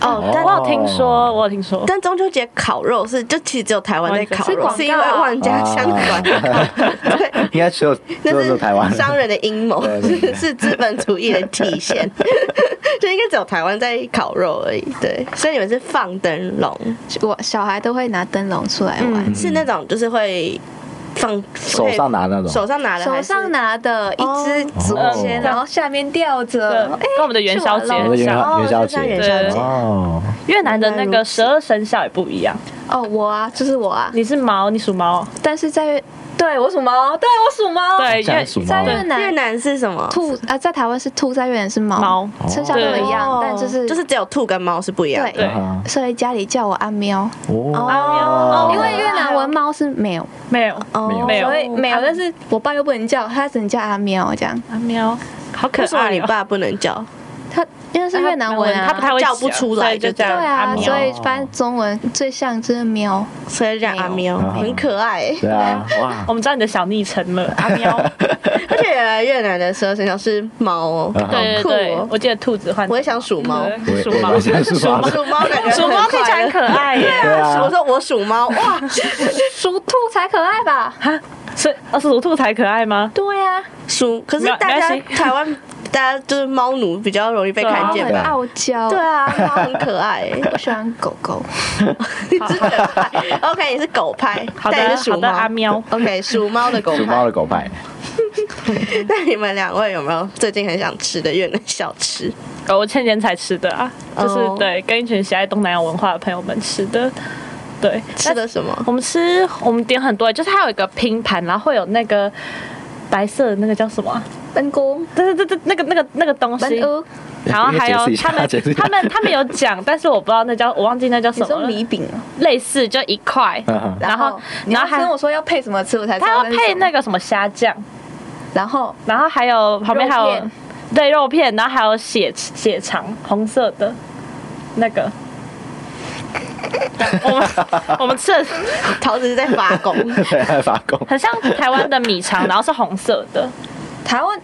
[SPEAKER 1] 哦，但
[SPEAKER 6] 我有听说，我有听说，
[SPEAKER 1] 但中秋节烤肉是，就其实只有台湾在烤
[SPEAKER 5] 是
[SPEAKER 1] 肉，
[SPEAKER 5] 广告啊
[SPEAKER 1] 是因为万家香
[SPEAKER 2] 啊
[SPEAKER 1] 馆， [laughs] 对，
[SPEAKER 2] 应该只有只有
[SPEAKER 1] 那
[SPEAKER 2] 只有
[SPEAKER 1] 是
[SPEAKER 2] 台湾
[SPEAKER 1] 商人的阴谋，
[SPEAKER 2] 对对对
[SPEAKER 1] 是是资本主义的体
[SPEAKER 2] [laughs]
[SPEAKER 1] 现，就应该只有台湾在烤肉而已。对，所以你们是放灯笼，
[SPEAKER 5] 我小孩都会拿灯笼出来玩，
[SPEAKER 1] 是那种就是会放
[SPEAKER 2] 嗯手上拿那种
[SPEAKER 1] 手上拿的，
[SPEAKER 5] 手上。拿的一只竹
[SPEAKER 2] 哦
[SPEAKER 5] 签，然后下面吊
[SPEAKER 6] 对，
[SPEAKER 5] 着。哎
[SPEAKER 6] 跟我们的元宵节
[SPEAKER 5] 去玩
[SPEAKER 6] 很
[SPEAKER 2] 元
[SPEAKER 6] 像。
[SPEAKER 2] 宵
[SPEAKER 1] 哦
[SPEAKER 2] 元宵
[SPEAKER 1] 就像元
[SPEAKER 2] 节
[SPEAKER 6] 宵节
[SPEAKER 2] 哦，
[SPEAKER 6] 越南的那个十二生肖也不一样，
[SPEAKER 5] 哦，我啊，就是我啊，
[SPEAKER 6] 你是猫，你属猫，
[SPEAKER 5] 但是在对我属猫，对我属猫，
[SPEAKER 6] 对，
[SPEAKER 2] 这样
[SPEAKER 6] 越
[SPEAKER 2] 属猫
[SPEAKER 5] 在
[SPEAKER 2] 对
[SPEAKER 5] 越
[SPEAKER 1] 越
[SPEAKER 5] 南
[SPEAKER 1] 南是什么？
[SPEAKER 5] 兔啊，在台湾是兔，在越南是猫，
[SPEAKER 6] 猫
[SPEAKER 5] 生肖都
[SPEAKER 6] 对
[SPEAKER 5] 一样
[SPEAKER 1] 哦，
[SPEAKER 5] 但就是
[SPEAKER 1] 就是只有兔跟猫是不一样的。
[SPEAKER 6] 对
[SPEAKER 5] 对，
[SPEAKER 2] 啊
[SPEAKER 5] 所以家里叫我阿喵，
[SPEAKER 2] 哦，
[SPEAKER 5] 因为越南文猫是没有。
[SPEAKER 6] 没有
[SPEAKER 1] 哦
[SPEAKER 6] 没有
[SPEAKER 5] 所以没有，但是我爸又不能叫，他只能叫阿喵这样。
[SPEAKER 6] 啊喵，好可
[SPEAKER 1] 为什么
[SPEAKER 6] 爱
[SPEAKER 1] 你
[SPEAKER 6] 哦。
[SPEAKER 1] 爸不能叫？
[SPEAKER 5] 他因为是越南文啊，
[SPEAKER 6] 他不太会
[SPEAKER 1] 叫不
[SPEAKER 6] 讲
[SPEAKER 1] 出
[SPEAKER 6] 所以
[SPEAKER 1] 来
[SPEAKER 6] 就
[SPEAKER 1] 就这
[SPEAKER 6] 这样。
[SPEAKER 1] 样
[SPEAKER 5] 对啊，
[SPEAKER 6] 阿喵
[SPEAKER 5] 所以翻中文最像就是喵。
[SPEAKER 1] 所以就讲阿喵，
[SPEAKER 2] 没有
[SPEAKER 1] 很可爱欸。
[SPEAKER 2] 对啊，哇
[SPEAKER 6] 我，们知道你的小昵称了，阿 [laughs] 喵。
[SPEAKER 1] 而且原来越南的蛇形象是猫哦，
[SPEAKER 2] 啊
[SPEAKER 6] 对对
[SPEAKER 1] 酷
[SPEAKER 6] 对
[SPEAKER 1] 哦，
[SPEAKER 6] 我记得兔子换
[SPEAKER 1] 我也想属
[SPEAKER 2] [laughs]
[SPEAKER 1] 猫，
[SPEAKER 6] 对
[SPEAKER 2] 我
[SPEAKER 6] 属
[SPEAKER 2] 也
[SPEAKER 6] 猫，
[SPEAKER 2] 我也想属猫
[SPEAKER 1] 属猫
[SPEAKER 6] [laughs]
[SPEAKER 1] 感觉
[SPEAKER 6] 属猫看起来很可爱耶。
[SPEAKER 2] 对
[SPEAKER 1] 爱。我
[SPEAKER 2] 啊，
[SPEAKER 1] 说我属猫，哇，
[SPEAKER 5] 属兔才可爱吧？
[SPEAKER 6] 所以，哦，属兔才可爱吗？
[SPEAKER 5] 对呀、
[SPEAKER 1] 属可是
[SPEAKER 6] 没有
[SPEAKER 1] 大家
[SPEAKER 6] 没关系
[SPEAKER 1] 台湾大家就是猫奴比较容易被看见
[SPEAKER 5] 很
[SPEAKER 1] 吧？
[SPEAKER 5] 傲娇，
[SPEAKER 1] 对啊，猫很可
[SPEAKER 6] [laughs]
[SPEAKER 1] 爱、
[SPEAKER 5] 我喜欢狗狗。
[SPEAKER 1] 你是狗派，OK，你是狗派，
[SPEAKER 6] 好的
[SPEAKER 1] 但你是
[SPEAKER 6] 好
[SPEAKER 1] 属
[SPEAKER 6] 的
[SPEAKER 1] 猫
[SPEAKER 6] 阿喵
[SPEAKER 1] ，OK，属猫的狗
[SPEAKER 2] 属猫
[SPEAKER 1] 派
[SPEAKER 2] 的。狗派，
[SPEAKER 1] 那你们两位有没有最近很想吃的越南小吃？
[SPEAKER 6] 哦我前几天才吃的啊，就是、
[SPEAKER 1] 哦
[SPEAKER 6] 对，跟一群喜爱东南亚文化的朋友们吃的，对，
[SPEAKER 1] 吃的什么？
[SPEAKER 6] 我们吃，我们点很多，就是它有一个拼盘，然后会有那个白色的那个叫什么啊、
[SPEAKER 5] 本宫，
[SPEAKER 6] 对对对对，那个那个那个东
[SPEAKER 5] 本
[SPEAKER 6] 西。
[SPEAKER 5] 屋，
[SPEAKER 6] 然后还有
[SPEAKER 2] 你解释一下
[SPEAKER 6] 他们
[SPEAKER 2] 解释一下
[SPEAKER 6] 他们他们有讲，但是我不知道那叫，我忘记那叫
[SPEAKER 5] 你
[SPEAKER 6] 什么
[SPEAKER 5] 说
[SPEAKER 6] 了，
[SPEAKER 5] 米饼啊？
[SPEAKER 6] 类似就一块，
[SPEAKER 2] 嗯哼
[SPEAKER 6] 然后
[SPEAKER 5] 你
[SPEAKER 6] 然后
[SPEAKER 5] 要跟
[SPEAKER 6] 还
[SPEAKER 5] 我说要配什么吃，我才知
[SPEAKER 6] 它
[SPEAKER 5] 道
[SPEAKER 6] 要
[SPEAKER 5] 是什
[SPEAKER 6] 配
[SPEAKER 5] 么
[SPEAKER 6] 那，个什么虾酱，
[SPEAKER 5] 然后
[SPEAKER 6] 然后还有旁边还
[SPEAKER 5] 肉
[SPEAKER 6] 有
[SPEAKER 5] 片
[SPEAKER 6] 对肉片，然后还有血血肠，红色的那 [laughs] 个。我们我们吃的
[SPEAKER 1] 桃子是在发
[SPEAKER 6] [laughs]
[SPEAKER 1] 功，
[SPEAKER 2] 对，还发功，
[SPEAKER 6] 很像台湾的米肠，然后是红色的，
[SPEAKER 5] 台湾。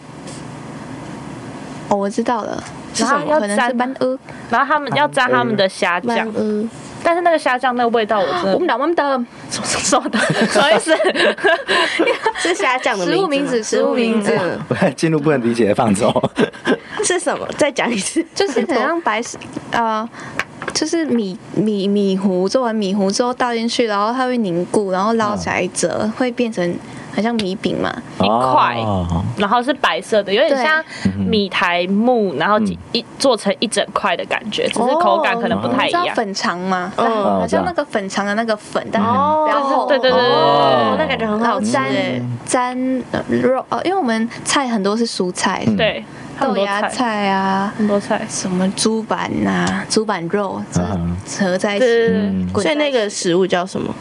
[SPEAKER 5] 哦，我知道了，
[SPEAKER 6] 是什么
[SPEAKER 5] 然后可能是
[SPEAKER 6] 沾
[SPEAKER 5] 班屋，
[SPEAKER 6] 然后他们要沾他们的虾
[SPEAKER 5] 班
[SPEAKER 6] 酱，
[SPEAKER 5] 屋，
[SPEAKER 6] 但是那个虾酱那个味道我真
[SPEAKER 5] 我们
[SPEAKER 6] 的
[SPEAKER 5] 打我们的
[SPEAKER 6] 什么 [laughs] 什么的，什么
[SPEAKER 5] [laughs]
[SPEAKER 6] 意思？
[SPEAKER 1] 是虾酱的
[SPEAKER 5] 食物名
[SPEAKER 1] 吗
[SPEAKER 5] 字，食物名字，
[SPEAKER 1] 嗯
[SPEAKER 2] 我还进入不能理解的范畴。
[SPEAKER 1] 是什么？再讲一次，
[SPEAKER 5] 就是很像白色，呃，就是米米米糊，做完米糊之后倒进去，然后它会凝固，然后捞起来折，会变成很像米饼嘛。
[SPEAKER 6] 一块
[SPEAKER 2] 哦
[SPEAKER 6] 然后是白色的，有点
[SPEAKER 5] 对嗯
[SPEAKER 6] 像米苔木，然后几一做成一整块的感觉，只是口感可能不
[SPEAKER 5] 哦
[SPEAKER 6] 太一
[SPEAKER 5] 你知道
[SPEAKER 6] 样。
[SPEAKER 5] 粉肠吗？
[SPEAKER 1] 嗯
[SPEAKER 5] 嗯，好像
[SPEAKER 2] 哦我知道嗯
[SPEAKER 5] 那个粉肠的那个粉，但是
[SPEAKER 1] 哦
[SPEAKER 5] 比较厚。
[SPEAKER 6] 对对对对
[SPEAKER 1] 哦
[SPEAKER 6] 对，
[SPEAKER 1] 那感觉很好
[SPEAKER 6] 哦
[SPEAKER 1] 吃
[SPEAKER 5] 沾
[SPEAKER 1] 哎。
[SPEAKER 5] 沾呃肉呃，因为我们菜很多是蔬菜，
[SPEAKER 2] 嗯
[SPEAKER 6] 对对，很
[SPEAKER 5] 豆
[SPEAKER 6] 多
[SPEAKER 5] 芽
[SPEAKER 6] 菜，
[SPEAKER 5] 菜啊，
[SPEAKER 6] 很多菜。
[SPEAKER 5] 什么猪板呐、猪板肉，这
[SPEAKER 2] 嗯
[SPEAKER 5] 合在一
[SPEAKER 6] 对对
[SPEAKER 5] 起，
[SPEAKER 6] 对
[SPEAKER 2] 嗯
[SPEAKER 1] 所以那个食物叫什么？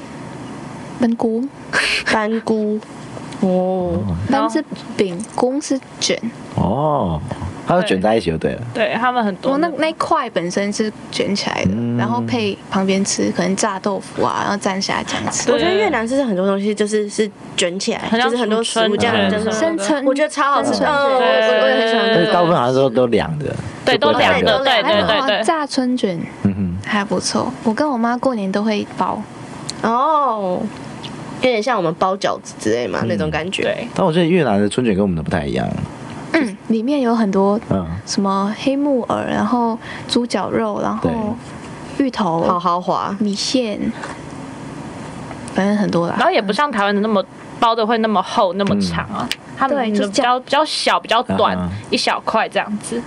[SPEAKER 5] 焖菇，
[SPEAKER 1] 斑菇。哦，
[SPEAKER 6] 然后
[SPEAKER 5] 焖是饼，菇是卷。
[SPEAKER 2] 哦，它就卷在一起就对了。
[SPEAKER 6] 对他们很
[SPEAKER 5] 我
[SPEAKER 6] 多
[SPEAKER 5] 哦
[SPEAKER 1] 哦
[SPEAKER 5] 那
[SPEAKER 6] 那
[SPEAKER 5] 那一块本身是卷起来的，
[SPEAKER 2] 嗯
[SPEAKER 5] 然后配旁边吃，可能炸豆腐啊，然后蘸虾酱吃
[SPEAKER 1] 我。觉得
[SPEAKER 6] 对
[SPEAKER 1] 越南就是很多东西就是是卷起来，
[SPEAKER 6] 很
[SPEAKER 1] 啊就
[SPEAKER 6] 像
[SPEAKER 1] 是很多食
[SPEAKER 6] 春
[SPEAKER 1] 物这样
[SPEAKER 6] 卷
[SPEAKER 1] 就是
[SPEAKER 6] 什么的
[SPEAKER 5] 生
[SPEAKER 1] 我觉得超好吃。
[SPEAKER 5] 生
[SPEAKER 1] 嗯，
[SPEAKER 5] 春
[SPEAKER 1] 我我
[SPEAKER 6] 对
[SPEAKER 1] 我也很喜欢
[SPEAKER 2] 但
[SPEAKER 1] 吃
[SPEAKER 2] 是大部分好像都都凉的，
[SPEAKER 6] 对
[SPEAKER 2] 就不会
[SPEAKER 6] 都凉
[SPEAKER 2] 太
[SPEAKER 6] 的
[SPEAKER 2] 热
[SPEAKER 6] 对
[SPEAKER 1] 对
[SPEAKER 5] 还有
[SPEAKER 6] 对对
[SPEAKER 5] 哎哦炸春卷
[SPEAKER 2] 嗯哼，
[SPEAKER 5] 还不错，我跟我妈过年都会包。
[SPEAKER 1] 哦，有点像我们包饺子之类嘛
[SPEAKER 2] 嗯
[SPEAKER 1] 那种感觉。
[SPEAKER 6] 对，
[SPEAKER 2] 但我觉得越南的春卷跟我们的不太一样。
[SPEAKER 5] 嗯，里面有很多
[SPEAKER 2] 嗯，
[SPEAKER 5] 什么黑木耳，然后猪脚肉，然后
[SPEAKER 1] 哦
[SPEAKER 5] 芋
[SPEAKER 1] 好
[SPEAKER 5] 头、
[SPEAKER 1] 豪华。
[SPEAKER 5] 米线，反正很多啦。
[SPEAKER 6] 然后也不像台湾的那么包的会那么厚那么长啊，
[SPEAKER 2] 嗯
[SPEAKER 6] 他
[SPEAKER 5] 对
[SPEAKER 6] 们
[SPEAKER 5] 就
[SPEAKER 6] 的
[SPEAKER 5] 是
[SPEAKER 6] 比较比较小比较短
[SPEAKER 2] 啊哈，
[SPEAKER 6] 一小块这样子，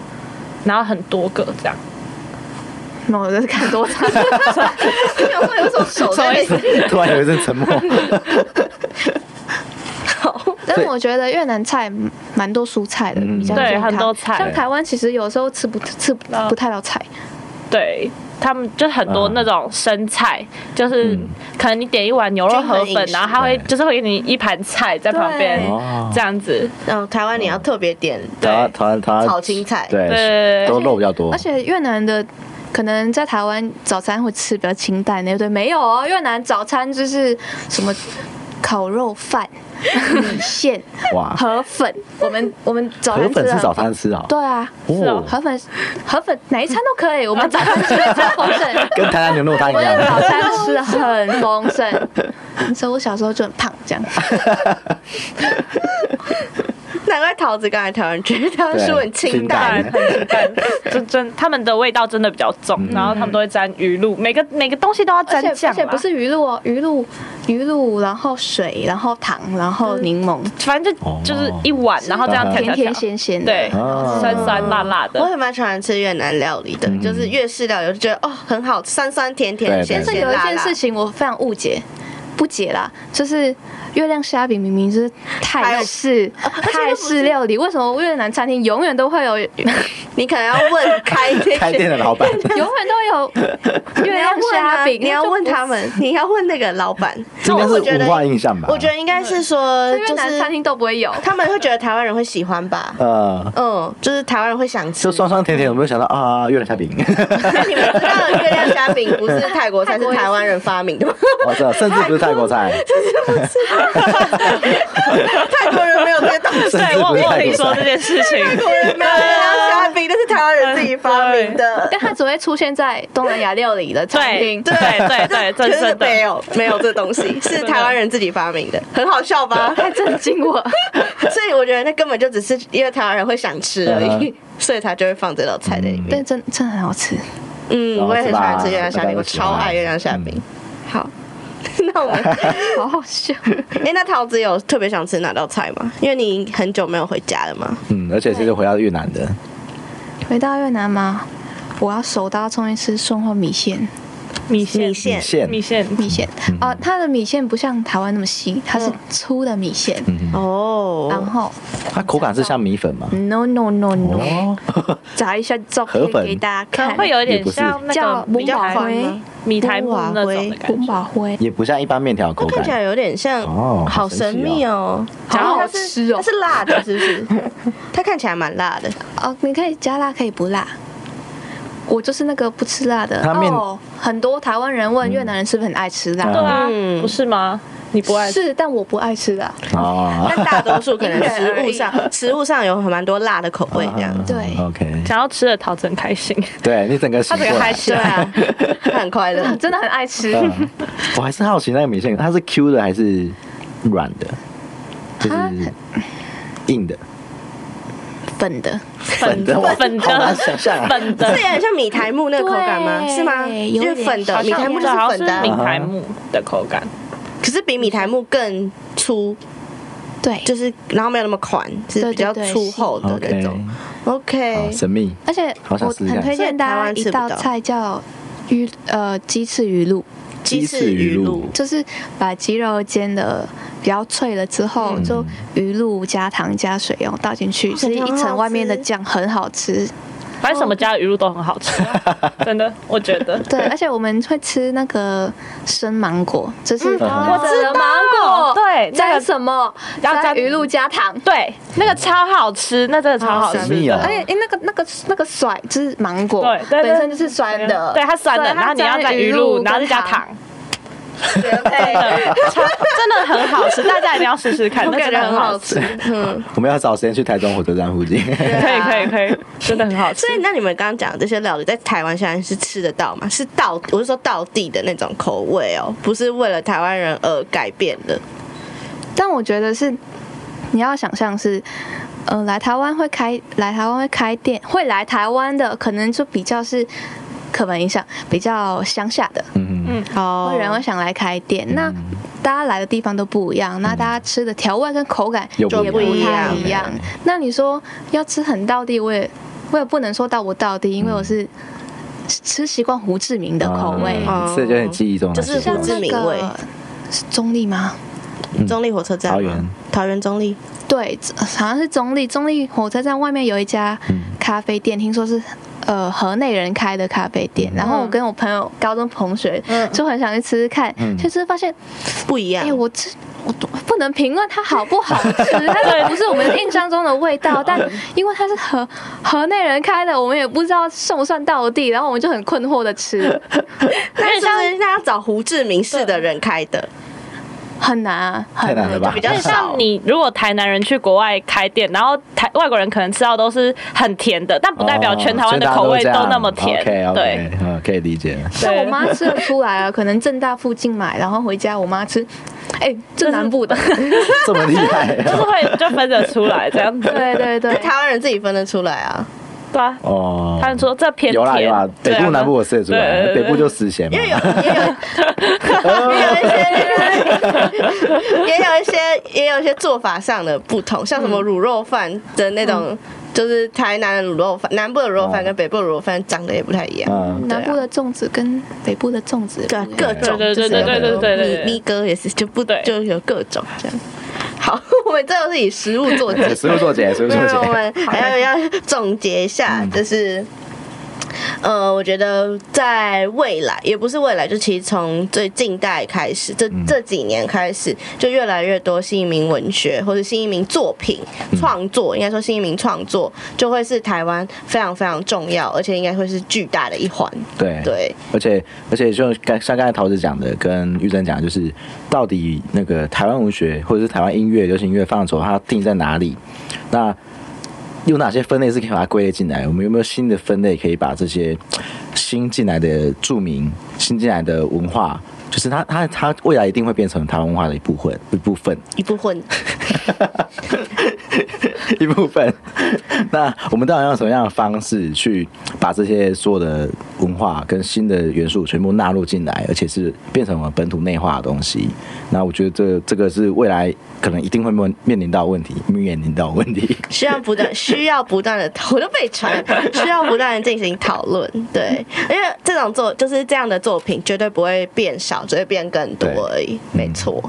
[SPEAKER 6] 然后很多个这样。
[SPEAKER 5] 那我就是看
[SPEAKER 6] [laughs]
[SPEAKER 5] 多长，有会有种手
[SPEAKER 1] 什么意思
[SPEAKER 2] [laughs] 突然有一阵沉
[SPEAKER 1] [laughs]
[SPEAKER 2] 默。
[SPEAKER 5] 但我觉得越南菜蛮多蔬菜的，
[SPEAKER 2] 嗯
[SPEAKER 5] 比较
[SPEAKER 6] 对
[SPEAKER 5] 健康
[SPEAKER 6] 很多菜
[SPEAKER 5] 像台湾其实有时候吃不吃不
[SPEAKER 6] 嗯
[SPEAKER 5] 不太到菜，
[SPEAKER 6] 对他们就很多
[SPEAKER 2] 嗯
[SPEAKER 6] 那种生菜，就是
[SPEAKER 2] 嗯
[SPEAKER 6] 可能你点一碗牛肉河
[SPEAKER 1] 均衡饮
[SPEAKER 6] 粉，
[SPEAKER 1] 食
[SPEAKER 6] 然后他会
[SPEAKER 2] 对
[SPEAKER 6] 就是会给你一盘菜在旁边
[SPEAKER 5] 对
[SPEAKER 2] 哦
[SPEAKER 6] 这样子，
[SPEAKER 1] 然后台湾你要特别点
[SPEAKER 6] 对
[SPEAKER 2] 它它它
[SPEAKER 1] 炒青菜
[SPEAKER 2] 对，
[SPEAKER 6] 对
[SPEAKER 2] 都肉比较多，
[SPEAKER 5] 而且越南的。可能在台湾早餐会吃比较清淡，对不对？没有哦，越南早餐就是什么烤肉
[SPEAKER 6] [laughs]
[SPEAKER 5] 饭、米线、
[SPEAKER 2] 哇，
[SPEAKER 5] 河粉。我
[SPEAKER 2] [laughs]
[SPEAKER 5] 们我们早
[SPEAKER 2] 河
[SPEAKER 5] 餐
[SPEAKER 2] 粉
[SPEAKER 5] 吃
[SPEAKER 2] 是
[SPEAKER 5] 的
[SPEAKER 2] 早餐吃啊，
[SPEAKER 5] 对啊，
[SPEAKER 2] 哦
[SPEAKER 5] 河粉河粉哪一餐都可以。我们早餐吃的超丰
[SPEAKER 2] [laughs]
[SPEAKER 5] 盛，
[SPEAKER 2] 跟台南牛肉汤一
[SPEAKER 5] 我的
[SPEAKER 2] 样。
[SPEAKER 5] 早餐吃的很丰盛。所以我小时候就很胖，这样。
[SPEAKER 1] 难怪桃子刚才台湾觉得他们食物很清淡
[SPEAKER 2] 对清，淡
[SPEAKER 6] 很清淡，就真他们的味道真的比较重，然后他们都会沾鱼露，每个每个东西都要
[SPEAKER 5] 而
[SPEAKER 6] 沾
[SPEAKER 2] 啊
[SPEAKER 5] 且
[SPEAKER 6] 酱
[SPEAKER 5] 而且
[SPEAKER 6] 啦，
[SPEAKER 5] 不是鱼露哦，鱼露鱼露，然后水，然后糖，然后柠檬，
[SPEAKER 6] 反正
[SPEAKER 2] 哦
[SPEAKER 6] 就就是一碗，然后这样
[SPEAKER 5] 甜
[SPEAKER 6] 调
[SPEAKER 5] 甜
[SPEAKER 6] 调调，
[SPEAKER 5] 咸咸的。
[SPEAKER 6] 对，
[SPEAKER 2] 哦
[SPEAKER 6] 酸酸辣辣
[SPEAKER 1] 我
[SPEAKER 6] 的，
[SPEAKER 1] 还蛮喜欢吃越南料理的，就是越式料理，我就觉得哦很好，酸酸甜甜，
[SPEAKER 2] 嗯对
[SPEAKER 1] 咸
[SPEAKER 5] 但
[SPEAKER 1] 咸
[SPEAKER 5] 是有一
[SPEAKER 1] 辣
[SPEAKER 5] 件
[SPEAKER 1] 辣
[SPEAKER 5] 事。情我非常误解。不解啦，就是月亮虾饼明明就是泰式泰式料理，为什么越南餐厅永远都会有永
[SPEAKER 1] 你可能要问开
[SPEAKER 2] [laughs] 开
[SPEAKER 1] 店
[SPEAKER 2] 店的
[SPEAKER 1] [laughs]
[SPEAKER 2] 老板，
[SPEAKER 5] [laughs] 远都有月亮虾饼？
[SPEAKER 1] 你要问他
[SPEAKER 5] 们，
[SPEAKER 1] 们，你要问那个老板。
[SPEAKER 2] 应该
[SPEAKER 1] 我觉
[SPEAKER 2] 是
[SPEAKER 1] 得
[SPEAKER 2] 文化印象吧？
[SPEAKER 1] 我觉得应该是说，
[SPEAKER 5] 越
[SPEAKER 1] 就
[SPEAKER 5] 南餐
[SPEAKER 1] 是
[SPEAKER 5] 厅都不会有。
[SPEAKER 1] 他们会觉得台湾人会喜欢吧。
[SPEAKER 2] 呃，
[SPEAKER 1] 嗯，就是台湾人会想吃
[SPEAKER 2] 就。酸酸甜甜，有没有想到啊？月亮虾饼，
[SPEAKER 1] 那 [laughs] 你们知道月亮虾饼不是
[SPEAKER 2] [laughs]
[SPEAKER 1] 泰国菜，
[SPEAKER 5] 泰
[SPEAKER 1] 是
[SPEAKER 5] 国也是
[SPEAKER 1] 台湾人发明的
[SPEAKER 6] [laughs]
[SPEAKER 1] 吗？
[SPEAKER 2] 哦，
[SPEAKER 1] [laughs]
[SPEAKER 2] 这甚至不是泰国菜，
[SPEAKER 1] 泰国人没有这个东西，
[SPEAKER 2] 甚
[SPEAKER 6] 对
[SPEAKER 2] 至
[SPEAKER 6] 我
[SPEAKER 2] 不
[SPEAKER 6] 我
[SPEAKER 2] 是
[SPEAKER 6] 有
[SPEAKER 2] 泰
[SPEAKER 6] 听
[SPEAKER 2] 国
[SPEAKER 6] 说这
[SPEAKER 2] 菜。
[SPEAKER 6] 件事情，
[SPEAKER 1] 泰国人没有月亮虾饼，那是台湾人自己己发明
[SPEAKER 6] [laughs]
[SPEAKER 1] 的。
[SPEAKER 5] 但它只会出现在东南亚 [laughs] 料理的餐
[SPEAKER 6] 对
[SPEAKER 5] 厅。
[SPEAKER 6] 对
[SPEAKER 1] [laughs]
[SPEAKER 6] 对对，
[SPEAKER 1] 就
[SPEAKER 6] 真
[SPEAKER 1] 是
[SPEAKER 6] 真的
[SPEAKER 1] 没有没有这东西，是台湾人自己发明的，很好笑
[SPEAKER 6] [laughs]
[SPEAKER 1] 吧？
[SPEAKER 5] 太震惊我！
[SPEAKER 1] [laughs] 所以我觉得那根本就只是因为台湾人会想吃而已， [laughs] 所以他就会放这道菜在里面。
[SPEAKER 5] 但真真的很好吃。
[SPEAKER 1] 嗯，
[SPEAKER 2] 哦
[SPEAKER 1] 我也很喜欢
[SPEAKER 2] 是吧
[SPEAKER 1] 吃月亮虾饼，
[SPEAKER 6] 哦
[SPEAKER 2] 大
[SPEAKER 1] 我
[SPEAKER 2] 家都喜欢
[SPEAKER 1] 超爱月亮虾饼。
[SPEAKER 6] 嗯
[SPEAKER 1] 好， [laughs] 那我
[SPEAKER 6] [laughs]
[SPEAKER 1] 们，
[SPEAKER 5] 好好笑。
[SPEAKER 1] 哎、那桃子有特别想吃哪道菜吗？因为你很久没有回家了嘛。
[SPEAKER 2] 嗯，而且这是回到越南的，
[SPEAKER 5] [laughs] 回到越南吗？我要手刀冲去吃顺化米线，
[SPEAKER 6] 米线
[SPEAKER 1] 米线
[SPEAKER 2] 线
[SPEAKER 6] 米线，
[SPEAKER 5] 米线
[SPEAKER 2] 嗯
[SPEAKER 5] 啊、它的米线不像台湾那么细，它是粗的米线。然
[SPEAKER 1] 哦，
[SPEAKER 5] 后
[SPEAKER 2] 嗯它口感是像米粉吗？
[SPEAKER 5] ，no no no
[SPEAKER 1] 嗯
[SPEAKER 5] no，、
[SPEAKER 2] 哦， [laughs]
[SPEAKER 5] 找一下照
[SPEAKER 2] 河
[SPEAKER 5] 片
[SPEAKER 2] 粉
[SPEAKER 5] 给大家
[SPEAKER 6] 可能
[SPEAKER 5] 看，
[SPEAKER 6] 会有一
[SPEAKER 2] 也
[SPEAKER 6] 点
[SPEAKER 2] 不是
[SPEAKER 6] 像那
[SPEAKER 5] 叫
[SPEAKER 6] 个
[SPEAKER 5] 蒙
[SPEAKER 6] 米苔
[SPEAKER 5] 瓦
[SPEAKER 1] 木
[SPEAKER 5] 灰
[SPEAKER 1] 吗，
[SPEAKER 6] 米苔木那种的
[SPEAKER 5] 红
[SPEAKER 6] 感觉。
[SPEAKER 5] 宝灰，
[SPEAKER 2] 也不像一般面条口
[SPEAKER 1] 看起来
[SPEAKER 2] 感，
[SPEAKER 1] 有点像，
[SPEAKER 2] 哦
[SPEAKER 1] 好
[SPEAKER 2] 好
[SPEAKER 1] 神
[SPEAKER 2] 神
[SPEAKER 1] 秘
[SPEAKER 2] 秘
[SPEAKER 1] 哦。
[SPEAKER 5] 好
[SPEAKER 1] 然后它
[SPEAKER 5] 好吃
[SPEAKER 1] 是
[SPEAKER 5] 哦
[SPEAKER 1] 它是辣的，是不
[SPEAKER 5] [laughs]
[SPEAKER 1] 是？它看起来蛮辣的。
[SPEAKER 5] 哦，你可以加辣，可以不辣。我就是那个不吃辣的
[SPEAKER 2] 他面
[SPEAKER 5] 哦。很多台湾人问越南人是不是很爱吃辣，
[SPEAKER 6] 对啊
[SPEAKER 1] 嗯，
[SPEAKER 6] 不是吗？你不爱吃？
[SPEAKER 5] 是，但我不爱吃辣。
[SPEAKER 2] 哦，
[SPEAKER 1] 但大多数可能
[SPEAKER 5] 因人
[SPEAKER 1] 食
[SPEAKER 5] 而
[SPEAKER 1] 物
[SPEAKER 5] 异
[SPEAKER 1] 上，食物上有蛮多辣的口味这
[SPEAKER 5] [laughs]
[SPEAKER 1] 样。
[SPEAKER 5] 对
[SPEAKER 2] ，OK，
[SPEAKER 6] 想要吃的桃子很开心，
[SPEAKER 2] 对你整个
[SPEAKER 6] 他
[SPEAKER 2] 醒
[SPEAKER 6] 整
[SPEAKER 2] 过
[SPEAKER 6] 个嗨
[SPEAKER 2] 来。
[SPEAKER 6] 起
[SPEAKER 1] 对
[SPEAKER 6] 来。
[SPEAKER 1] 啊，他很快乐。
[SPEAKER 5] [laughs] 真的很爱吃，
[SPEAKER 2] 嗯我还是好奇那个米线，它是 Q 的还是软的？就是硬的，
[SPEAKER 5] 粉的，
[SPEAKER 2] 粉的，哇
[SPEAKER 6] 粉的
[SPEAKER 2] 好难想象啊。
[SPEAKER 6] 粉的
[SPEAKER 1] 是，也很像米苔木那个口感吗？
[SPEAKER 5] 对
[SPEAKER 1] 是吗？
[SPEAKER 5] 有
[SPEAKER 1] 就是
[SPEAKER 5] 点
[SPEAKER 1] 粉的
[SPEAKER 6] 好
[SPEAKER 1] 米
[SPEAKER 6] 像
[SPEAKER 1] 苔木就是
[SPEAKER 6] 好
[SPEAKER 1] 粉
[SPEAKER 6] 像
[SPEAKER 1] 的
[SPEAKER 6] 是
[SPEAKER 1] 啊，
[SPEAKER 6] 米苔木的口感，
[SPEAKER 1] 可是比米苔木更粗，
[SPEAKER 5] 对，
[SPEAKER 1] 就是然后没有那么宽，是比较
[SPEAKER 5] 对对对
[SPEAKER 1] 粗厚的那
[SPEAKER 2] OK，
[SPEAKER 1] 种。OK，
[SPEAKER 2] 好神秘。
[SPEAKER 5] 而且
[SPEAKER 2] 好
[SPEAKER 5] 我
[SPEAKER 2] 想试试
[SPEAKER 5] 很
[SPEAKER 2] 看
[SPEAKER 5] 推荐大家一道菜叫鱼呃鸡翅鱼露，
[SPEAKER 1] 鸡翅鱼
[SPEAKER 2] 鱼
[SPEAKER 1] 露
[SPEAKER 2] 露，
[SPEAKER 5] 就是把鸡肉煎的比较脆了之后，
[SPEAKER 2] 嗯
[SPEAKER 5] 就鱼露加糖加水，然后倒进去，
[SPEAKER 1] 感
[SPEAKER 5] 是
[SPEAKER 1] 觉
[SPEAKER 5] 一
[SPEAKER 1] 很好
[SPEAKER 5] 层
[SPEAKER 1] 吃
[SPEAKER 5] 外面的酱很好吃。
[SPEAKER 6] 反正什么家的鱼露都很好吃，啊 [laughs] 真的，我觉得。
[SPEAKER 5] 对，而且我们会吃那个生芒果，就是
[SPEAKER 2] 我
[SPEAKER 6] 知道
[SPEAKER 5] 芒果
[SPEAKER 6] 对那
[SPEAKER 5] 加
[SPEAKER 6] 个
[SPEAKER 5] 什么？
[SPEAKER 6] 然后
[SPEAKER 5] 加
[SPEAKER 6] 加
[SPEAKER 5] 鱼露加糖。
[SPEAKER 6] 对，那个超好吃，那真的超啊好
[SPEAKER 2] 好
[SPEAKER 6] 吃
[SPEAKER 2] 神秘
[SPEAKER 6] 的
[SPEAKER 2] 哦
[SPEAKER 5] 而且，哎诶那个、那个、那个甩就是芒果，
[SPEAKER 6] 对对对
[SPEAKER 5] 本身就是酸的，
[SPEAKER 6] 对它酸的，
[SPEAKER 5] 对
[SPEAKER 6] 然后你要
[SPEAKER 5] 加
[SPEAKER 6] 再鱼
[SPEAKER 5] 跟
[SPEAKER 6] 露，然后再加糖，
[SPEAKER 1] 绝配，
[SPEAKER 6] [laughs] 超真的很好吃，大家一定要试试看，
[SPEAKER 1] 我
[SPEAKER 6] 那
[SPEAKER 1] 感
[SPEAKER 6] 真的
[SPEAKER 1] 觉很
[SPEAKER 6] 很
[SPEAKER 1] 好
[SPEAKER 6] 好
[SPEAKER 1] 吃
[SPEAKER 6] 吃，。
[SPEAKER 2] 我们要找时间去台中火车站附近。
[SPEAKER 1] 对
[SPEAKER 6] 可以
[SPEAKER 1] 啊
[SPEAKER 6] 可以。可以，真的很好吃
[SPEAKER 1] 所。以，那你们刚刚讲的这些料理，在台湾现在是吃得到吗？是到，我是说到地的那种口味哦，不是为了台湾人而改变的。
[SPEAKER 5] 但我觉得是，你要想象是，呃，来台湾会开来台湾会开店，会来台湾的可能就比较是刻板印象，比较乡下的，
[SPEAKER 2] 嗯嗯，
[SPEAKER 1] 哦
[SPEAKER 5] 会人会想来开店。那大家来的地方都不一样，那大家吃的调味跟口感
[SPEAKER 2] 嗯又
[SPEAKER 5] 就
[SPEAKER 2] 不
[SPEAKER 5] 也
[SPEAKER 2] 一
[SPEAKER 5] 不
[SPEAKER 1] 样
[SPEAKER 5] 太一样
[SPEAKER 2] 对。
[SPEAKER 5] 那你说要吃很到地，我也我也不能说到不到地，因为我是吃习惯胡志明的口味，
[SPEAKER 2] [laughs]
[SPEAKER 1] 哦
[SPEAKER 2] 嗯这就很记忆中的
[SPEAKER 1] 就是
[SPEAKER 2] 习惯
[SPEAKER 1] 胡
[SPEAKER 5] 像
[SPEAKER 1] 志明
[SPEAKER 5] 那
[SPEAKER 1] 味
[SPEAKER 5] 个是中立吗？
[SPEAKER 1] 中立火车站
[SPEAKER 2] 桃
[SPEAKER 1] 吗，
[SPEAKER 2] 园
[SPEAKER 1] 桃园中立，
[SPEAKER 5] 对，好像是中立中立火车站外面有一家
[SPEAKER 2] 嗯
[SPEAKER 5] 咖啡店，听说是呃河内人开的咖啡
[SPEAKER 2] 嗯
[SPEAKER 5] 店。然后我跟我朋友高中同学
[SPEAKER 1] 嗯
[SPEAKER 5] 就很想去吃吃看，
[SPEAKER 2] 嗯
[SPEAKER 5] 去吃发现，
[SPEAKER 1] 不一样
[SPEAKER 5] 哎，。我吃。我我不能评论它好
[SPEAKER 1] [laughs]
[SPEAKER 5] 不好吃，它不是我们印象中的味道，但因为它是河河内人开的，我们也不知道算不算到地，然后我们就很困惑的
[SPEAKER 1] [laughs]
[SPEAKER 5] 吃，
[SPEAKER 1] 那是不是那要找胡志明市的人开的？
[SPEAKER 5] 很难啊，
[SPEAKER 2] 太
[SPEAKER 5] 很
[SPEAKER 2] 难了吧？
[SPEAKER 1] 比较
[SPEAKER 2] [laughs]
[SPEAKER 6] 就像你如果台南人去国外开店，然后台外国人可能吃到都是很甜的，
[SPEAKER 2] 哦
[SPEAKER 6] 但不代表全台湾的口味都那么甜。
[SPEAKER 2] OK
[SPEAKER 6] 对
[SPEAKER 2] OK，嗯，可以理解。
[SPEAKER 5] 但
[SPEAKER 6] 对
[SPEAKER 5] 我妈吃得出来啊，可能正大附近买，然后回家我妈吃，哎、这南
[SPEAKER 1] [laughs]
[SPEAKER 5] 部的，
[SPEAKER 2] 这么厉害
[SPEAKER 6] 就是会就分得出来这样子。
[SPEAKER 5] 对对对，
[SPEAKER 1] 台湾人自己分得出来啊，
[SPEAKER 6] 对啊，
[SPEAKER 2] 哦。
[SPEAKER 6] 他们说这偏
[SPEAKER 2] 有啦有啦
[SPEAKER 6] 甜，，
[SPEAKER 2] 北部南部我吃得出来，啊 [laughs] 北部就是死咸嘛
[SPEAKER 1] 因。为有也有也有一些也有一些也有一些做法上的不同，像什么卤肉饭的那种，就是台南的卤肉饭，南部的卤肉饭
[SPEAKER 2] 哦
[SPEAKER 1] 跟北部的卤肉饭长得也不太一样。
[SPEAKER 2] 嗯，
[SPEAKER 5] 南部的粽子跟北部的粽子
[SPEAKER 1] 啊对啊，
[SPEAKER 5] 不一
[SPEAKER 1] 各
[SPEAKER 5] 样
[SPEAKER 1] 种
[SPEAKER 6] 对对
[SPEAKER 1] 就是
[SPEAKER 6] 对
[SPEAKER 2] 对对
[SPEAKER 1] 有
[SPEAKER 6] 对对对
[SPEAKER 1] 米米哥也是就不
[SPEAKER 6] 对
[SPEAKER 1] 就有各种这样。好，我们最后是以食物做结
[SPEAKER 2] 对，食物作
[SPEAKER 1] [laughs]
[SPEAKER 2] 结，食物
[SPEAKER 1] 没
[SPEAKER 2] 作
[SPEAKER 1] 有，我
[SPEAKER 2] 结。
[SPEAKER 1] 们还要要总结一下，就是。呃，我觉得在未来，也不是未来，就其实从最近代开始，这、这几年开始，就越来越多新移民文学或者新移民作品创作，应该说新移民创作就会是台湾非常非常重要，而且应该会是巨大的一环。
[SPEAKER 2] 对
[SPEAKER 1] 对，
[SPEAKER 2] 而且而且就刚像刚才桃子讲的，跟玉珍讲的，就是到底那个台湾文学或者是台湾音乐、流行音乐放的时候，它定在哪里？那有哪些分类是可以把它归类进来？我们有没有新的分类可以把这些新进来的著名、新进来的文化，就是它它它未来一定会变成台湾文化的一部分一部分
[SPEAKER 1] 一部分。
[SPEAKER 2] [laughs] 一部分。那我们到底用什么样的方式去把这些所有的文化跟新的元素全部纳入进来，而且是变成我们本土内化的东西？那我觉得这这个是未来可能一定会面面临到的问题， [laughs] 面临到的问题。
[SPEAKER 1] 需要不断需要不断的，我都被传，需要不断的进行讨论。对，因为这种作就是这样的作品绝对不会变少，只会变更多而已。
[SPEAKER 2] 对
[SPEAKER 1] 没错。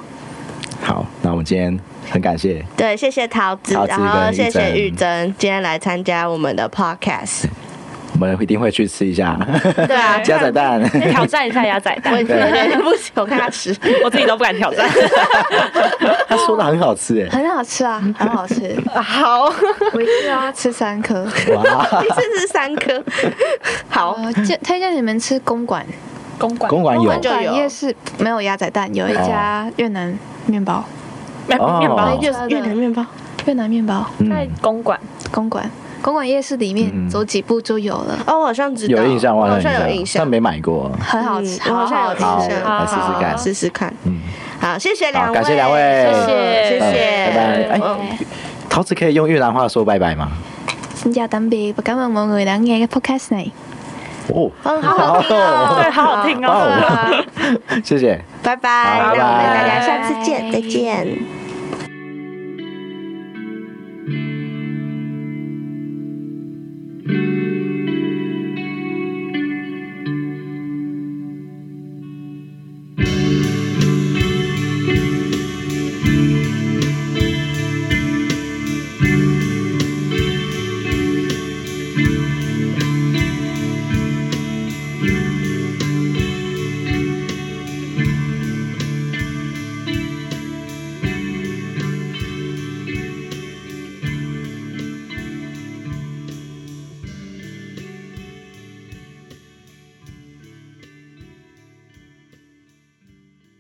[SPEAKER 2] 好，那我们今天很感谢，
[SPEAKER 1] 对，谢谢桃子，
[SPEAKER 2] 桃子
[SPEAKER 1] 然后
[SPEAKER 2] 跟玉
[SPEAKER 1] 谢谢
[SPEAKER 2] 珍
[SPEAKER 1] 玉珍今天来参加我们的 podcast。
[SPEAKER 2] 我们一定会去吃一下 [laughs]
[SPEAKER 1] 对啊，
[SPEAKER 2] 加仔蛋。
[SPEAKER 1] [laughs]
[SPEAKER 6] 挑战一下鸭仔
[SPEAKER 1] 我
[SPEAKER 6] 蛋
[SPEAKER 2] [laughs]
[SPEAKER 1] 有，点不行，我看他吃。
[SPEAKER 6] 我自己都不敢挑战。
[SPEAKER 2] 他说的很好吃哎，
[SPEAKER 5] 很好吃啊，很好吃，
[SPEAKER 1] 嗯 [laughs] 好，
[SPEAKER 5] 我一次要吃三颗。
[SPEAKER 2] 哇，
[SPEAKER 1] [laughs] 一次吃三颗。好，
[SPEAKER 5] 呃，荐推荐你们吃公馆，
[SPEAKER 6] 公馆
[SPEAKER 2] 公馆有
[SPEAKER 1] 公馆就有哦
[SPEAKER 5] 夜市没有鸭仔蛋，有一家越南面包，
[SPEAKER 6] 面
[SPEAKER 2] 哦
[SPEAKER 6] 面包
[SPEAKER 2] 哦
[SPEAKER 1] 越南面包，
[SPEAKER 5] 越南面包
[SPEAKER 6] 在
[SPEAKER 2] 嗯，
[SPEAKER 6] 公馆，
[SPEAKER 5] 公馆，公馆夜市里
[SPEAKER 2] 嗯
[SPEAKER 5] 面走几步就有了，
[SPEAKER 1] 哦，我好像知道，
[SPEAKER 2] 有印象，我
[SPEAKER 1] 我好
[SPEAKER 2] 好
[SPEAKER 1] 像
[SPEAKER 2] 像
[SPEAKER 1] 有印象
[SPEAKER 2] 但，没买过。
[SPEAKER 5] 很好
[SPEAKER 1] 嗯
[SPEAKER 5] 吃，
[SPEAKER 1] 我好
[SPEAKER 5] 好
[SPEAKER 1] 像有
[SPEAKER 5] 好
[SPEAKER 1] 印
[SPEAKER 5] 吃。
[SPEAKER 2] 好，
[SPEAKER 1] 象，
[SPEAKER 2] 来试试看。
[SPEAKER 1] 试试看。
[SPEAKER 2] 嗯，
[SPEAKER 1] 好，谢谢两
[SPEAKER 2] 好
[SPEAKER 1] 位，
[SPEAKER 2] 感谢两位
[SPEAKER 1] 谢
[SPEAKER 6] 谢谢
[SPEAKER 1] 谢，
[SPEAKER 2] 拜拜。哎、
[SPEAKER 1] 嗯
[SPEAKER 2] 桃子可以用越南话说拜拜吗？
[SPEAKER 5] Xin chào tạm biệt và cảm ơn mọi người đã nghe cái podcast này.
[SPEAKER 2] 哦，
[SPEAKER 1] 嗯，好好听
[SPEAKER 2] [laughs]
[SPEAKER 1] 哦，
[SPEAKER 6] 对，好好听
[SPEAKER 2] 哇
[SPEAKER 6] 哦。
[SPEAKER 2] [laughs] 哦，谢谢。
[SPEAKER 1] 拜
[SPEAKER 2] 好
[SPEAKER 1] 拜，那我们
[SPEAKER 2] 拜拜
[SPEAKER 1] 大家下次见，再见。